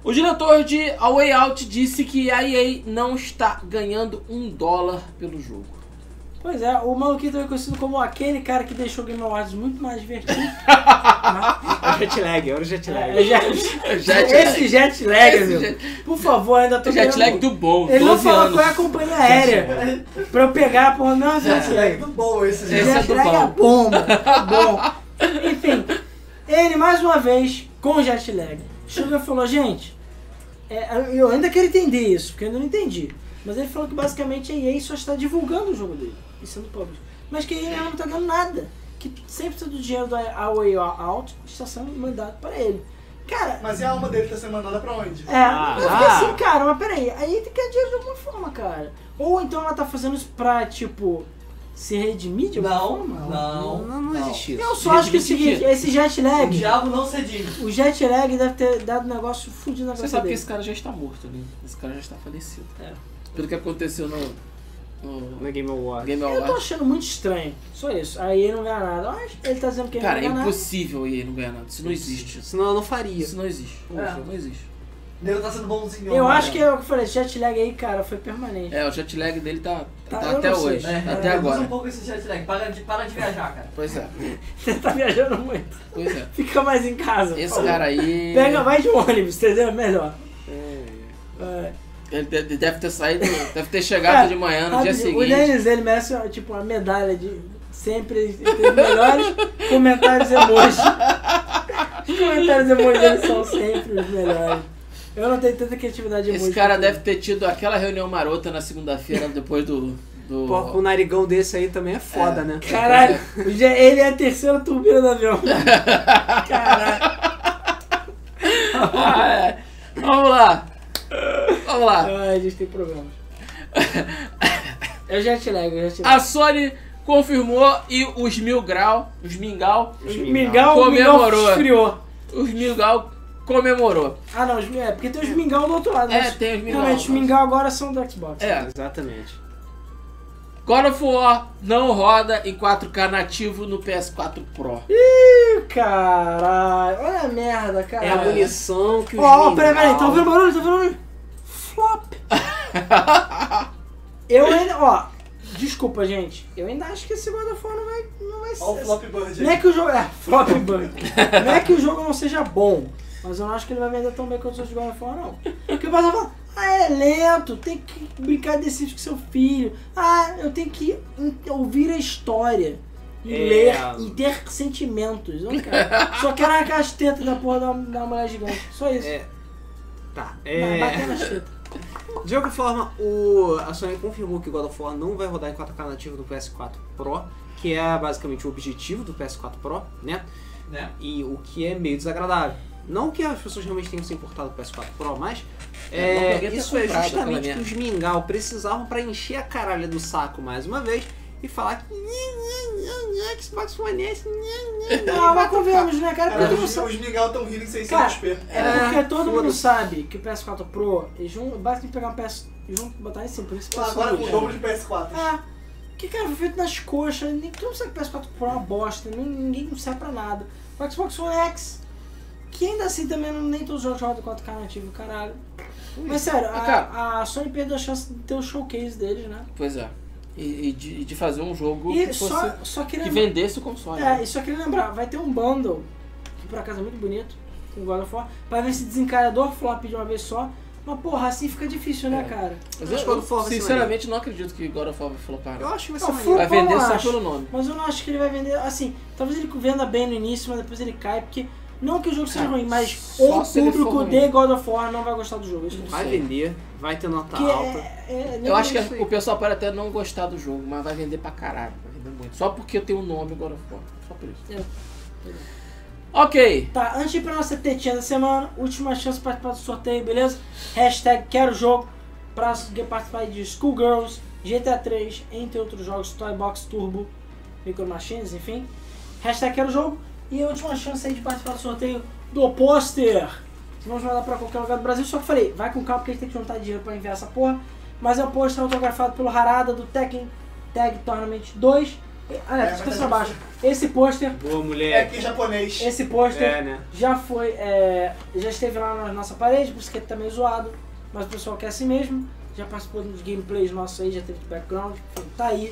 A: O diretor de A Way Out disse que a EA não está ganhando um dólar pelo jogo.
B: Pois é, o maluquinho também é conhecido como aquele cara que deixou o Game Awards muito mais divertido.
C: É o jet lag, era o jet lag.
B: É, jet,
A: Jet
B: esse jet lag,
A: Esse
B: meu.
A: jet-
B: Por favor, ainda tô
A: Jet
B: querendo-
A: lag do bom,
B: Ele não
A: 12
B: falou
A: anos.
B: qual é a companhia aérea pra eu pegar a porra. Não, jet
E: É
B: lag.
E: do bom esse
A: Esse
E: gente.
A: é
B: Jet
A: do
B: lag
A: bom.
B: é bomba. Bom. Enfim, ele mais uma vez com jet lag. Chegou e falou, gente, é, eu ainda quero entender isso, porque eu ainda não entendi. Mas ele falou que basicamente a EA só está divulgando o jogo dele, e sendo público. Mas que a EA não está ganhando nada. Que 100% do dinheiro da Away Out está sendo mandado para ele. Cara,
E: Mas e a alma dele tá sendo mandada pra onde?
B: é, mas eu fiquei
C: ah.
B: assim, cara, mas peraí, aí tem que ganhar dinheiro de alguma forma, cara. Ou então ela tá fazendo isso pra, tipo, se redimir de alguma
D: Não,
B: forma?
D: não,
C: Não, não existe isso.
B: Eu só acho que é
A: Redimir
B: o
A: de
B: seguinte, esse jet
D: O
B: lag,
D: diabo não cedinho.
B: o jet lag deve ter dado um negócio fudido na
A: Você
B: cabeça
A: sabe que
B: dele.
A: esse cara já está morto, né? Esse cara já está falecido.
B: É.
A: Pelo que aconteceu no, no
C: Na é Game Awards.
A: Game
B: Eu tô
A: Awards.
B: achando muito estranho, só isso. Aí ele não ganha nada. Mas ele tá dizendo que ele
A: Cara, é
B: não ganha nada.
A: impossível a EA não ganhar nada. Isso não existe.
C: Senão eu não faria.
A: Isso não existe.
B: Ah.
D: É.
A: Não existe.
D: Deus tá sendo bonzinho.
B: Eu
D: né?
B: acho que é o que eu falei, jet lag aí, cara, foi permanente.
A: É, o jet lag dele tá, tá,
B: Tá, eu
A: até
B: não sei.
A: hoje.
D: É,
A: tá
D: é,
A: até
D: reduz
A: agora.
D: um pouco esse jet lag. Para de, para de viajar, cara.
A: Pois é,
B: Você tá viajando muito.
A: pois é.
B: Fica mais em casa. por
A: Esse
B: favor.
A: cara aí.
B: Pega mais de um ônibus, entendeu? É Melhor. É.
A: Ele de- de- deve ter saído. Deve ter chegado
B: Cara,
A: de manhã no dia
B: rapidinho, É, Ah, O
A: seguinte.
B: Denis, ele merece, tipo, uma medalha de sempre entre os melhores comentários emoji. Os comentários emoji dele são sempre os melhores. Eu não tenho tanta criatividade emoji.
A: Esse cara
B: quanto
A: deve ter tido aquela reunião marota na segunda-feira depois do. do...
C: Pô, com um narigão desse aí também é foda, né?
B: ele. Caralho, o Ge- ele é a terceira turbina do avião. Caralho.
A: Ah, é. Vamos lá! Vamos lá!
B: Ai, a gente tem problemas. Eu já te lag, eu já te
A: A Sony confirmou e os Mil Grau, os Mingau,
B: Mingau,
A: Comemorou.
B: Mingau esfriou.
A: os Mingau comemorou.
B: Ah, não, os- é porque tem os Mingau do outro lado.
A: É,
B: mas-
A: tem os Mingau.
B: Realmente, os Mingau agora são do Xbox.
A: É,
C: Exatamente.
A: God of War não roda em 4K nativo no PS4 Pro.
B: Caralho, olha a merda, cara.
C: É a munição que o
B: Ó, ó, peraí, peraí, tá ouvindo barulho, tá ouvindo barulho? Flop. eu ainda, ó, desculpa, gente. Eu ainda acho que esse God of War não vai, não vai
E: Olha o
B: ser.
E: Flop Bird
B: Não é
E: aí.
B: que o jogo. É, flop bug. Não é que o jogo não seja bom, mas eu não acho que ele vai vender tão bem quanto os outros God of War, não. Porque o pessoal fala, ah, é lento, tem que brincar de Sims com seu filho. Ah, eu tenho que in- ouvir a história. E
C: É.
B: ler e ter sentimentos. Não quero. Só quero arrancar as tetas da porra da, da mulher gigante. Só isso.
C: É. Tá,
B: Não, bater
C: é...
B: nas tetas.
C: De qualquer forma, o... a Sony confirmou que God of War não vai rodar em 4K nativo no PS4 Pro, que é basicamente o objetivo do PS4 Pro, né?
D: Né?
C: E o que é meio desagradável. Não que as pessoas realmente tenham se importado com o PS4 Pro, mas
A: É, não que
C: é,
A: alguém tenha
C: isso é
A: comprado aquela
C: justamente o que
A: merda.
C: os mingau precisavam pra encher a caralha do saco mais uma vez e falar que Xbox One S
B: Não, mas convenhamos, né, cara? Porque
E: Cara,
B: todo mundo
E: os,
B: sabe.
E: os Miguel tão rindo em
B: Cara,
E: 600p.
B: É porque
C: É,
B: todo mundo
C: foda-se.
B: sabe que o PS4 Pro, eles vão basicamente pegar um PS. Eles vão botar em cima, por isso que
E: Lá
B: eu sou
E: Agora com o
B: muito,
E: dobro
B: né?
E: de PS4.
B: É. Que cara, foi feito nas coxas, nem todo mundo sabe que o PS4 Pro é uma bosta, nem- ninguém não serve pra nada. O Xbox One X, que ainda assim também não, nem todos os jogos rodam 4K nativo, caralho. Mas sério,
A: Ah, cara.
B: a, a Sony perdeu a chance de ter o showcase deles, né?
A: Pois é. E, e de, e de fazer um jogo
B: E
A: que, fosse,
B: só, só queria
A: que né? vendesse o console.
B: É, e só queria lembrar, vai ter um bundle, que por acaso é muito bonito, com God of War, pra ver se desencalhador flop de uma vez só. Mas porra, assim fica difícil, né,
A: É.
B: cara?
A: Mas
C: Acho
A: eu,
C: que quando for, vai ser
A: sinceramente, não acredito que God of War vai flopar.
C: Eu
A: não.
C: acho que vai ser
B: Não,
C: maneiro.
A: Vai
B: eu
A: vender
B: não
A: só
B: acho.
A: pelo nome.
B: Mas eu não acho que ele vai vender. Assim, talvez ele venda bem no início, mas depois ele cai, porque. Não que o jogo seja
A: É,
B: ruim, mas
A: só
B: o
A: se ele for
B: público
A: ruim.
B: de God of War não vai gostar do jogo. Isso que eu
C: Vai
B: sei.
C: vender, vai ter nota
B: Porque
C: alta.
B: é, é-
A: Eu acho que
C: isso aí.
A: o pessoal pode até não gostar do jogo, mas vai vender pra caralho. Vai vender muito. Só porque eu tenho o nome God of War. Só por isso.
B: É.
A: Ok.
B: Tá, antes de ir pra nossa tetinha da semana, última chance para participar do sorteio, beleza? Hashtag quero jogo pra conseguir participar de Schoolgirls, GTA 3, entre outros jogos, Toy Box Turbo, Micro Machines, enfim. Hashtag quero jogo. E a última chance aí de participar do sorteio do pôster. Que vamos mandar pra qualquer lugar do Brasil. Só que eu falei, vai com calma porque a gente tem que juntar dinheiro pra enviar essa porra. Mas é o pôster autografado pelo Harada do Tekken Tag Tournament 2. E,
E: É,
B: Alex,
E: mas
B: esqueça
E: é
B: abaixo. Esse pôster,
C: Boa,
E: É
C: moleque.
E: que japonês.
B: esse pôster
C: É, né?
B: já foi, é, já esteve lá na nossa parede, por isso que ele tá meio zoado, mas o pessoal quer assim mesmo. Já participou dos gameplays nossos aí, já teve de background, enfim, tá aí.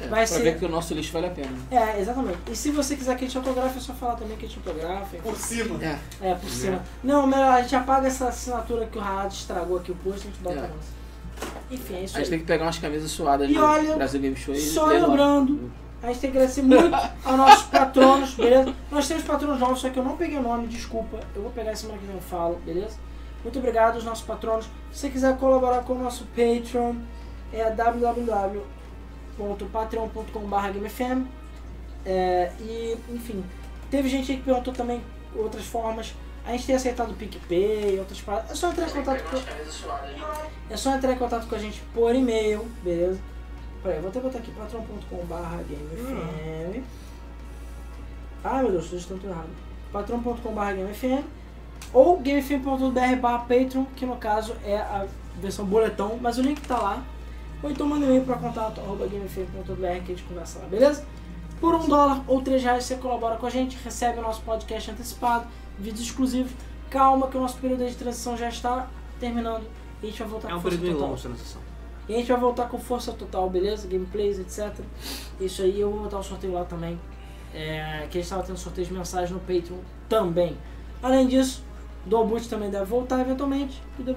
A: É,
B: Vai
A: pra
B: ser.
A: ver que o nosso lixo vale a pena.
B: É, exatamente. E se você quiser que a gente autografe, é só falar também que a gente autografa. enfim.
E: Por cima.
A: É,
B: É, por cima. Não, melhor, a gente apaga essa assinatura que o Raad estragou aqui o post, a gente bota
A: É.
B: a nossa. Enfim, é isso
A: a gente
B: aí.
A: tem que pegar umas camisas suadas
B: E
A: do
B: olha,
A: Brasil Game Show e Hum.
B: só
A: levar.
B: lembrando- A gente tem que agradecer muito aos nossos patronos, beleza? Nós temos patronos novos, só que eu não peguei o nome, desculpa. Eu vou pegar semana que vem eu falo, beleza? Muito obrigado aos nossos patronos. Se você quiser colaborar com o nosso Patreon, é www.patreon.com.br GameFM. É, e, enfim, teve gente aí que perguntou também outras formas. A gente tem aceitado o PicPay, outras paradas. É só entrar em contato com... É só entrar em contato com a gente por e-mail, beleza? Peraí, vou até botar aqui
C: Hum.
B: patron.com.br GameFM. Ai meu Deus, estou escrito tudo errado. patron.com.br GameFM ou gamefm.br barra Patreon, que no caso é a versão boletão, mas o link tá lá. Ou então manda um e-mail para contato arroba gamefm.br que a gente conversa lá, beleza? Por um dólar ou três reais você colabora com a gente, recebe o nosso podcast antecipado, vídeos exclusivos. Calma que o nosso período de transição já está terminando e a gente vai voltar
C: É
B: com
C: um
B: força
C: período meio
B: total.
C: longo essa transição.
B: E a gente vai voltar com força total, beleza? Gameplays, etc. Isso aí, eu vou botar o sorteio lá também. É, que a gente tava tendo sorteio de mensagem no Patreon também. Além disso, o Dolbut também deve voltar eventualmente. E o